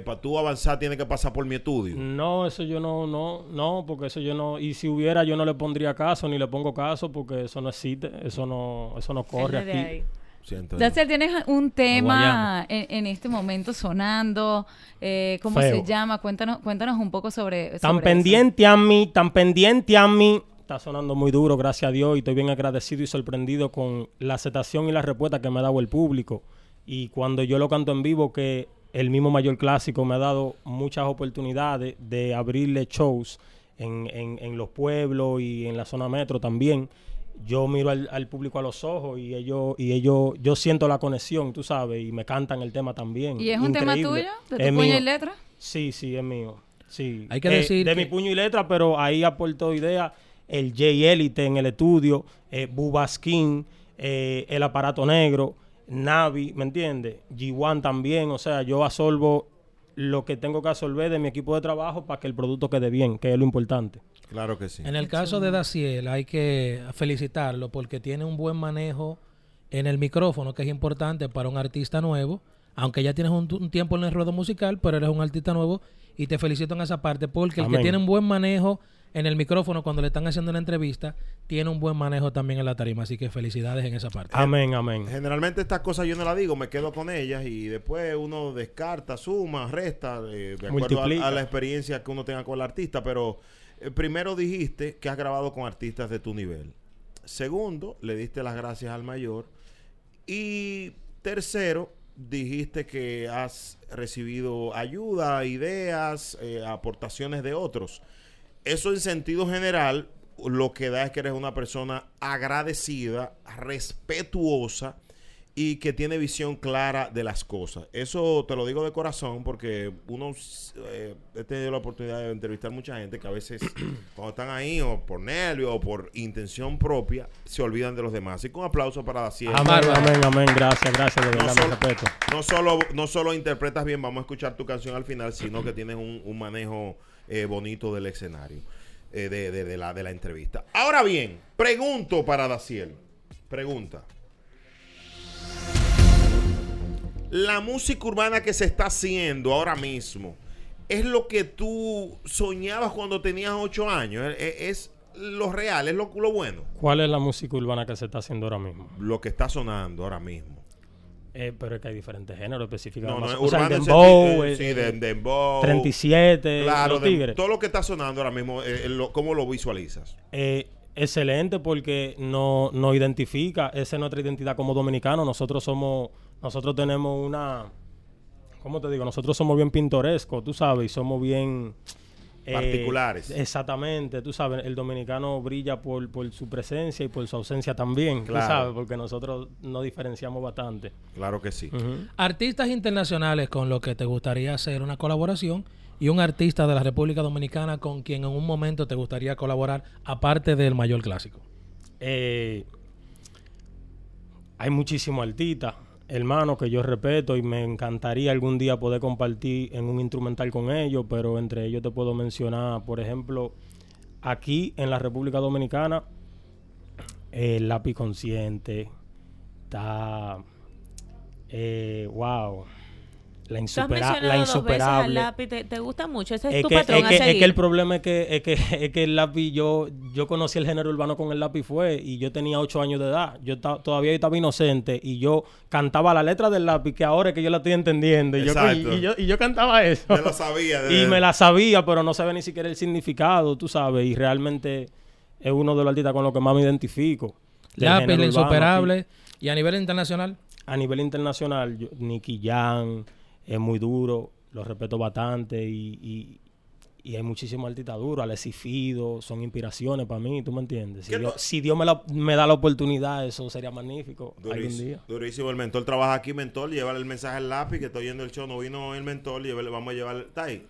Speaker 2: para tú avanzar tienes que pasar por mi estudio?
Speaker 10: No, eso yo no, no, no, porque eso yo no. Y si hubiera, yo no le pondría caso ni le pongo caso porque eso no existe. Eso no, eso no corre
Speaker 6: Él es de
Speaker 10: aquí.
Speaker 6: ahí.
Speaker 2: Siento.
Speaker 5: Daciel, tienes un tema en, en este momento sonando. eh, ¿Cómo
Speaker 10: Feo.
Speaker 5: se llama? Cuéntanos, cuéntanos un poco sobre.
Speaker 10: Tan
Speaker 5: sobre eso.
Speaker 10: pendiente a mí, tan pendiente a mí. Está sonando muy duro, gracias a Dios, y estoy bien agradecido y sorprendido con la aceptación y la respuesta que me ha dado el público. Y cuando yo lo canto en vivo, que el mismo mayor clásico me ha dado muchas oportunidades de abrirle shows en, en- en los pueblos y en la zona metro también. Yo miro al, al público a los ojos y ellos, y ellos, yo siento la conexión, tú sabes, y me cantan el tema también.
Speaker 5: ¿Y es un tema
Speaker 10: Increíble.
Speaker 5: tuyo? ¿De tu
Speaker 10: Es
Speaker 5: puño y
Speaker 10: mío.
Speaker 5: letra?
Speaker 10: Sí, sí, es mío. Sí.
Speaker 3: Hay que
Speaker 10: Eh,
Speaker 3: decir
Speaker 10: De
Speaker 3: que-
Speaker 10: mi puño y letra, pero ahí aportó idea el Jay Elite en el estudio, eh, Bubaskin, eh, el aparato negro, Navi, ¿me entiendes? G1 también. O sea, yo absorbo lo que tengo que absorber de mi equipo de trabajo para que el producto quede bien, que es lo importante.
Speaker 2: Claro que sí.
Speaker 3: En el caso de Daciel hay que felicitarlo porque tiene un buen manejo en el micrófono, que es importante para un artista nuevo. Aunque ya tienes un, un tiempo en el ruedo musical, pero eres un artista nuevo y te felicito en esa parte porque el que
Speaker 10: Amén.
Speaker 3: tiene un buen manejo en el micrófono cuando le están haciendo una entrevista, tiene un buen manejo también en la tarima. Así que felicidades en esa parte.
Speaker 10: Amén, amén.
Speaker 2: Generalmente estas cosas yo no las digo, me quedo con ellas y después uno descarta, suma, resta, eh, de acuerdo a- a,
Speaker 10: Multiplica.
Speaker 2: la experiencia que uno tenga con el artista, pero eh, primero dijiste que has grabado con artistas de tu nivel. Segundo, le diste las gracias al mayor. Y tercero, dijiste que has recibido ayuda, ideas, eh, aportaciones de otros. Eso en sentido general lo que da es que eres una persona agradecida, respetuosa y que tiene visión clara de las cosas. Eso te lo digo de corazón porque uno eh, he tenido la oportunidad de entrevistar mucha gente que a veces cuando están ahí o por nervio o por intención propia se olvidan de los demás. Así que un aplauso para Daciel.
Speaker 10: Amén, amén, amén. Gracias, gracias. De
Speaker 2: No
Speaker 10: verdad, mi
Speaker 2: solo-
Speaker 10: respeto.
Speaker 2: No solo, no solo interpretas bien, vamos a escuchar tu canción al final, sino que tienes un, un manejo eh, bonito del escenario, eh, de, de- de la, de la entrevista. Ahora bien, pregunto para Daciel. Pregunta. La música urbana que se está haciendo ahora mismo, ¿es lo que tú soñabas cuando tenías ocho años? ¿Es, es lo real? ¿Es lo, lo bueno?
Speaker 10: ¿Cuál es la música urbana que se está haciendo ahora mismo?
Speaker 2: Lo que está sonando ahora mismo.
Speaker 10: Eh, pero es que hay diferentes géneros específicos.
Speaker 2: No, no,
Speaker 10: Además,
Speaker 2: es
Speaker 10: o sea, el dembow,
Speaker 2: urbano en sentido- eh,
Speaker 10: el-
Speaker 2: sí,
Speaker 10: el-
Speaker 2: de- dembow.
Speaker 10: 37,
Speaker 2: Claro,
Speaker 10: los
Speaker 2: de-
Speaker 10: tigres.
Speaker 2: todo lo que está sonando ahora mismo, eh, eh, lo- ¿cómo lo visualizas?
Speaker 10: Eh, excelente porque no, no identifica, esa es nuestra identidad como dominicanos. Nosotros somos, nosotros tenemos una, ¿cómo te digo? Nosotros somos bien pintorescos, tú sabes, y somos bien... eh,
Speaker 2: Particulares.
Speaker 10: exactamente, tú sabes, el dominicano brilla por, por su presencia y por su ausencia también, tú
Speaker 2: Claro.
Speaker 10: sabes, porque nosotros nos diferenciamos bastante.
Speaker 2: Claro que sí.
Speaker 10: Ujú.
Speaker 3: Artistas internacionales con los que te gustaría hacer una colaboración y un artista de la República Dominicana con quien en un momento te gustaría colaborar, aparte del mayor clásico.
Speaker 10: Eh, hay muchísimos artistas, hermanos que yo respeto y me encantaría algún día poder compartir en un instrumental con ellos, pero entre ellos te puedo mencionar, por ejemplo, aquí en la República Dominicana, el lápiz consciente, está. eh, wow. La,
Speaker 6: Tú has
Speaker 10: insupera-
Speaker 6: mencionado dos
Speaker 10: la
Speaker 6: veces al
Speaker 10: insuperable
Speaker 6: lápiz. Te, te gusta mucho. Ese es,
Speaker 10: es
Speaker 6: tu
Speaker 10: que,
Speaker 6: patrón
Speaker 10: es que-
Speaker 6: a
Speaker 10: es que
Speaker 6: seguir.
Speaker 10: el problema es que, es que, es que el lápiz, yo, yo conocí el género urbano con el lápiz fue y yo tenía ocho años de edad. Yo ta- todavía estaba inocente y yo cantaba la letra del lápiz que ahora es que yo la estoy entendiendo. Y, yo,
Speaker 2: Exacto.
Speaker 10: y yo, y yo cantaba eso.
Speaker 2: Me lo sabía. de-
Speaker 10: y me la sabía, pero no sabía ni siquiera el significado, tú sabes. Y realmente es uno de los artistas con los que más me identifico. del
Speaker 3: Lápiz, la
Speaker 10: género urbano aquí.
Speaker 3: insuperable. Y a nivel internacional,
Speaker 10: A nivel internacional, yo, Nicky Jam es muy duro, lo respeto bastante y, y- y hay muchísimos artistas duros. Alexis Fido son inspiraciones para mí, ¿tú me entiendes? Si
Speaker 2: ¿Qué
Speaker 10: Dios,
Speaker 2: no-
Speaker 10: si Dios me, la- me da la oportunidad, eso sería magnífico algún
Speaker 2: Durísimo,
Speaker 10: día.
Speaker 2: durísimo. El mentor trabaja aquí, mentor. Llévale el mensaje al lápiz que estoy yendo el show. No vino el mentor. Llévale, vamos a llevar. Está ahí.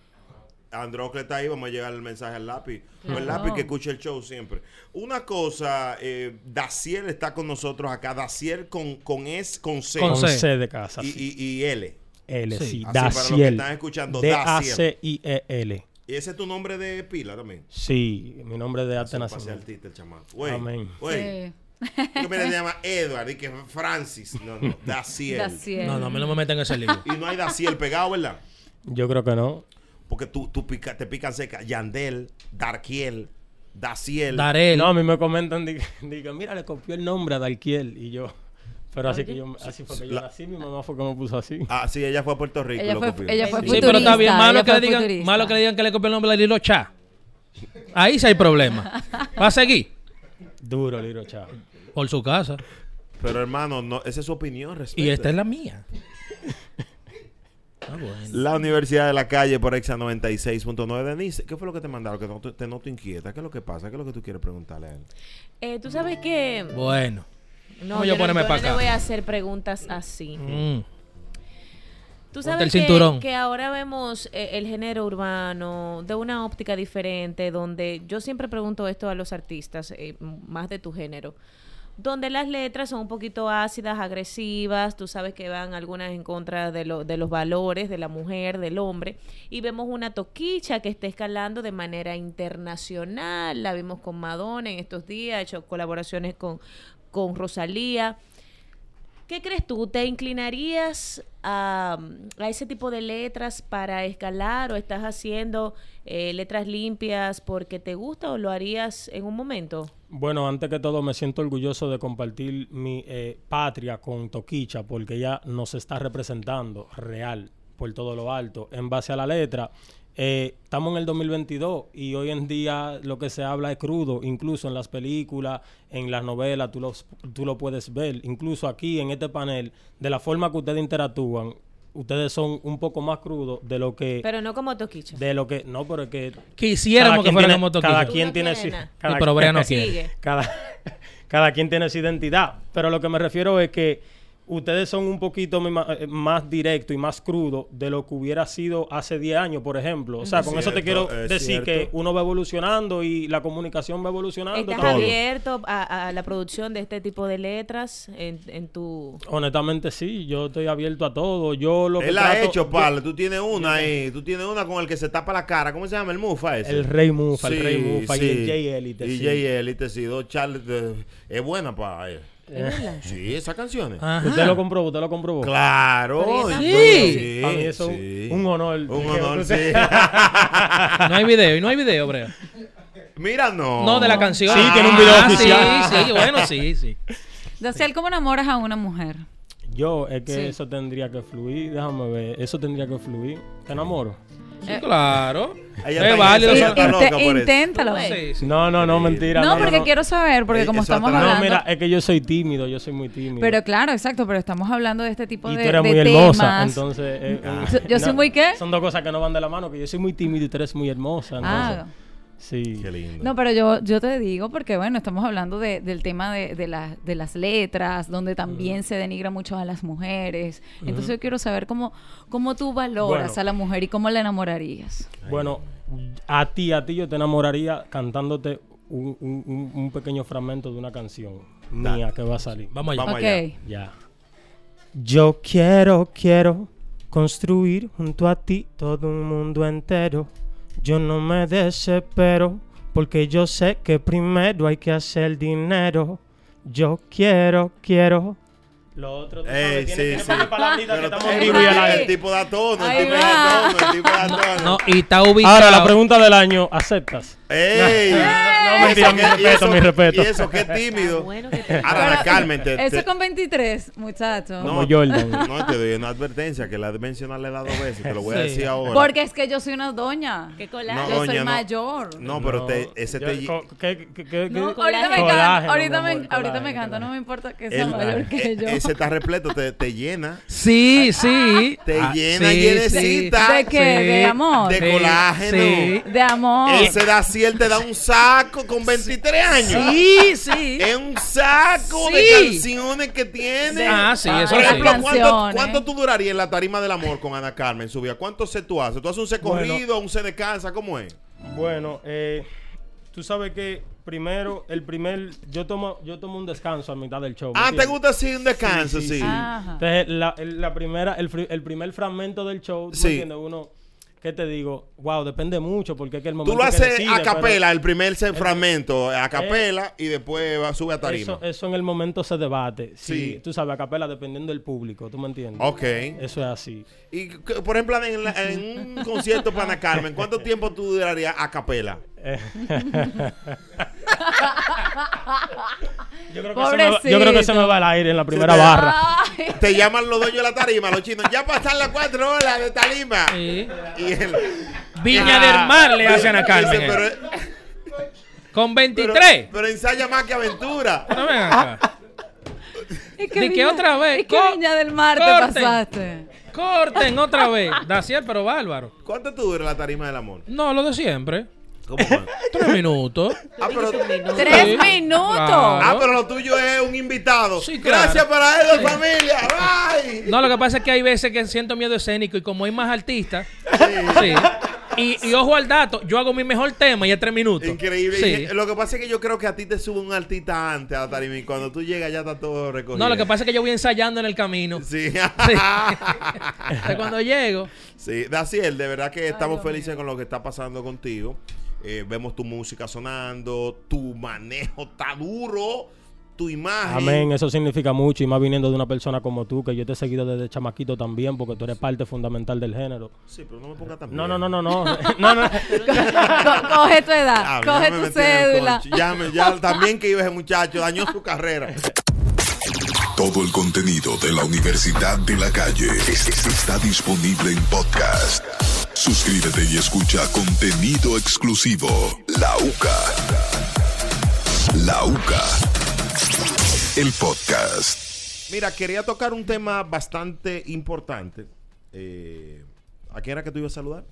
Speaker 2: Androcle está ahí. Vamos a llevar el mensaje al lápiz. O El
Speaker 5: Claro.
Speaker 2: lápiz que escucha el show siempre. Una cosa, eh, Daciel está con nosotros acá. Daciel con, con es con C.
Speaker 3: Con
Speaker 10: Con
Speaker 3: C.
Speaker 10: C de casa,
Speaker 2: y,
Speaker 10: sí.
Speaker 2: y- y L.
Speaker 10: L,
Speaker 3: Sí.
Speaker 10: sí.
Speaker 2: Así para los que
Speaker 10: Daciel.
Speaker 2: están escuchando,
Speaker 10: D-A-C-I-E-L.
Speaker 2: Y ese es tu nombre de pila también.
Speaker 10: E Sí, mi nombre es de arte
Speaker 2: Se pase
Speaker 10: nacional.
Speaker 2: artista el chamaco. Güey,
Speaker 10: Amén.
Speaker 2: güey.
Speaker 5: Sí.
Speaker 2: Yo me le llama Edward y que es Francis. No, no, Daciel.
Speaker 5: Daciel.
Speaker 3: no, no, a mí no me meten en ese lío.
Speaker 2: Y no hay Daciel pegado, ¿verdad?
Speaker 10: Yo creo que no.
Speaker 2: Porque tú, tú pica- te pican seca. Yandel, Darkiel, Daciel.
Speaker 3: Daré
Speaker 10: No, a mí me comentan, digo, mira, le copió el nombre a Dalquiel y yo. Pero así que yo, así fue que yo
Speaker 2: La-
Speaker 10: nací, mi mamá fue que me puso así.
Speaker 2: ah, sí, ella fue a Puerto Rico. y
Speaker 5: Ella
Speaker 2: lo
Speaker 5: fue,
Speaker 2: copió.
Speaker 5: ella fue
Speaker 3: Sí,
Speaker 6: Sí,
Speaker 5: futurista.
Speaker 3: pero está bien, malo
Speaker 5: ella
Speaker 3: que, le
Speaker 5: fue
Speaker 3: digan,
Speaker 5: futurista.
Speaker 3: malo que le digan que le copió el nombre de Lilo Cha. Ahí sí hay problema. Va a seguir
Speaker 10: Duro, Liro Chao.
Speaker 3: por su casa.
Speaker 2: Pero hermano, no, esa es su opinión.
Speaker 3: Y
Speaker 2: respeta.
Speaker 3: esta es la mía. Ah, bueno.
Speaker 2: La Universidad de la Calle por Exa 96.9. Denise, ¿qué fue lo que te mandaron? Que no te, te noto inquieta. ¿Qué es lo que pasa? ¿Qué es lo que tú quieres preguntarle a él?
Speaker 6: Eh, Tú sabes que.
Speaker 3: Bueno.
Speaker 6: No,
Speaker 3: ¿Cómo
Speaker 6: yo,
Speaker 3: yo
Speaker 6: no-
Speaker 3: ponerme
Speaker 6: yo
Speaker 3: pa'
Speaker 6: no le
Speaker 3: acá?
Speaker 6: voy a hacer preguntas así.
Speaker 3: Mm.
Speaker 6: Tú
Speaker 3: Ponte
Speaker 6: sabes
Speaker 3: el
Speaker 6: que-
Speaker 3: cinturón.
Speaker 6: Que, ahora vemos eh, el género urbano de una óptica diferente, donde yo siempre pregunto esto a los artistas, eh, m- más de tu género, donde las letras son un poquito ácidas, agresivas, tú sabes que van algunas en contra de, lo- de los valores de la mujer, del hombre, y vemos una toquicha que está escalando de manera internacional, la vimos con Madonna en estos días, ha hecho colaboraciones con, con Rosalía. ¿Qué crees tú? ¿Te inclinarías a, a ese tipo de letras para escalar o estás haciendo eh, letras limpias porque te gusta o lo harías en un momento?
Speaker 10: Bueno, antes que todo me siento orgulloso de compartir mi eh, patria con Toquicha porque ella nos está representando real por todo lo alto. En base a la letra, eh, estamos en el 2022 y hoy en día lo que se habla es crudo, incluso en las películas, en las novelas, tú, los, tú lo puedes ver, incluso aquí en este panel, de la forma que ustedes interactúan, ustedes son un poco más crudos de lo que...
Speaker 6: Pero no como Toquicha.
Speaker 10: de lo que no pero es que
Speaker 3: Quisiéramos que
Speaker 10: cada quien
Speaker 3: fuera
Speaker 10: tiene-
Speaker 3: como Toquicha.
Speaker 10: cada
Speaker 3: Tú
Speaker 10: quien
Speaker 6: no
Speaker 10: tiene
Speaker 6: quieres
Speaker 10: su-
Speaker 6: nada.
Speaker 10: cada-
Speaker 3: Sí, pero Brea no quiere.
Speaker 6: Sigue.
Speaker 10: cada, cada quien tiene su identidad. Pero lo que me refiero es que ustedes son un poquito mi- ma- eh, más directo y más crudo de lo que hubiera sido hace 10 años, por ejemplo. O sea,
Speaker 2: Es
Speaker 10: con eso te
Speaker 2: cierto,
Speaker 10: quiero
Speaker 2: es
Speaker 10: decir que
Speaker 2: cierto.
Speaker 10: uno va evolucionando y la comunicación va evolucionando.
Speaker 6: ¿Estás
Speaker 10: también.
Speaker 6: abierto a, a la producción de este tipo de letras en, en tu...
Speaker 10: Honestamente sí, yo estoy abierto a todo. Yo lo que
Speaker 2: Él la ha
Speaker 10: trato-
Speaker 2: hecho, pal. Tú tienes una ahí. Tú tienes una con el que se tapa la cara. ¿Cómo se llama? El Mufa ese.
Speaker 10: El Rey Mufa,
Speaker 2: Sí,
Speaker 10: el Rey Mufa
Speaker 2: sí.
Speaker 10: y el J Elite.
Speaker 2: Y
Speaker 10: sí.
Speaker 2: J Elite, sí. Dos Charles. de- Es buena para él. Eh, Sí, esas canciones.
Speaker 3: Ajá.
Speaker 10: Usted lo comprobó, usted lo comprobó.
Speaker 2: Claro.
Speaker 5: Pero
Speaker 3: Sí.
Speaker 10: Para mí eso es
Speaker 2: sí.
Speaker 10: un honor.
Speaker 2: Un honor, sí.
Speaker 3: No hay video, y no hay video, Brea.
Speaker 2: Mira, no.
Speaker 3: No, de la canción.
Speaker 10: Sí, tiene un video
Speaker 3: Ah,
Speaker 10: oficial.
Speaker 3: Sí, sí, bueno, sí, sí.
Speaker 5: Daciel, ¿cómo enamoras a una mujer?
Speaker 10: Yo, es que
Speaker 5: Sí.
Speaker 10: eso tendría que fluir, déjame ver, eso tendría que fluir. ¿Te enamoro?
Speaker 3: Sí, claro.
Speaker 2: Ella está
Speaker 3: Es válido.
Speaker 2: en
Speaker 3: sí.
Speaker 2: esa- está loca por eso.
Speaker 5: inténtalo.
Speaker 3: Sí, sí.
Speaker 10: No, no, no, mentira.
Speaker 5: No, porque
Speaker 10: no. Eh,
Speaker 5: quiero saber, porque
Speaker 2: Ey,
Speaker 5: como
Speaker 2: eso
Speaker 5: estamos
Speaker 2: atrás.
Speaker 5: hablando.
Speaker 10: No, mira, es que yo soy tímido, yo soy muy tímido.
Speaker 5: pero claro, exacto, pero estamos hablando de este tipo
Speaker 10: y
Speaker 5: de,
Speaker 10: tú eres
Speaker 5: de
Speaker 10: muy
Speaker 5: temas. Ah.
Speaker 10: hermosa, entonces... eh, eh,
Speaker 5: ¿Yo soy muy qué?
Speaker 10: Son dos cosas que no van de la mano, que yo soy muy tímido y tú eres muy hermosa, entonces...
Speaker 5: Ah.
Speaker 10: Sí.
Speaker 2: Qué lindo.
Speaker 5: No, pero yo, yo te digo porque, bueno, estamos hablando de- del tema de, de la- de las letras, donde también se denigra mucho a las mujeres. Entonces yo quiero saber cómo, cómo tú valoras
Speaker 10: Bueno.
Speaker 5: a la mujer y cómo la enamorarías.
Speaker 10: Bueno, a ti, a ti yo te enamoraría cantándote un, un- un- un pequeño fragmento de una canción mía que va a salir.
Speaker 3: Vamos allá.
Speaker 2: Vamos.
Speaker 5: ok.
Speaker 2: allá.
Speaker 10: Ya. Yo quiero, quiero construir junto a ti todo un mundo entero. Yo no me desespero porque yo sé que primero hay que hacer dinero. Yo quiero, quiero. Lo otro tú
Speaker 2: Ey,
Speaker 10: sabes, tiene-
Speaker 2: sí,
Speaker 10: tiene
Speaker 2: sí.
Speaker 10: varias palabritas que
Speaker 2: Pero
Speaker 10: estamos en
Speaker 2: el
Speaker 10: vivo
Speaker 2: tipo-
Speaker 10: y al aire.
Speaker 2: el tipo da tono, el
Speaker 5: Ahí
Speaker 2: tipo da
Speaker 5: va.
Speaker 2: tono, el tipo da tono.
Speaker 3: No, y está ubicado.
Speaker 10: Ahora, la pregunta del año, ¿aceptas?
Speaker 2: ¡Ey!
Speaker 10: No, no, mentira, mi
Speaker 2: Y eso-
Speaker 10: respeto, mi respeto.
Speaker 2: Y eso, qué tímido.
Speaker 6: bueno que te-
Speaker 2: Ahora,
Speaker 5: Pero-
Speaker 2: Carmen, te,
Speaker 5: Eso
Speaker 2: te-
Speaker 5: con 23, muchachos.
Speaker 10: Como Jordan.
Speaker 2: no, te doy una advertencia que la he mencionado le he dado veces. Te lo voy a
Speaker 3: Sí.
Speaker 2: decir ahora.
Speaker 5: Porque es que yo soy una doña.
Speaker 6: Qué colaje.
Speaker 5: yo soy
Speaker 2: doña, no.
Speaker 5: mayor.
Speaker 2: No, pero te- ese
Speaker 10: Yo-
Speaker 2: te.
Speaker 10: co- ¿qué- qué- qué-
Speaker 5: No,
Speaker 10: qué-
Speaker 5: ahorita me
Speaker 10: colágeno,
Speaker 5: canta, ahorita
Speaker 10: mi
Speaker 5: me,
Speaker 10: amor,
Speaker 5: ahorita me
Speaker 10: colágeno,
Speaker 5: canta, no me
Speaker 10: colágeno.
Speaker 5: importa que sea
Speaker 2: el-
Speaker 5: mayor que
Speaker 2: e-
Speaker 5: yo.
Speaker 2: Ese está repleto, te, te llena.
Speaker 3: Sí, sí.
Speaker 2: Te
Speaker 3: Ah,
Speaker 2: llena,
Speaker 3: sí,
Speaker 2: llenecita.
Speaker 5: ¿De qué? ¿De amor?
Speaker 2: De
Speaker 3: Sí,
Speaker 2: colágeno.
Speaker 3: Sí.
Speaker 5: De amor.
Speaker 2: Ese da si él te da un saco con 23 años.
Speaker 3: Sí, sí.
Speaker 2: Es un saco de
Speaker 3: Sí.
Speaker 2: canciones que tiene.
Speaker 3: Ah, sí, eso
Speaker 2: Por
Speaker 5: Las
Speaker 2: ejemplo,
Speaker 3: sí.
Speaker 2: ¿cuánto,
Speaker 5: canciones.
Speaker 2: cuánto tú durarías en la tarima del amor con Ana Carmen? Subía, ¿cuánto se tú haces? ¿Tú haces un se
Speaker 10: Bueno.
Speaker 2: corrido, un se de casa? ¿Cómo es?
Speaker 10: Bueno, eh, tú sabes que primero, el primer, yo tomo, yo tomo un descanso a mitad del show. ¿me
Speaker 2: Ah, ¿te
Speaker 10: entiendes?
Speaker 2: gusta así un descanso? Sí.
Speaker 5: Ajá.
Speaker 10: Entonces, la, el- la primera, el, fri- el primer fragmento del show, ¿tú
Speaker 2: Sí.
Speaker 10: me entiendes? Uno, ¿qué te digo? Wow, depende mucho porque es que el momento
Speaker 2: Tú lo
Speaker 10: que
Speaker 2: haces
Speaker 10: decide,
Speaker 2: a
Speaker 10: pero Eh.
Speaker 2: capela, el primer se- fragmento, a capela, y después va- sube a tarima.
Speaker 10: Eso, eso en el momento se debate. Sí.
Speaker 2: Sí.
Speaker 10: Tú sabes, a capela dependiendo del público, ¿tú me entiendes?
Speaker 2: Ok.
Speaker 10: Eso es así.
Speaker 2: Y, c- por ejemplo, en, la- en un concierto para Ana Carmen, ¿cuánto tiempo tú durarías a capela?
Speaker 5: Eh.
Speaker 10: Yo creo, que se me va, yo creo que se me va el aire en la primera
Speaker 2: Se te-
Speaker 10: barra.
Speaker 5: Ay,
Speaker 2: Te llaman los dueños de la tarima, los chinos, ya pasan las cuatro horas de tarima.
Speaker 3: Sí.
Speaker 2: Y él...
Speaker 3: Viña del Mar le hacen a Carmen.
Speaker 2: Dice,
Speaker 3: eh.
Speaker 2: pero,
Speaker 3: Con
Speaker 2: pero-
Speaker 3: 23.
Speaker 2: pero ensaya más que aventura.
Speaker 3: No ven acá.
Speaker 5: ¿Y
Speaker 3: ¿De qué otra vez?
Speaker 5: ¿Y qué
Speaker 3: Co-
Speaker 5: viña del mar te
Speaker 3: corten.
Speaker 5: pasaste?
Speaker 3: Corten otra vez. Daciel, pero bárbaro.
Speaker 2: ¿Cuánto tú dura la tarima del amor?
Speaker 3: No, lo de siempre.
Speaker 2: ¿Cómo más?
Speaker 3: Tres minutos.
Speaker 2: ah, pero,
Speaker 5: ¡Tres
Speaker 3: Sí.
Speaker 5: minutos!
Speaker 3: Claro.
Speaker 2: ah, pero lo tuyo es un invitado.
Speaker 3: Sí, claro.
Speaker 2: Gracias para él, familia. Bye.
Speaker 3: No, lo que pasa es que hay veces que siento miedo escénico y como hay más artistas. Sí. Y, y ojo al dato, yo hago mi mejor tema y es tres minutos.
Speaker 2: Increíble.
Speaker 3: Sí.
Speaker 2: Y eh, Lo que pasa es que yo creo que a ti te sube un artista antes a la tarima y cuando tú llegas ya está todo recogido.
Speaker 3: No, lo que pasa es que yo voy ensayando en el camino.
Speaker 2: Sí.
Speaker 3: Sí. Hasta cuando llego.
Speaker 2: Sí, Daciel, de verdad que estamos felices con lo que está pasando contigo. Eh, vemos tu música sonando, tu manejo está duro, tu imagen.
Speaker 10: Amén, eso significa mucho y más viniendo de una persona como tú, que yo te he seguido desde chamaquito también, porque tú eres parte fundamental del género.
Speaker 2: Sí, pero no me pongas tan
Speaker 10: No,
Speaker 2: bien.
Speaker 10: no, no, no, no, no, no.
Speaker 5: Co- coge tu edad,
Speaker 2: Diablo, ya
Speaker 5: coge
Speaker 2: me
Speaker 5: tu
Speaker 2: metí en Ah, el
Speaker 5: cédula.
Speaker 2: concho. Ya, me- ya también que iba ese muchacho, dañó su carrera.
Speaker 1: Todo el contenido de la Universidad de la Calle es- es- está disponible en podcast. Suscríbete y escucha contenido exclusivo. La UCA. La UCA. El podcast.
Speaker 2: Mira, quería tocar un tema bastante importante. Eh, ¿A quién era que tú ibas a saludar?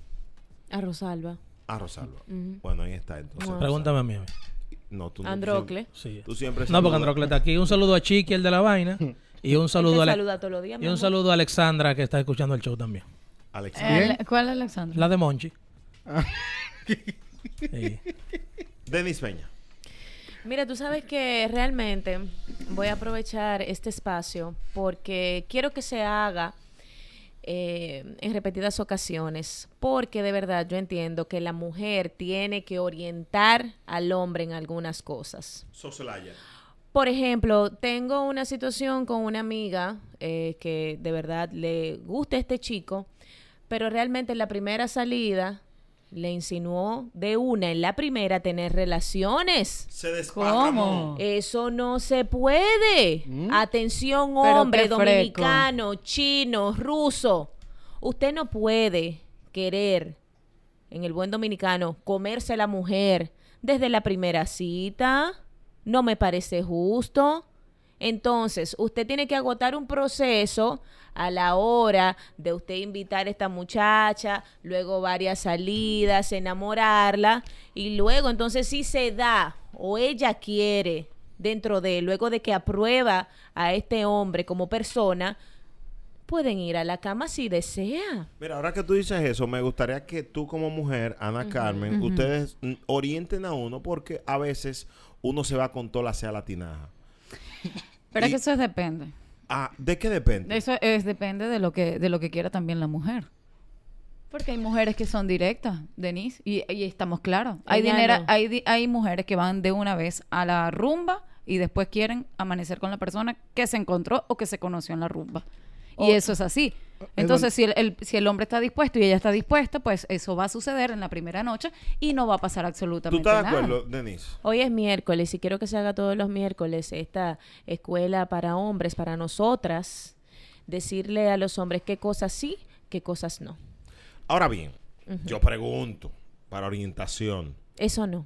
Speaker 6: A Rosalba.
Speaker 2: A Rosalba. Bueno, ahí está entonces.
Speaker 3: Pregúntame a mí. a mí.
Speaker 2: No, tú no-
Speaker 6: Androcle.
Speaker 3: Sí.
Speaker 2: Tú siempre
Speaker 3: No, porque
Speaker 2: saludas.
Speaker 3: Androcle está aquí. Un saludo a Chiqui, el de la vaina. Y un saludo a, Ale-
Speaker 6: saluda todos los días, mi
Speaker 3: y un
Speaker 6: amor.
Speaker 3: saludo a Alexandra, que está escuchando el show también.
Speaker 2: Alex.
Speaker 5: Eh, ¿Cuál es Alexandra?
Speaker 3: La de Monchi.
Speaker 2: Ah.
Speaker 3: Sí.
Speaker 2: Denis Peña.
Speaker 6: Mira, tú sabes que realmente voy a aprovechar este espacio porque quiero que se haga eh, en repetidas ocasiones, porque de verdad yo entiendo que la mujer tiene que orientar al hombre en algunas cosas.
Speaker 2: Soselaya.
Speaker 6: Por ejemplo, tengo una situación con una amiga eh, que de verdad le gusta este chico, pero realmente en la primera salida le insinuó de una, en la primera, tener relaciones.
Speaker 2: Se
Speaker 5: ¿Cómo?
Speaker 6: Eso no se puede. Atención,
Speaker 5: Pero
Speaker 6: hombre
Speaker 5: qué freco.
Speaker 6: dominicano, chino, ruso. Usted no puede querer, en el buen dominicano, comerse a la mujer desde la primera cita. No me parece justo. Entonces, usted tiene que agotar un proceso a la hora de usted invitar a esta muchacha, luego varias salidas, enamorarla y luego entonces si se da o ella quiere dentro de, luego de que aprueba a este hombre como persona, pueden ir a la cama si desea.
Speaker 2: Mira, ahora que tú dices eso, me gustaría que tú como mujer, Ana Carmen, ustedes mm, orienten a uno porque a veces uno se va con toda la sea latinaja.
Speaker 5: Pero es
Speaker 2: Y-
Speaker 5: que eso es depende.
Speaker 2: Ah, ¿de qué depende?
Speaker 5: Eso es depende de lo que de lo que quiera también la mujer. Porque hay mujeres que son directas, Denise, y, y estamos claros. Hay
Speaker 6: Ella
Speaker 5: dinero,
Speaker 6: no.
Speaker 5: hay di- hay mujeres que van de una vez a la rumba y después quieren amanecer con la persona que se encontró o que se conoció en la rumba. Y
Speaker 4: O-
Speaker 5: eso es así. Entonces, si el, el- si el hombre está dispuesto y ella está dispuesta, pues eso va a suceder en la primera noche y no va a pasar
Speaker 2: ¿Tú
Speaker 5: absolutamente
Speaker 2: estás
Speaker 5: nada.
Speaker 2: de acuerdo, Denis?
Speaker 6: Hoy es miércoles y quiero que se haga todos los miércoles esta escuela para hombres, para nosotras, decirle a los hombres qué cosas sí, qué cosas no.
Speaker 2: Ahora bien, yo pregunto para orientación,
Speaker 6: Eso no.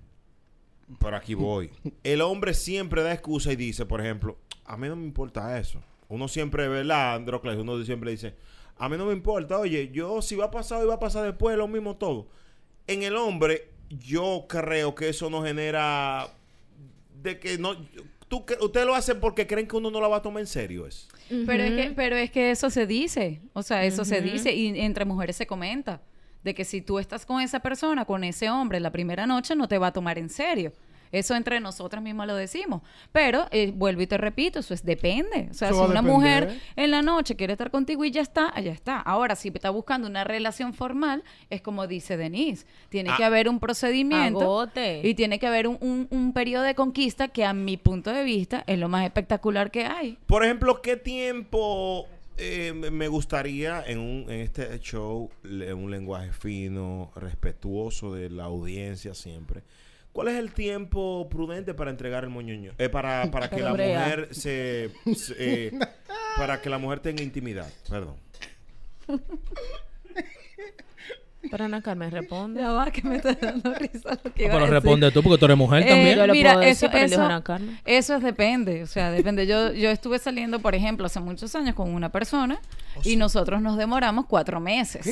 Speaker 2: pero aquí voy. El hombre siempre da excusa y dice, por ejemplo, a mí no me importa eso. Uno siempre, ¿verdad, Androcles? Uno siempre dice, a mí no me importa, oye, yo si va a pasar hoy, va a pasar después, lo mismo todo. En el hombre, yo creo que eso no genera... De que no... Tú, cre- ustedes lo hacen porque creen que uno no la va a tomar en serio, es.
Speaker 5: Pero, es que, pero es que eso se dice, o sea, eso se dice y entre mujeres se comenta, de que si tú estás con esa persona, con ese hombre, la primera noche no te va a tomar en serio. Eso entre nosotras mismas lo decimos. Pero eh, vuelvo y te repito, eso es depende. O
Speaker 4: Eso
Speaker 5: sea, si
Speaker 4: va a
Speaker 5: una
Speaker 4: depender.
Speaker 5: mujer en la noche quiere estar contigo y ya está, ya está. Ahora, si está buscando una relación formal, es como dice Denise, tiene que haber un procedimiento
Speaker 6: Agote.
Speaker 5: y tiene que haber un, un- un periodo de conquista que a mi punto de vista es lo más espectacular que hay.
Speaker 2: Por ejemplo, ¿qué tiempo eh, me me gustaría en, un, en este show, le- un lenguaje fino, respetuoso de la audiencia siempre? ¿Cuál es el tiempo prudente para entregar el moñoño? Eh, para, para que
Speaker 6: Pero
Speaker 2: la
Speaker 6: brea.
Speaker 2: mujer se... se- eh, para que la mujer tenga intimidad, perdón.
Speaker 6: Pero Ana Carmen responde.
Speaker 5: Ya va, que me está dando risa lo que iba
Speaker 3: Ah, Pero
Speaker 5: a decir.
Speaker 3: responde tú, porque tú eres mujer
Speaker 5: Eh,
Speaker 3: también.
Speaker 6: Yo le
Speaker 5: mira,
Speaker 6: puedo decir,
Speaker 5: eso,
Speaker 6: pero elijo
Speaker 5: eso-
Speaker 6: Ana Carmen.
Speaker 5: eso es depende, o sea, depende. Yo, yo estuve saliendo, por ejemplo, hace muchos años con una persona
Speaker 2: Oh,
Speaker 5: y nosotros nos demoramos cuatro meses.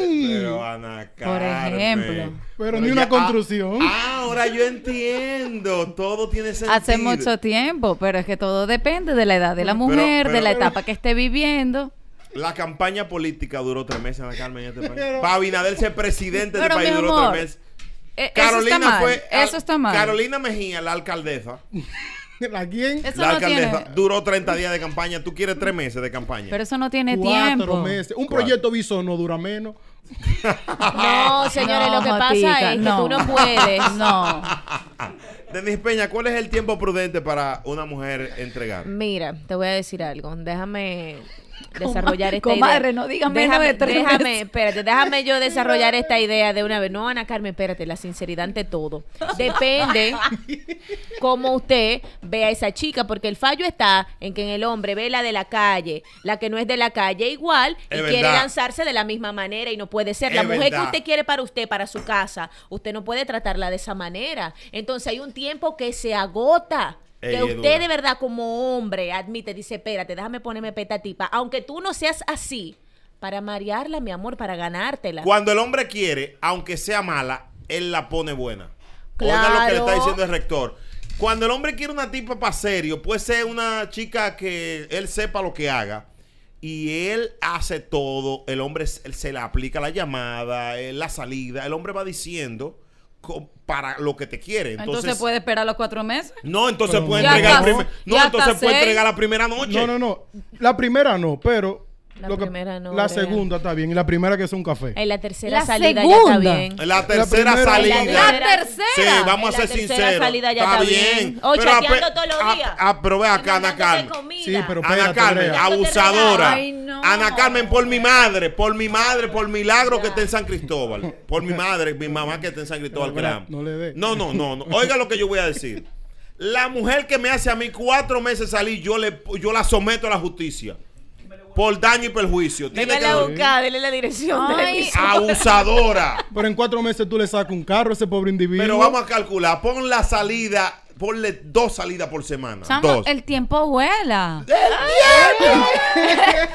Speaker 2: Pero Ana Carmen.
Speaker 5: ejemplo.
Speaker 4: Pero ni una
Speaker 2: ah,
Speaker 4: construcción.
Speaker 2: ahora yo entiendo. Todo tiene sentido.
Speaker 5: Hace mucho tiempo, pero es que todo depende de la edad de la mujer, de
Speaker 2: pero-
Speaker 5: la etapa que esté viviendo.
Speaker 2: La campaña política duró tres meses, Ana Carmen, en este país. Para Abinader ser presidente del
Speaker 5: Pero,
Speaker 2: país
Speaker 5: mi
Speaker 2: duró
Speaker 5: amor,
Speaker 2: tres meses.
Speaker 5: Eh, eso
Speaker 2: Carolina
Speaker 5: está mal.
Speaker 2: fue.
Speaker 5: eso está mal.
Speaker 2: Carolina Mejía, la alcaldesa.
Speaker 4: ¿A quién?
Speaker 5: Eso
Speaker 2: la
Speaker 5: no
Speaker 2: alcaldesa
Speaker 5: tiene-
Speaker 2: duró 30 días de campaña. Tú quieres tres meses de campaña.
Speaker 5: pero eso no tiene
Speaker 4: Cuatro
Speaker 5: tiempo.
Speaker 4: meses. Un
Speaker 2: Cuatro.
Speaker 4: proyecto visón no dura menos.
Speaker 6: No, señores, lo que pasa
Speaker 5: Jotica,
Speaker 6: es que
Speaker 5: no.
Speaker 6: tú no puedes.
Speaker 5: No.
Speaker 2: Denis Ah, Peña, ¿cuál es el tiempo prudente para una mujer entregar?
Speaker 6: Mira, te voy a decir algo. Déjame desarrollar esta
Speaker 5: comadre,
Speaker 6: idea.
Speaker 5: no diga menos
Speaker 6: déjame,
Speaker 5: de tres
Speaker 6: déjame,
Speaker 5: veces.
Speaker 6: espérate, déjame yo desarrollar esta idea de una vez. No, Ana Carmen, espérate, la sinceridad ante todo. Depende cómo usted ve a esa chica, porque el fallo está en que en el hombre ve la de la calle, la que no es de la calle igual, y
Speaker 11: Es
Speaker 6: quiere
Speaker 11: verdad.
Speaker 6: lanzarse de la misma manera y no puede ser. La
Speaker 11: Es
Speaker 6: mujer
Speaker 11: verdad.
Speaker 6: que usted quiere para usted, para su casa, usted no puede tratarla de esa manera. Entonces hay un tiempo que se agota.
Speaker 2: Ey,
Speaker 6: Que
Speaker 2: es
Speaker 6: usted
Speaker 2: dura.
Speaker 6: de verdad como hombre admite, dice, espérate, déjame ponerme petatipa, aunque tú no seas así, para marearla, mi amor, para ganártela.
Speaker 2: Cuando el hombre quiere, aunque sea mala, él la pone buena. Oigan lo que le
Speaker 6: Claro.
Speaker 2: está diciendo el rector. Cuando el hombre quiere una tipa para serio, puede ser una chica que él sepa lo que haga. Y él hace todo. El hombre se se le aplica la llamada, eh, la salida. El hombre va diciendo co- para lo que te quiere.
Speaker 5: Entonces,
Speaker 2: Entonces,
Speaker 5: puede esperar los cuatro meses.
Speaker 2: No, entonces
Speaker 4: Pero-
Speaker 2: puede
Speaker 5: Ya
Speaker 2: entregar, el
Speaker 5: está-
Speaker 2: primer- no,
Speaker 5: ya
Speaker 2: entonces
Speaker 5: está
Speaker 2: puede
Speaker 5: seis.
Speaker 2: entregar la primera noche.
Speaker 4: No, no, no. La primera no, pero.
Speaker 6: La
Speaker 4: lo que-
Speaker 6: primera no,
Speaker 4: La
Speaker 6: Brea.
Speaker 4: segunda está bien. Y la primera que es un café.
Speaker 6: En la tercera
Speaker 5: La
Speaker 6: salida ya
Speaker 5: segunda.
Speaker 6: está bien.
Speaker 2: La tercera
Speaker 4: primera-
Speaker 2: salida.
Speaker 5: La tercera.
Speaker 2: Sí, vamos a
Speaker 6: La
Speaker 2: ser
Speaker 6: tercera
Speaker 2: sinceros.
Speaker 6: salida ya está bien. O
Speaker 2: Pero
Speaker 6: chateando
Speaker 2: ape-
Speaker 6: todos los
Speaker 2: a-
Speaker 6: días.
Speaker 2: a- Ah, pero ve acá, Ana
Speaker 6: Mandándote
Speaker 2: Carmen.
Speaker 6: comida.
Speaker 4: Sí, pero
Speaker 2: Ana
Speaker 4: espérate,
Speaker 2: Carmen,
Speaker 4: Brea.
Speaker 2: abusadora.
Speaker 5: Ay, no.
Speaker 2: Ana Carmen, por mi madre, por mi madre, por milagro que está en San Cristóbal. Por mi madre, mi mamá que está en San Cristóbal.
Speaker 4: Pero,
Speaker 2: que la
Speaker 4: Brea,
Speaker 2: amo.
Speaker 4: no le dé.
Speaker 2: no, no, no, no. Oiga lo que yo voy a decir. La mujer que me hace a mí cuatro meses salir, yo, le, yo la someto a la justicia. Por daño y perjuicio. Tiene
Speaker 6: Venga
Speaker 2: que
Speaker 6: a
Speaker 2: dormir.
Speaker 6: buscar, dile la dirección. de la
Speaker 5: Ay.
Speaker 6: emisora.
Speaker 2: Abusadora.
Speaker 4: Pero en cuatro meses tú le sacas un carro a ese pobre individuo.
Speaker 2: Pero vamos a calcular. Pon la salida, ponle dos salidas por semana.
Speaker 5: Chamo,
Speaker 2: dos.
Speaker 5: el tiempo vuela.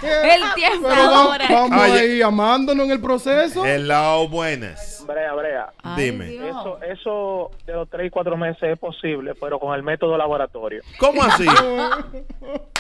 Speaker 5: el tiempo
Speaker 4: Pero va-
Speaker 5: ahora.
Speaker 4: vamos
Speaker 2: Oye.
Speaker 4: ahí amándonos en el proceso.
Speaker 2: Hello, buenas.
Speaker 7: Brea, brea.
Speaker 5: Ay,
Speaker 2: Dime.
Speaker 5: Dios.
Speaker 7: Eso, eso de los 3 y 4 meses es posible, pero con el método laboratorio.
Speaker 2: ¿Cómo así?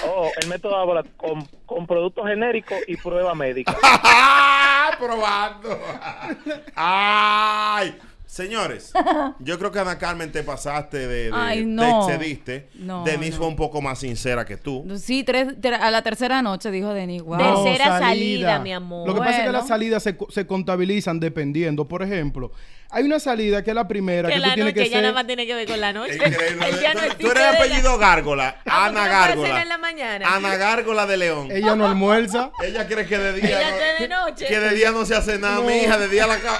Speaker 7: Oh, el método laboratorio con, con productos genéricos y prueba médica.
Speaker 2: ¡Ah! Probando.
Speaker 5: eh.
Speaker 2: ¡Ay! Señores, yo creo que Ana Carmen te pasaste de. de-
Speaker 5: Ay, no.
Speaker 2: Te excediste.
Speaker 5: No,
Speaker 2: Denise
Speaker 5: no.
Speaker 2: fue un poco más sincera que tú.
Speaker 5: Sí, tres, ter- a la tercera noche dijo Denis. Wow.
Speaker 4: No,
Speaker 6: Tercera salida, mi amor.
Speaker 4: Lo que pasa es que
Speaker 5: Bueno.
Speaker 4: las salidas se, co- se contabilizan dependiendo. Por ejemplo, hay una salida que es la primera que,
Speaker 6: Que
Speaker 4: tú
Speaker 6: la
Speaker 4: tienes
Speaker 6: noche
Speaker 4: que
Speaker 6: ya
Speaker 4: ser.
Speaker 6: nada más tiene que ver con la noche.
Speaker 2: Increíble.
Speaker 6: Ay, ya no
Speaker 2: Tú- tú
Speaker 6: existe
Speaker 2: eres
Speaker 6: de la-
Speaker 2: apellido Gárgola.
Speaker 6: Ah,
Speaker 2: Ana
Speaker 6: porque no puede
Speaker 2: Gárgola.
Speaker 6: ser en la mañana.
Speaker 2: Ana Gárgola de León.
Speaker 4: Ella no almuerza.
Speaker 2: Ella cree que de día.
Speaker 6: Ella
Speaker 2: no-
Speaker 6: está de noche.
Speaker 2: que de día no se hace nada, mi hija. De día la ca-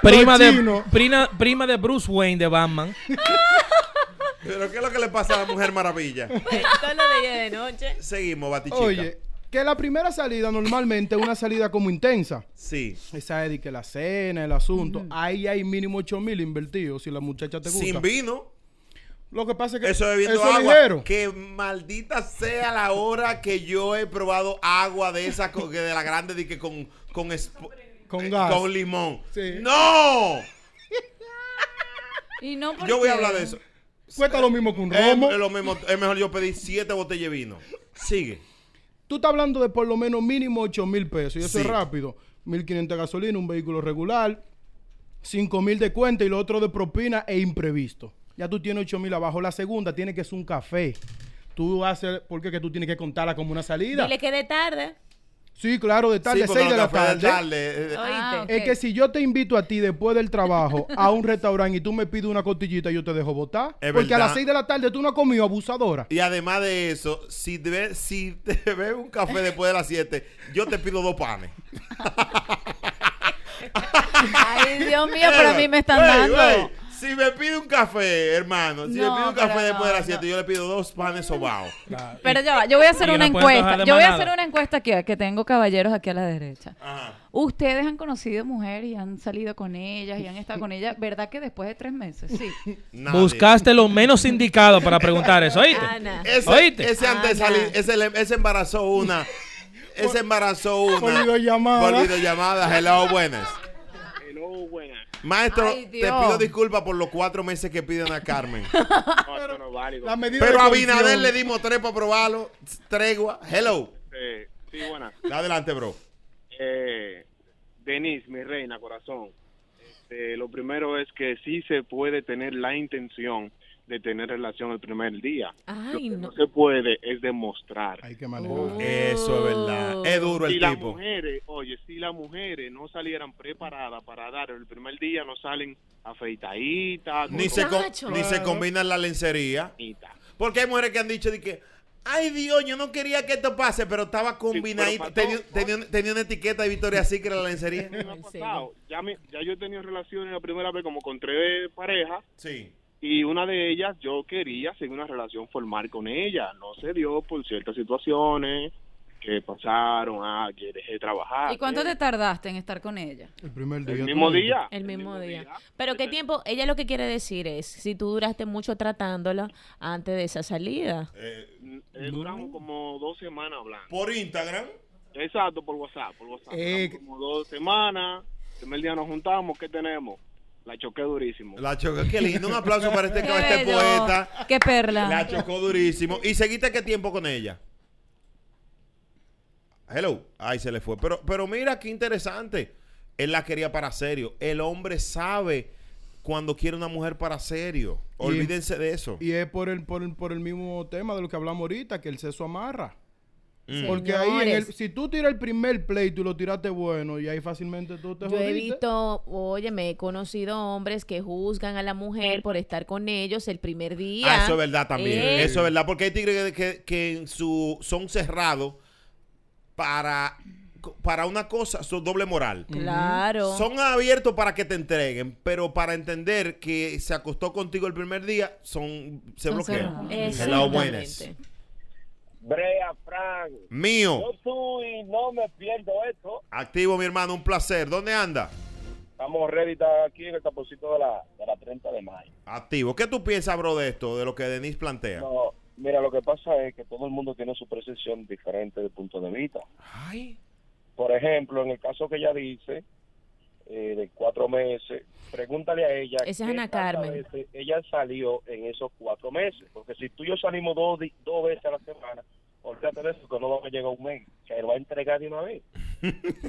Speaker 4: Los
Speaker 3: Prima de,
Speaker 4: chinos.
Speaker 3: prima, prima de Bruce Wayne de Batman.
Speaker 2: Pero ¿qué es lo que le pasa a la Mujer Maravilla?
Speaker 6: Todo lo de ella de noche.
Speaker 2: Seguimos, Batichica.
Speaker 4: Oye, que la primera salida normalmente es una salida como intensa.
Speaker 2: Sí.
Speaker 4: Esa es de que la cena, el asunto. Ahí hay mínimo 8 mil invertidos si la muchacha te gusta.
Speaker 2: Sin vino.
Speaker 4: Lo que pasa es que
Speaker 2: Eso bebiendo
Speaker 4: eso es
Speaker 2: agua.
Speaker 4: ligero.
Speaker 2: Que maldita sea la hora que yo he probado agua de esa co- que de la grande de que con con esp-
Speaker 4: Con
Speaker 2: eh,
Speaker 4: gas.
Speaker 2: con limón.
Speaker 4: Sí.
Speaker 2: No.
Speaker 5: Y no porque-
Speaker 2: Yo voy a hablar de eso.
Speaker 4: Cuesta lo mismo que un
Speaker 2: Es,
Speaker 4: romo.
Speaker 2: es lo mismo, es mejor yo pedir siete botellas de vino. Sigue.
Speaker 4: Tú estás hablando de por lo menos mínimo 8 mil pesos. Y eso
Speaker 2: Sí.
Speaker 4: es rápido. 1.500 de gasolina, un vehículo regular. 5 mil de cuenta y lo otro de propina e imprevisto. Ya tú tienes 8 mil abajo. La segunda tiene que ser un café. Tú haces, porque que tú tienes que contarla como una salida.
Speaker 6: Dile que de tarde.
Speaker 4: Sí, claro, de tarde,
Speaker 2: Sí, porque
Speaker 4: 6 de
Speaker 2: los
Speaker 4: la tarde.
Speaker 2: cafés de tarde, eh,
Speaker 5: Ah,
Speaker 6: Oíste.
Speaker 5: ok.
Speaker 4: Es que si yo te invito a ti después del trabajo a un restaurante y tú me pides una costillita, yo te dejo botar.
Speaker 2: Es
Speaker 4: porque a
Speaker 2: verdad.
Speaker 4: las 6 de la tarde tú no has comido abusadora.
Speaker 2: Y además de eso, si te, ve- si te bebes un café después de las 7, yo te pido dos panes.
Speaker 5: Ay, Dios mío, pero a mí me están
Speaker 2: Ey,
Speaker 5: dando.
Speaker 2: ey, si me pide un café, hermano, si
Speaker 5: No,
Speaker 2: me pide un
Speaker 5: pero
Speaker 2: café después de
Speaker 5: no,
Speaker 2: las 7, yo le pido dos panes sobados.
Speaker 5: Pero ya va, yo voy a hacer
Speaker 3: Y
Speaker 5: una
Speaker 3: la pueden
Speaker 5: encuesta.
Speaker 3: bajar de
Speaker 5: Yo voy a
Speaker 3: manada.
Speaker 5: hacer una encuesta aquí, que tengo caballeros aquí a la derecha.
Speaker 2: Ajá.
Speaker 5: Ustedes han conocido mujeres y han salido con ellas y han estado con ellas, ¿verdad que después de tres meses? Sí.
Speaker 2: Nadie.
Speaker 3: Buscaste lo menos indicado para preguntar eso, ¿oíste?
Speaker 6: Ana.
Speaker 2: Ese,
Speaker 3: ¿Oíste?
Speaker 2: ese
Speaker 5: Ah,
Speaker 2: antes
Speaker 6: Ana.
Speaker 2: sali- ese, le- ese embarazó una. Ese embarazó una.
Speaker 4: por videollamada.
Speaker 2: Por videollamada. Hello, buenas.
Speaker 7: Hello, buenas.
Speaker 2: Maestro,
Speaker 5: Ay,
Speaker 2: te
Speaker 5: Dios.
Speaker 2: pido disculpas por los cuatro meses que piden a Carmen.
Speaker 7: No, esto no es válido.
Speaker 4: La medida
Speaker 2: Pero
Speaker 4: de
Speaker 2: a
Speaker 4: coerción.
Speaker 2: Binader le dimos tres para probarlo. Tregua. Hello.
Speaker 7: Eh, sí, buenas.
Speaker 2: Adelante, bro.
Speaker 7: Eh, Denise, mi reina, corazón. Este, lo primero es que sí se puede tener la intención de tener relación el primer día. lo
Speaker 6: Ay,
Speaker 7: que no.
Speaker 6: no.
Speaker 7: se puede es demostrar.
Speaker 4: Ay, qué manera.
Speaker 6: Oh.
Speaker 2: Eso es verdad. Es duro el
Speaker 7: si las
Speaker 2: tipo.
Speaker 7: mujeres, oye, si las mujeres no salieran preparadas para dar el primer día, no salen afeitaditas,
Speaker 2: Ni
Speaker 7: con
Speaker 2: se, com-
Speaker 6: Nacho.
Speaker 2: ni se combinan la lencería.
Speaker 7: ropita.
Speaker 2: Porque hay mujeres que han dicho de que, Ay Dios, yo no quería que esto pase, pero estaba combinadito.
Speaker 12: pero pasó,
Speaker 2: tenía,
Speaker 12: ¿no?
Speaker 2: tenía un- tenía una etiqueta de Victoria Secret en la lencería.
Speaker 12: Me ha pasado. Pues, Ya, me- ya yo he tenido relaciones la primera vez como con tres parejas
Speaker 2: Sí.
Speaker 12: y una de ellas yo quería seguir una relación formal con ella. No se dio por ciertas situaciones que pasaron, ah, que dejé de trabajar.
Speaker 5: ¿Y cuánto
Speaker 12: eh.
Speaker 5: te tardaste en estar con ella?
Speaker 4: El primer día.
Speaker 12: El mismo
Speaker 4: tú-
Speaker 12: día.
Speaker 6: El mismo día. Pero qué tiempo, ella lo que quiere decir es, si tú duraste mucho tratándola antes de esa salida.
Speaker 12: Eh, eh, duramos como dos semanas hablando.
Speaker 2: Por Instagram.
Speaker 12: Exacto, por WhatsApp, por WhatsApp.
Speaker 4: Eh,
Speaker 12: Duramos como dos semanas. El primer día nos juntamos, ¿qué tenemos? La choqué durísimo.
Speaker 2: La choca. Qué lindo. Un aplauso para este,
Speaker 5: Qué
Speaker 2: este
Speaker 5: bello,
Speaker 2: poeta.
Speaker 5: Qué perla.
Speaker 2: La chocó durísimo. ¿Y seguiste qué tiempo con ella? Hello. Ay, se le fue. Pero, pero mira qué interesante. Él la quería para serio. El hombre sabe cuando quiere una mujer para serio. Olvídense de eso.
Speaker 4: Y es por el, por, el, por el mismo tema de lo que hablamos ahorita, que el sexo amarra.
Speaker 2: Mm.
Speaker 4: Porque ahí, en el-
Speaker 6: Señores.
Speaker 4: si tú tiras el primer play, tú lo tiraste bueno y ahí fácilmente tú te
Speaker 6: Yo he
Speaker 4: jodiste.
Speaker 6: visto, oye, me he conocido hombres que juzgan a la mujer por estar con ellos el primer día.
Speaker 2: Ah, eso es verdad también.
Speaker 6: Eh,
Speaker 2: Eso es verdad. Porque hay tigres que, que- que en su, son cerrados para, para una cosa, son doble moral.
Speaker 6: Claro.
Speaker 2: Son abiertos para que te entreguen, pero para entender que se acostó contigo el primer día, son se
Speaker 5: Son
Speaker 2: bloquean.
Speaker 5: cerrados.
Speaker 2: Hello, buenas.
Speaker 6: Exactamente.
Speaker 7: Brea, Frank.
Speaker 2: Mío,
Speaker 7: tú y no me pierdo esto.
Speaker 2: activo mi hermano, un placer. ¿Dónde anda?
Speaker 7: Estamos ready está aquí en el taponcito de la, de la 30 de mayo.
Speaker 2: Activo. ¿Qué tú piensas, bro, de esto, de lo que Denise plantea?
Speaker 7: No, mira, lo que pasa es que todo el mundo tiene su percepción diferente de punto de vista.
Speaker 2: Ay.
Speaker 7: Por ejemplo, en el caso que ella dice, eh, de cuatro meses, pregúntale a ella.
Speaker 6: Esa es
Speaker 7: qué
Speaker 6: Ana
Speaker 7: tantas
Speaker 6: Carmen.
Speaker 7: veces ella salió en esos cuatro meses. Porque si tú y yo salimos dos, di- dos veces a la semana, olvídate de eso, que no vamos a llegar a un mes. Que él va a entregar de una vez.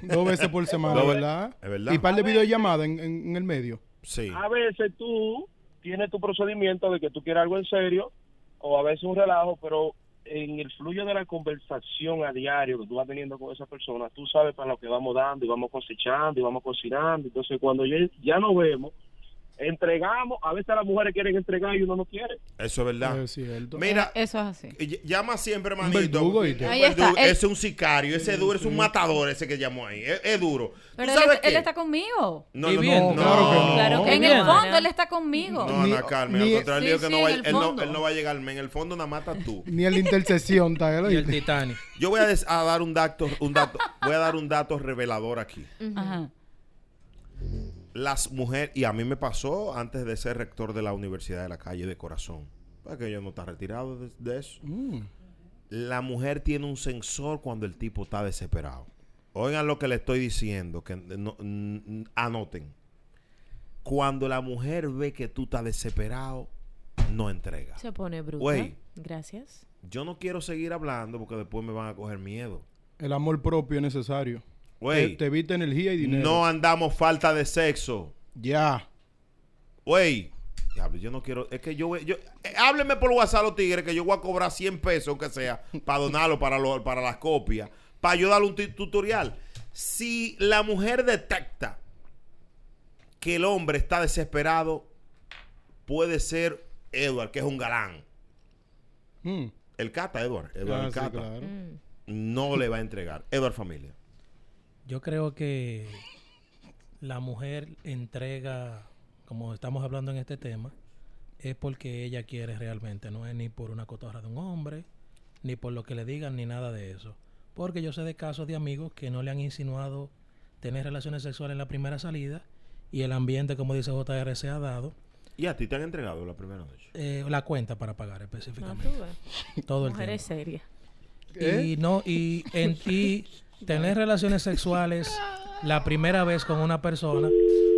Speaker 4: Dos veces por semana,
Speaker 2: Dos ve-
Speaker 4: ¿verdad?
Speaker 2: es verdad.
Speaker 4: Y par de videollamadas en, en, en el medio.
Speaker 2: Sí.
Speaker 7: A veces tú tienes tu procedimiento de que tú quieres algo en serio o a veces un relajo, pero en el fluyo de la conversación a diario que tú vas teniendo con esa persona, tú sabes para lo que vamos dando y vamos cosechando y vamos cocinando. Entonces, cuando ya, ya nos vemos, entregamos. A veces las mujeres quieren entregar y uno no quiere.
Speaker 2: Eso es verdad.
Speaker 4: Es cierto.
Speaker 2: Mira,
Speaker 5: Eso es así.
Speaker 2: Y- Llama siempre, manito.
Speaker 4: verdugo, Mm. ¿y qué?
Speaker 5: Ahí está,
Speaker 2: verdugo.
Speaker 5: él-
Speaker 2: Ese es un sicario, ese duro, es un matador ese que llamó ahí. Es, es duro. ¿Tú
Speaker 5: Pero él,
Speaker 2: sabes
Speaker 5: está- él
Speaker 2: qué?
Speaker 5: está conmigo.
Speaker 2: No,
Speaker 3: Y
Speaker 2: no,
Speaker 3: bien,
Speaker 2: no,
Speaker 4: claro que no.
Speaker 6: Claro que
Speaker 5: en
Speaker 6: bien.
Speaker 5: el fondo, él está conmigo.
Speaker 2: No,
Speaker 4: Ni-
Speaker 2: Ana Carmen,
Speaker 4: ni-
Speaker 2: al contrario,
Speaker 5: Sí,
Speaker 2: él que
Speaker 5: sí,
Speaker 2: no
Speaker 5: en
Speaker 2: va,
Speaker 5: el
Speaker 2: él, no,
Speaker 5: fondo.
Speaker 2: él no va a llegar al men. En el fondo nada mata tú.
Speaker 4: Ni en la intercesión, ¿está
Speaker 3: Y el
Speaker 4: bien?
Speaker 3: Titanic.
Speaker 2: Yo voy a, des- a dar un dato, un dato, voy a dar un dato revelador aquí.
Speaker 5: Ajá.
Speaker 2: Las mujeres, y a mí me pasó antes de ser rector de la Universidad de la Calle de Corazón, para que yo no está retirado de, de eso.
Speaker 4: Mm.
Speaker 2: La mujer tiene un sensor cuando el tipo está desesperado. Oigan lo que le estoy diciendo, que no- n- anoten. Cuando la mujer ve que tú estás desesperado, no entrega.
Speaker 6: Se pone bruta.
Speaker 2: Güey.
Speaker 6: Gracias.
Speaker 2: Yo no quiero seguir hablando porque después me van a coger miedo.
Speaker 4: El amor propio es necesario. Te,
Speaker 2: Güey,
Speaker 4: te evita energía y dinero.
Speaker 2: no andamos falta de sexo.
Speaker 4: Ya.
Speaker 2: Güey, diablo, yo no quiero. Es que yo. voy- yo eh, hábleme por WhatsApp, los tigres, que yo voy a cobrar 100 pesos, aunque sea, para donarlo para, lo- para las copias, para yo darle un tu- tutorial. Si la mujer detecta que el hombre está desesperado, puede ser Edward, que es un galán.
Speaker 4: Mm.
Speaker 2: El cata, Edward. Edward,
Speaker 4: Ah,
Speaker 2: el
Speaker 4: sí,
Speaker 2: cata.
Speaker 4: claro.
Speaker 2: No le va a entregar. Edward, familia.
Speaker 3: Yo creo que la mujer entrega, como estamos hablando en este tema, es porque ella quiere realmente, no es ni por una cotorra de un hombre, ni por lo que le digan, ni nada de eso. Porque yo sé de casos de amigos que no le han insinuado tener relaciones sexuales en la primera salida y el ambiente, como dice JR, se ha dado
Speaker 2: ¿Y a ti te han entregado la primera noche?
Speaker 3: eh, la cuenta para pagar
Speaker 6: No,
Speaker 3: específicamente.
Speaker 6: tú ves.
Speaker 3: Todo el tiempo.
Speaker 6: Mujeres serias.
Speaker 4: ¿Eh?
Speaker 3: Y no, y en ti tener relaciones sexuales la primera vez con una persona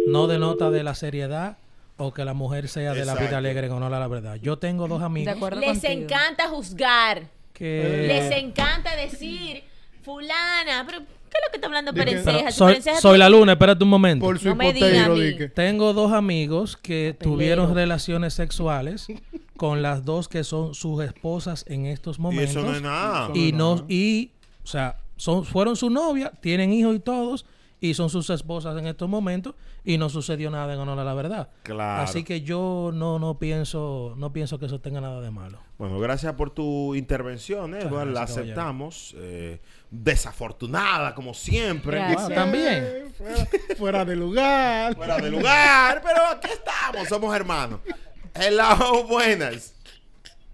Speaker 3: no denota de la seriedad o que la mujer sea de la
Speaker 2: Exacto.
Speaker 3: vida alegre o no la, la verdad. Yo tengo dos
Speaker 5: De
Speaker 3: amigos
Speaker 5: acuerdo
Speaker 6: Les
Speaker 5: contigo.
Speaker 6: encanta juzgar.
Speaker 3: que
Speaker 6: Les encanta decir, fulana, pero ¿qué es lo que está hablando
Speaker 4: Dije,
Speaker 3: Pero
Speaker 6: Perenceja? Si
Speaker 3: soy,
Speaker 6: Perenceja
Speaker 3: soy
Speaker 6: tú-
Speaker 3: la luna, espérate un momento.
Speaker 4: Por su
Speaker 6: No me diga a
Speaker 4: hipotero,
Speaker 6: mí.
Speaker 4: dije.
Speaker 3: Tengo dos amigos que tuvieron relaciones sexuales con las dos que son sus esposas en estos
Speaker 2: Y
Speaker 3: momentos.
Speaker 2: eso no es nada.
Speaker 4: Son-
Speaker 3: y
Speaker 4: no,
Speaker 3: no y o sea son fueron su novia tienen hijos y todos y son sus esposas en estos momentos y no sucedió nada en honor a la verdad.
Speaker 2: Claro.
Speaker 3: Así que yo no, no pienso no pienso que eso tenga nada de malo.
Speaker 2: Bueno, gracias por tu intervención,
Speaker 3: Muchas
Speaker 2: Edward. La
Speaker 3: gracias, caballero.
Speaker 2: aceptamos. eh, desafortunada, como siempre.
Speaker 5: Gracias.
Speaker 3: Ah, También.
Speaker 4: Fuera, fuera de lugar.
Speaker 2: Fuera de lugar, pero aquí estamos, somos hermanos. Hello, buenas.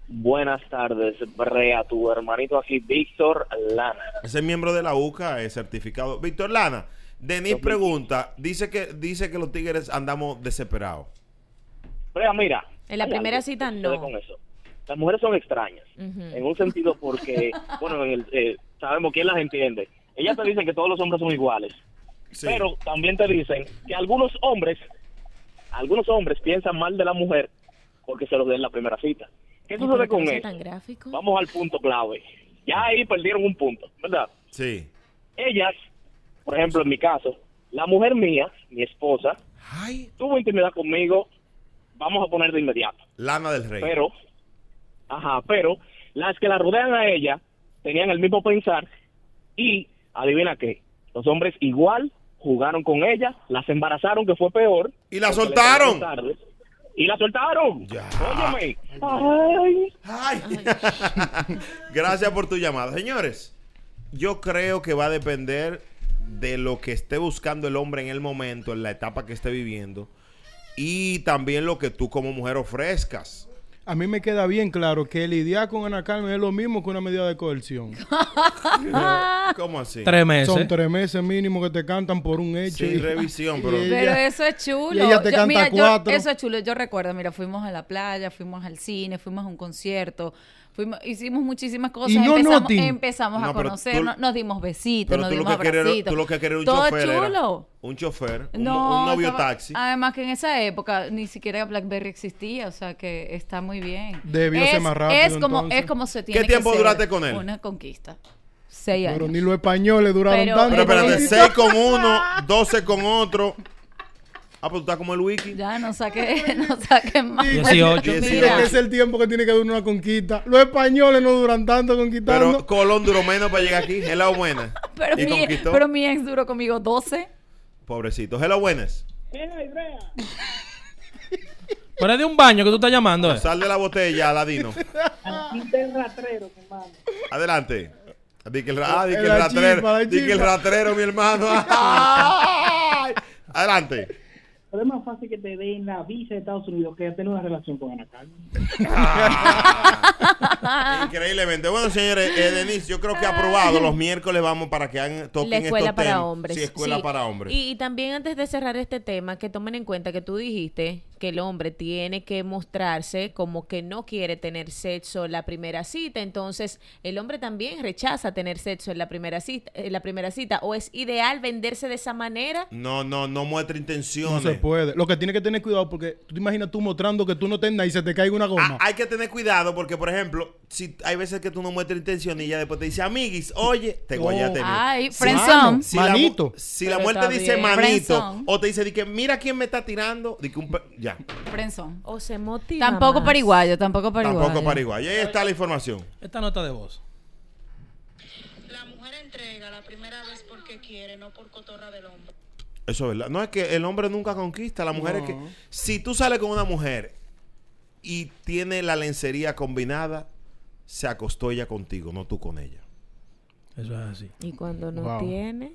Speaker 7: Buenas tardes, Brea, tu hermanito aquí, Víctor Lana.
Speaker 2: Ese miembro de la UCA es eh, certificado. Víctor Lana, Denis pregunta, dice que, dice que los tigres andamos desesperados.
Speaker 7: Brea, mira.
Speaker 6: En la
Speaker 7: hay
Speaker 6: primera
Speaker 7: algo que
Speaker 6: cita,
Speaker 7: sucede
Speaker 6: no. Mm.
Speaker 7: con eso. Las mujeres son extrañas, en un sentido porque, bueno, en el, eh, sabemos quién las entiende. Ellas te dicen que todos los hombres son iguales,
Speaker 2: Sí.
Speaker 7: pero también te dicen que algunos hombres, algunos hombres piensan mal de la mujer porque se los den en la primera cita. ¿Qué
Speaker 6: Ay,
Speaker 7: sucede
Speaker 6: pero que
Speaker 7: con
Speaker 6: no sea
Speaker 7: eso?
Speaker 6: tan gráfico.
Speaker 7: Vamos al punto clave. Ya ahí perdieron un punto, ¿verdad?
Speaker 2: Sí.
Speaker 7: ellas, por ejemplo, en mi caso, la mujer mía, mi esposa,
Speaker 2: Ay,
Speaker 7: tuvo intimidad conmigo, vamos a poner de inmediato.
Speaker 2: Lana del Rey.
Speaker 7: Pero, ajá, pero las que la rodean a ella tenían el mismo pensar y, adivina qué, los hombres igual jugaron con ella, las embarazaron, que fue peor.
Speaker 2: Y la
Speaker 7: porque le
Speaker 2: soltaron.
Speaker 7: salió tarde, Y la soltaron.
Speaker 2: Ya.
Speaker 7: Óyeme. Ay.
Speaker 2: Ay. Gracias por tu llamada. Señores, yo creo que va a depender de lo que esté buscando el hombre en el momento, en la etapa que esté viviendo, y también lo que tú como mujer ofrezcas.
Speaker 4: A mí me queda bien claro que lidiar con Ana Carmen es lo mismo que una medida de coerción.
Speaker 5: Ah.
Speaker 2: ¿Cómo así?
Speaker 3: Tres meses.
Speaker 4: Son tres meses mínimo que te cantan por un hecho.
Speaker 2: Sin
Speaker 4: y-
Speaker 2: revisión,
Speaker 4: y
Speaker 2: pero-
Speaker 4: ella-
Speaker 5: Pero eso es chulo.
Speaker 4: y ella te canta
Speaker 5: mira, yo-
Speaker 4: cuatro.
Speaker 5: eso es chulo. Yo recuerdo, mira, fuimos a la playa, fuimos al cine, fuimos a un concierto, fuimos, hicimos muchísimas cosas.
Speaker 4: Y no
Speaker 5: empezamos
Speaker 4: nothing.
Speaker 5: empezamos
Speaker 2: No,
Speaker 5: a
Speaker 2: pero tú-
Speaker 5: conocernos, nos dimos besitos,
Speaker 2: Pero
Speaker 5: nos
Speaker 2: tú lo,
Speaker 5: dimos
Speaker 2: que querías, era-
Speaker 5: abracitos.
Speaker 2: tú lo que querías era un
Speaker 5: Todo
Speaker 2: chofer era
Speaker 5: chulo.
Speaker 2: un chofer, un,
Speaker 5: No,
Speaker 2: un novio
Speaker 5: estaba-
Speaker 2: taxi.
Speaker 5: Además que en esa época ni siquiera BlackBerry existía, o sea que está muy bien.
Speaker 4: Debió
Speaker 5: es,
Speaker 4: ser más rápido,
Speaker 5: Es como,
Speaker 4: entonces.
Speaker 5: es como se tiene
Speaker 2: tiempo
Speaker 5: que ser
Speaker 2: duraste con él?
Speaker 5: Una conquista. Seis
Speaker 4: Pero
Speaker 5: años.
Speaker 4: ni los españoles duraron
Speaker 5: Pero-
Speaker 4: tanto.
Speaker 2: Pero espérate,
Speaker 5: Ay,
Speaker 2: 6 con uno, 12 con otro. Ah, pues tú estás como el wiki.
Speaker 5: Ya no saqué, no saqué más.
Speaker 3: 18.
Speaker 4: Dile
Speaker 2: Mira.
Speaker 4: que es el tiempo que tiene que durar una conquista. Los españoles no duran tanto conquistando.
Speaker 2: Pero Colón duró menos para llegar aquí. Hello, buenas.
Speaker 5: Pero
Speaker 2: y
Speaker 5: mi,
Speaker 2: conquistó.
Speaker 5: pero mi ex duró conmigo 12.
Speaker 2: Pobrecito. Hello, buenas.
Speaker 3: Pero es de un baño que tú estás llamando. eh.
Speaker 2: Sal de la botella, Aladino.
Speaker 9: Del ratrero, mi hermano.
Speaker 2: Adelante. Di que el, ra- ah, di que el
Speaker 4: La chispa,
Speaker 2: ratrero.
Speaker 4: la
Speaker 2: Di que el
Speaker 4: chispa.
Speaker 2: ratrero, mi hermano. Ay. Adelante.
Speaker 9: Pero es más fácil que te den la visa de Estados Unidos que tener una relación con Ana Carmen.
Speaker 2: Increíblemente. Bueno, señores, eh, Denise, yo creo que aprobado. Los miércoles vamos para que hagan toquen
Speaker 6: la escuela
Speaker 2: estos
Speaker 6: para
Speaker 2: temas.
Speaker 6: hombres.
Speaker 2: Sí, escuela
Speaker 6: Sí.
Speaker 2: para hombres.
Speaker 6: Y, y también antes de cerrar este tema, que tomen en cuenta que tú dijiste que el hombre tiene que mostrarse como que no quiere tener sexo en la primera cita. Entonces, el hombre también rechaza tener sexo en la primera cita, en la primera cita. O es ideal venderse de esa manera.
Speaker 2: No, no, no muestra
Speaker 4: No
Speaker 2: intenciones.
Speaker 4: se puede. Lo que tienes que tener cuidado porque tú te imaginas tú mostrando que tú no tengas y se te caiga una
Speaker 2: Ah,
Speaker 4: goma.
Speaker 2: hay que tener cuidado porque, por ejemplo, si hay veces que tú no muestras intención y ella después te dice, amiguis, oye, te
Speaker 4: Oh.
Speaker 2: guayate. mío".
Speaker 5: Ay,
Speaker 2: Sí.
Speaker 5: friendzone.
Speaker 4: Mano.
Speaker 2: Si la mu-
Speaker 4: Manito.
Speaker 2: si la
Speaker 6: Pero
Speaker 2: muerte
Speaker 6: está
Speaker 2: dice
Speaker 6: bien.
Speaker 2: manito
Speaker 5: Friendzone.
Speaker 2: o te dice, di que mira quién me está tirando, di que un pe- ya.
Speaker 5: Frenzón.
Speaker 6: O se motiva.
Speaker 5: Tampoco
Speaker 6: más.
Speaker 5: pariguayo, tampoco pariguayo.
Speaker 2: Tampoco
Speaker 6: eh.
Speaker 2: para igual. Y ahí está la información.
Speaker 3: Esta nota de voz.
Speaker 11: La mujer entrega la primera vez porque quiere, no por cotorra del hombre.
Speaker 2: Eso es verdad. No es que el hombre nunca conquista, la mujer es que
Speaker 4: No.
Speaker 2: si tú sales con una mujer y tiene la lencería combinada, se acostó ella contigo, no tú con ella.
Speaker 3: Eso es así.
Speaker 6: Y cuando no
Speaker 4: Wow.
Speaker 6: tiene.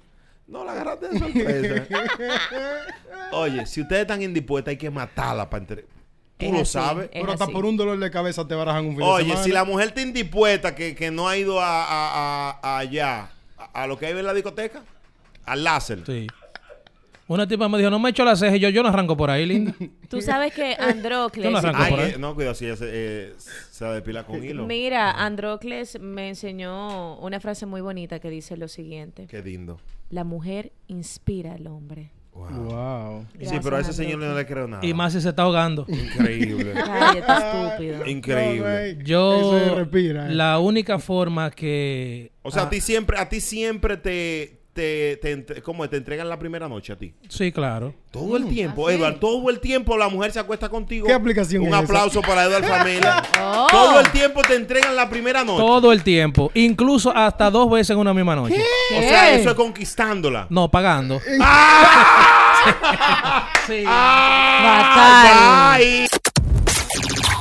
Speaker 2: No, la agarraste de sorpresa.
Speaker 6: Ah.
Speaker 2: Oye, si ustedes están indispuestas, hay que matarla para entre... Tú
Speaker 6: Es
Speaker 2: lo
Speaker 6: así,
Speaker 2: sabes.
Speaker 6: es
Speaker 4: Pero hasta
Speaker 6: así.
Speaker 4: por un dolor de cabeza te barajan un fin de
Speaker 2: Oye,
Speaker 4: semana.
Speaker 2: si la mujer está indispuesta, que, que no ha ido a, a- a- a allá, a, a lo que hay en la discoteca, al láser.
Speaker 3: Sí. Una tipa me dijo, no me echo la ceja. Y yo, yo no arranco por ahí, linda.
Speaker 6: Tú sabes que Androcles.
Speaker 3: Yo no arranco
Speaker 2: Ay,
Speaker 3: por
Speaker 2: que-
Speaker 3: ahí.
Speaker 2: no, cuidado, si ella se, eh, se depila con hilo.
Speaker 6: Mira, Androcles me enseñó una frase muy bonita que dice lo siguiente.
Speaker 2: Qué lindo.
Speaker 6: La mujer inspira al hombre.
Speaker 2: Wow.
Speaker 4: Wow.
Speaker 2: sí, pero a ese
Speaker 6: Gracias,
Speaker 2: señor
Speaker 6: Andrés.
Speaker 2: no le creo nada.
Speaker 3: Y más si se está ahogando.
Speaker 2: Increíble.
Speaker 3: este
Speaker 6: Cállate, estúpido.
Speaker 2: Increíble.
Speaker 4: No, güey. Eso
Speaker 3: Yo,
Speaker 4: se respira. eh.
Speaker 3: la única forma que...
Speaker 2: O sea,
Speaker 3: Ah,
Speaker 2: a ti siempre, a ti siempre te, te, te entre- ¿cómo es? te entregan la primera noche a ti.
Speaker 3: Sí, claro.
Speaker 2: Todo
Speaker 6: Ah,
Speaker 2: el tiempo, Edward, todo el tiempo la mujer se acuesta contigo.
Speaker 4: ¿Qué aplicación
Speaker 2: Un
Speaker 4: es esa?
Speaker 2: aplauso para Edward Familia. Todo el tiempo te entregan la primera noche.
Speaker 3: Todo el tiempo. Incluso hasta dos veces en una misma noche.
Speaker 2: O sea, eso es conquistándola. ¡Ah!
Speaker 3: No, pagando. Sí.
Speaker 2: Ay.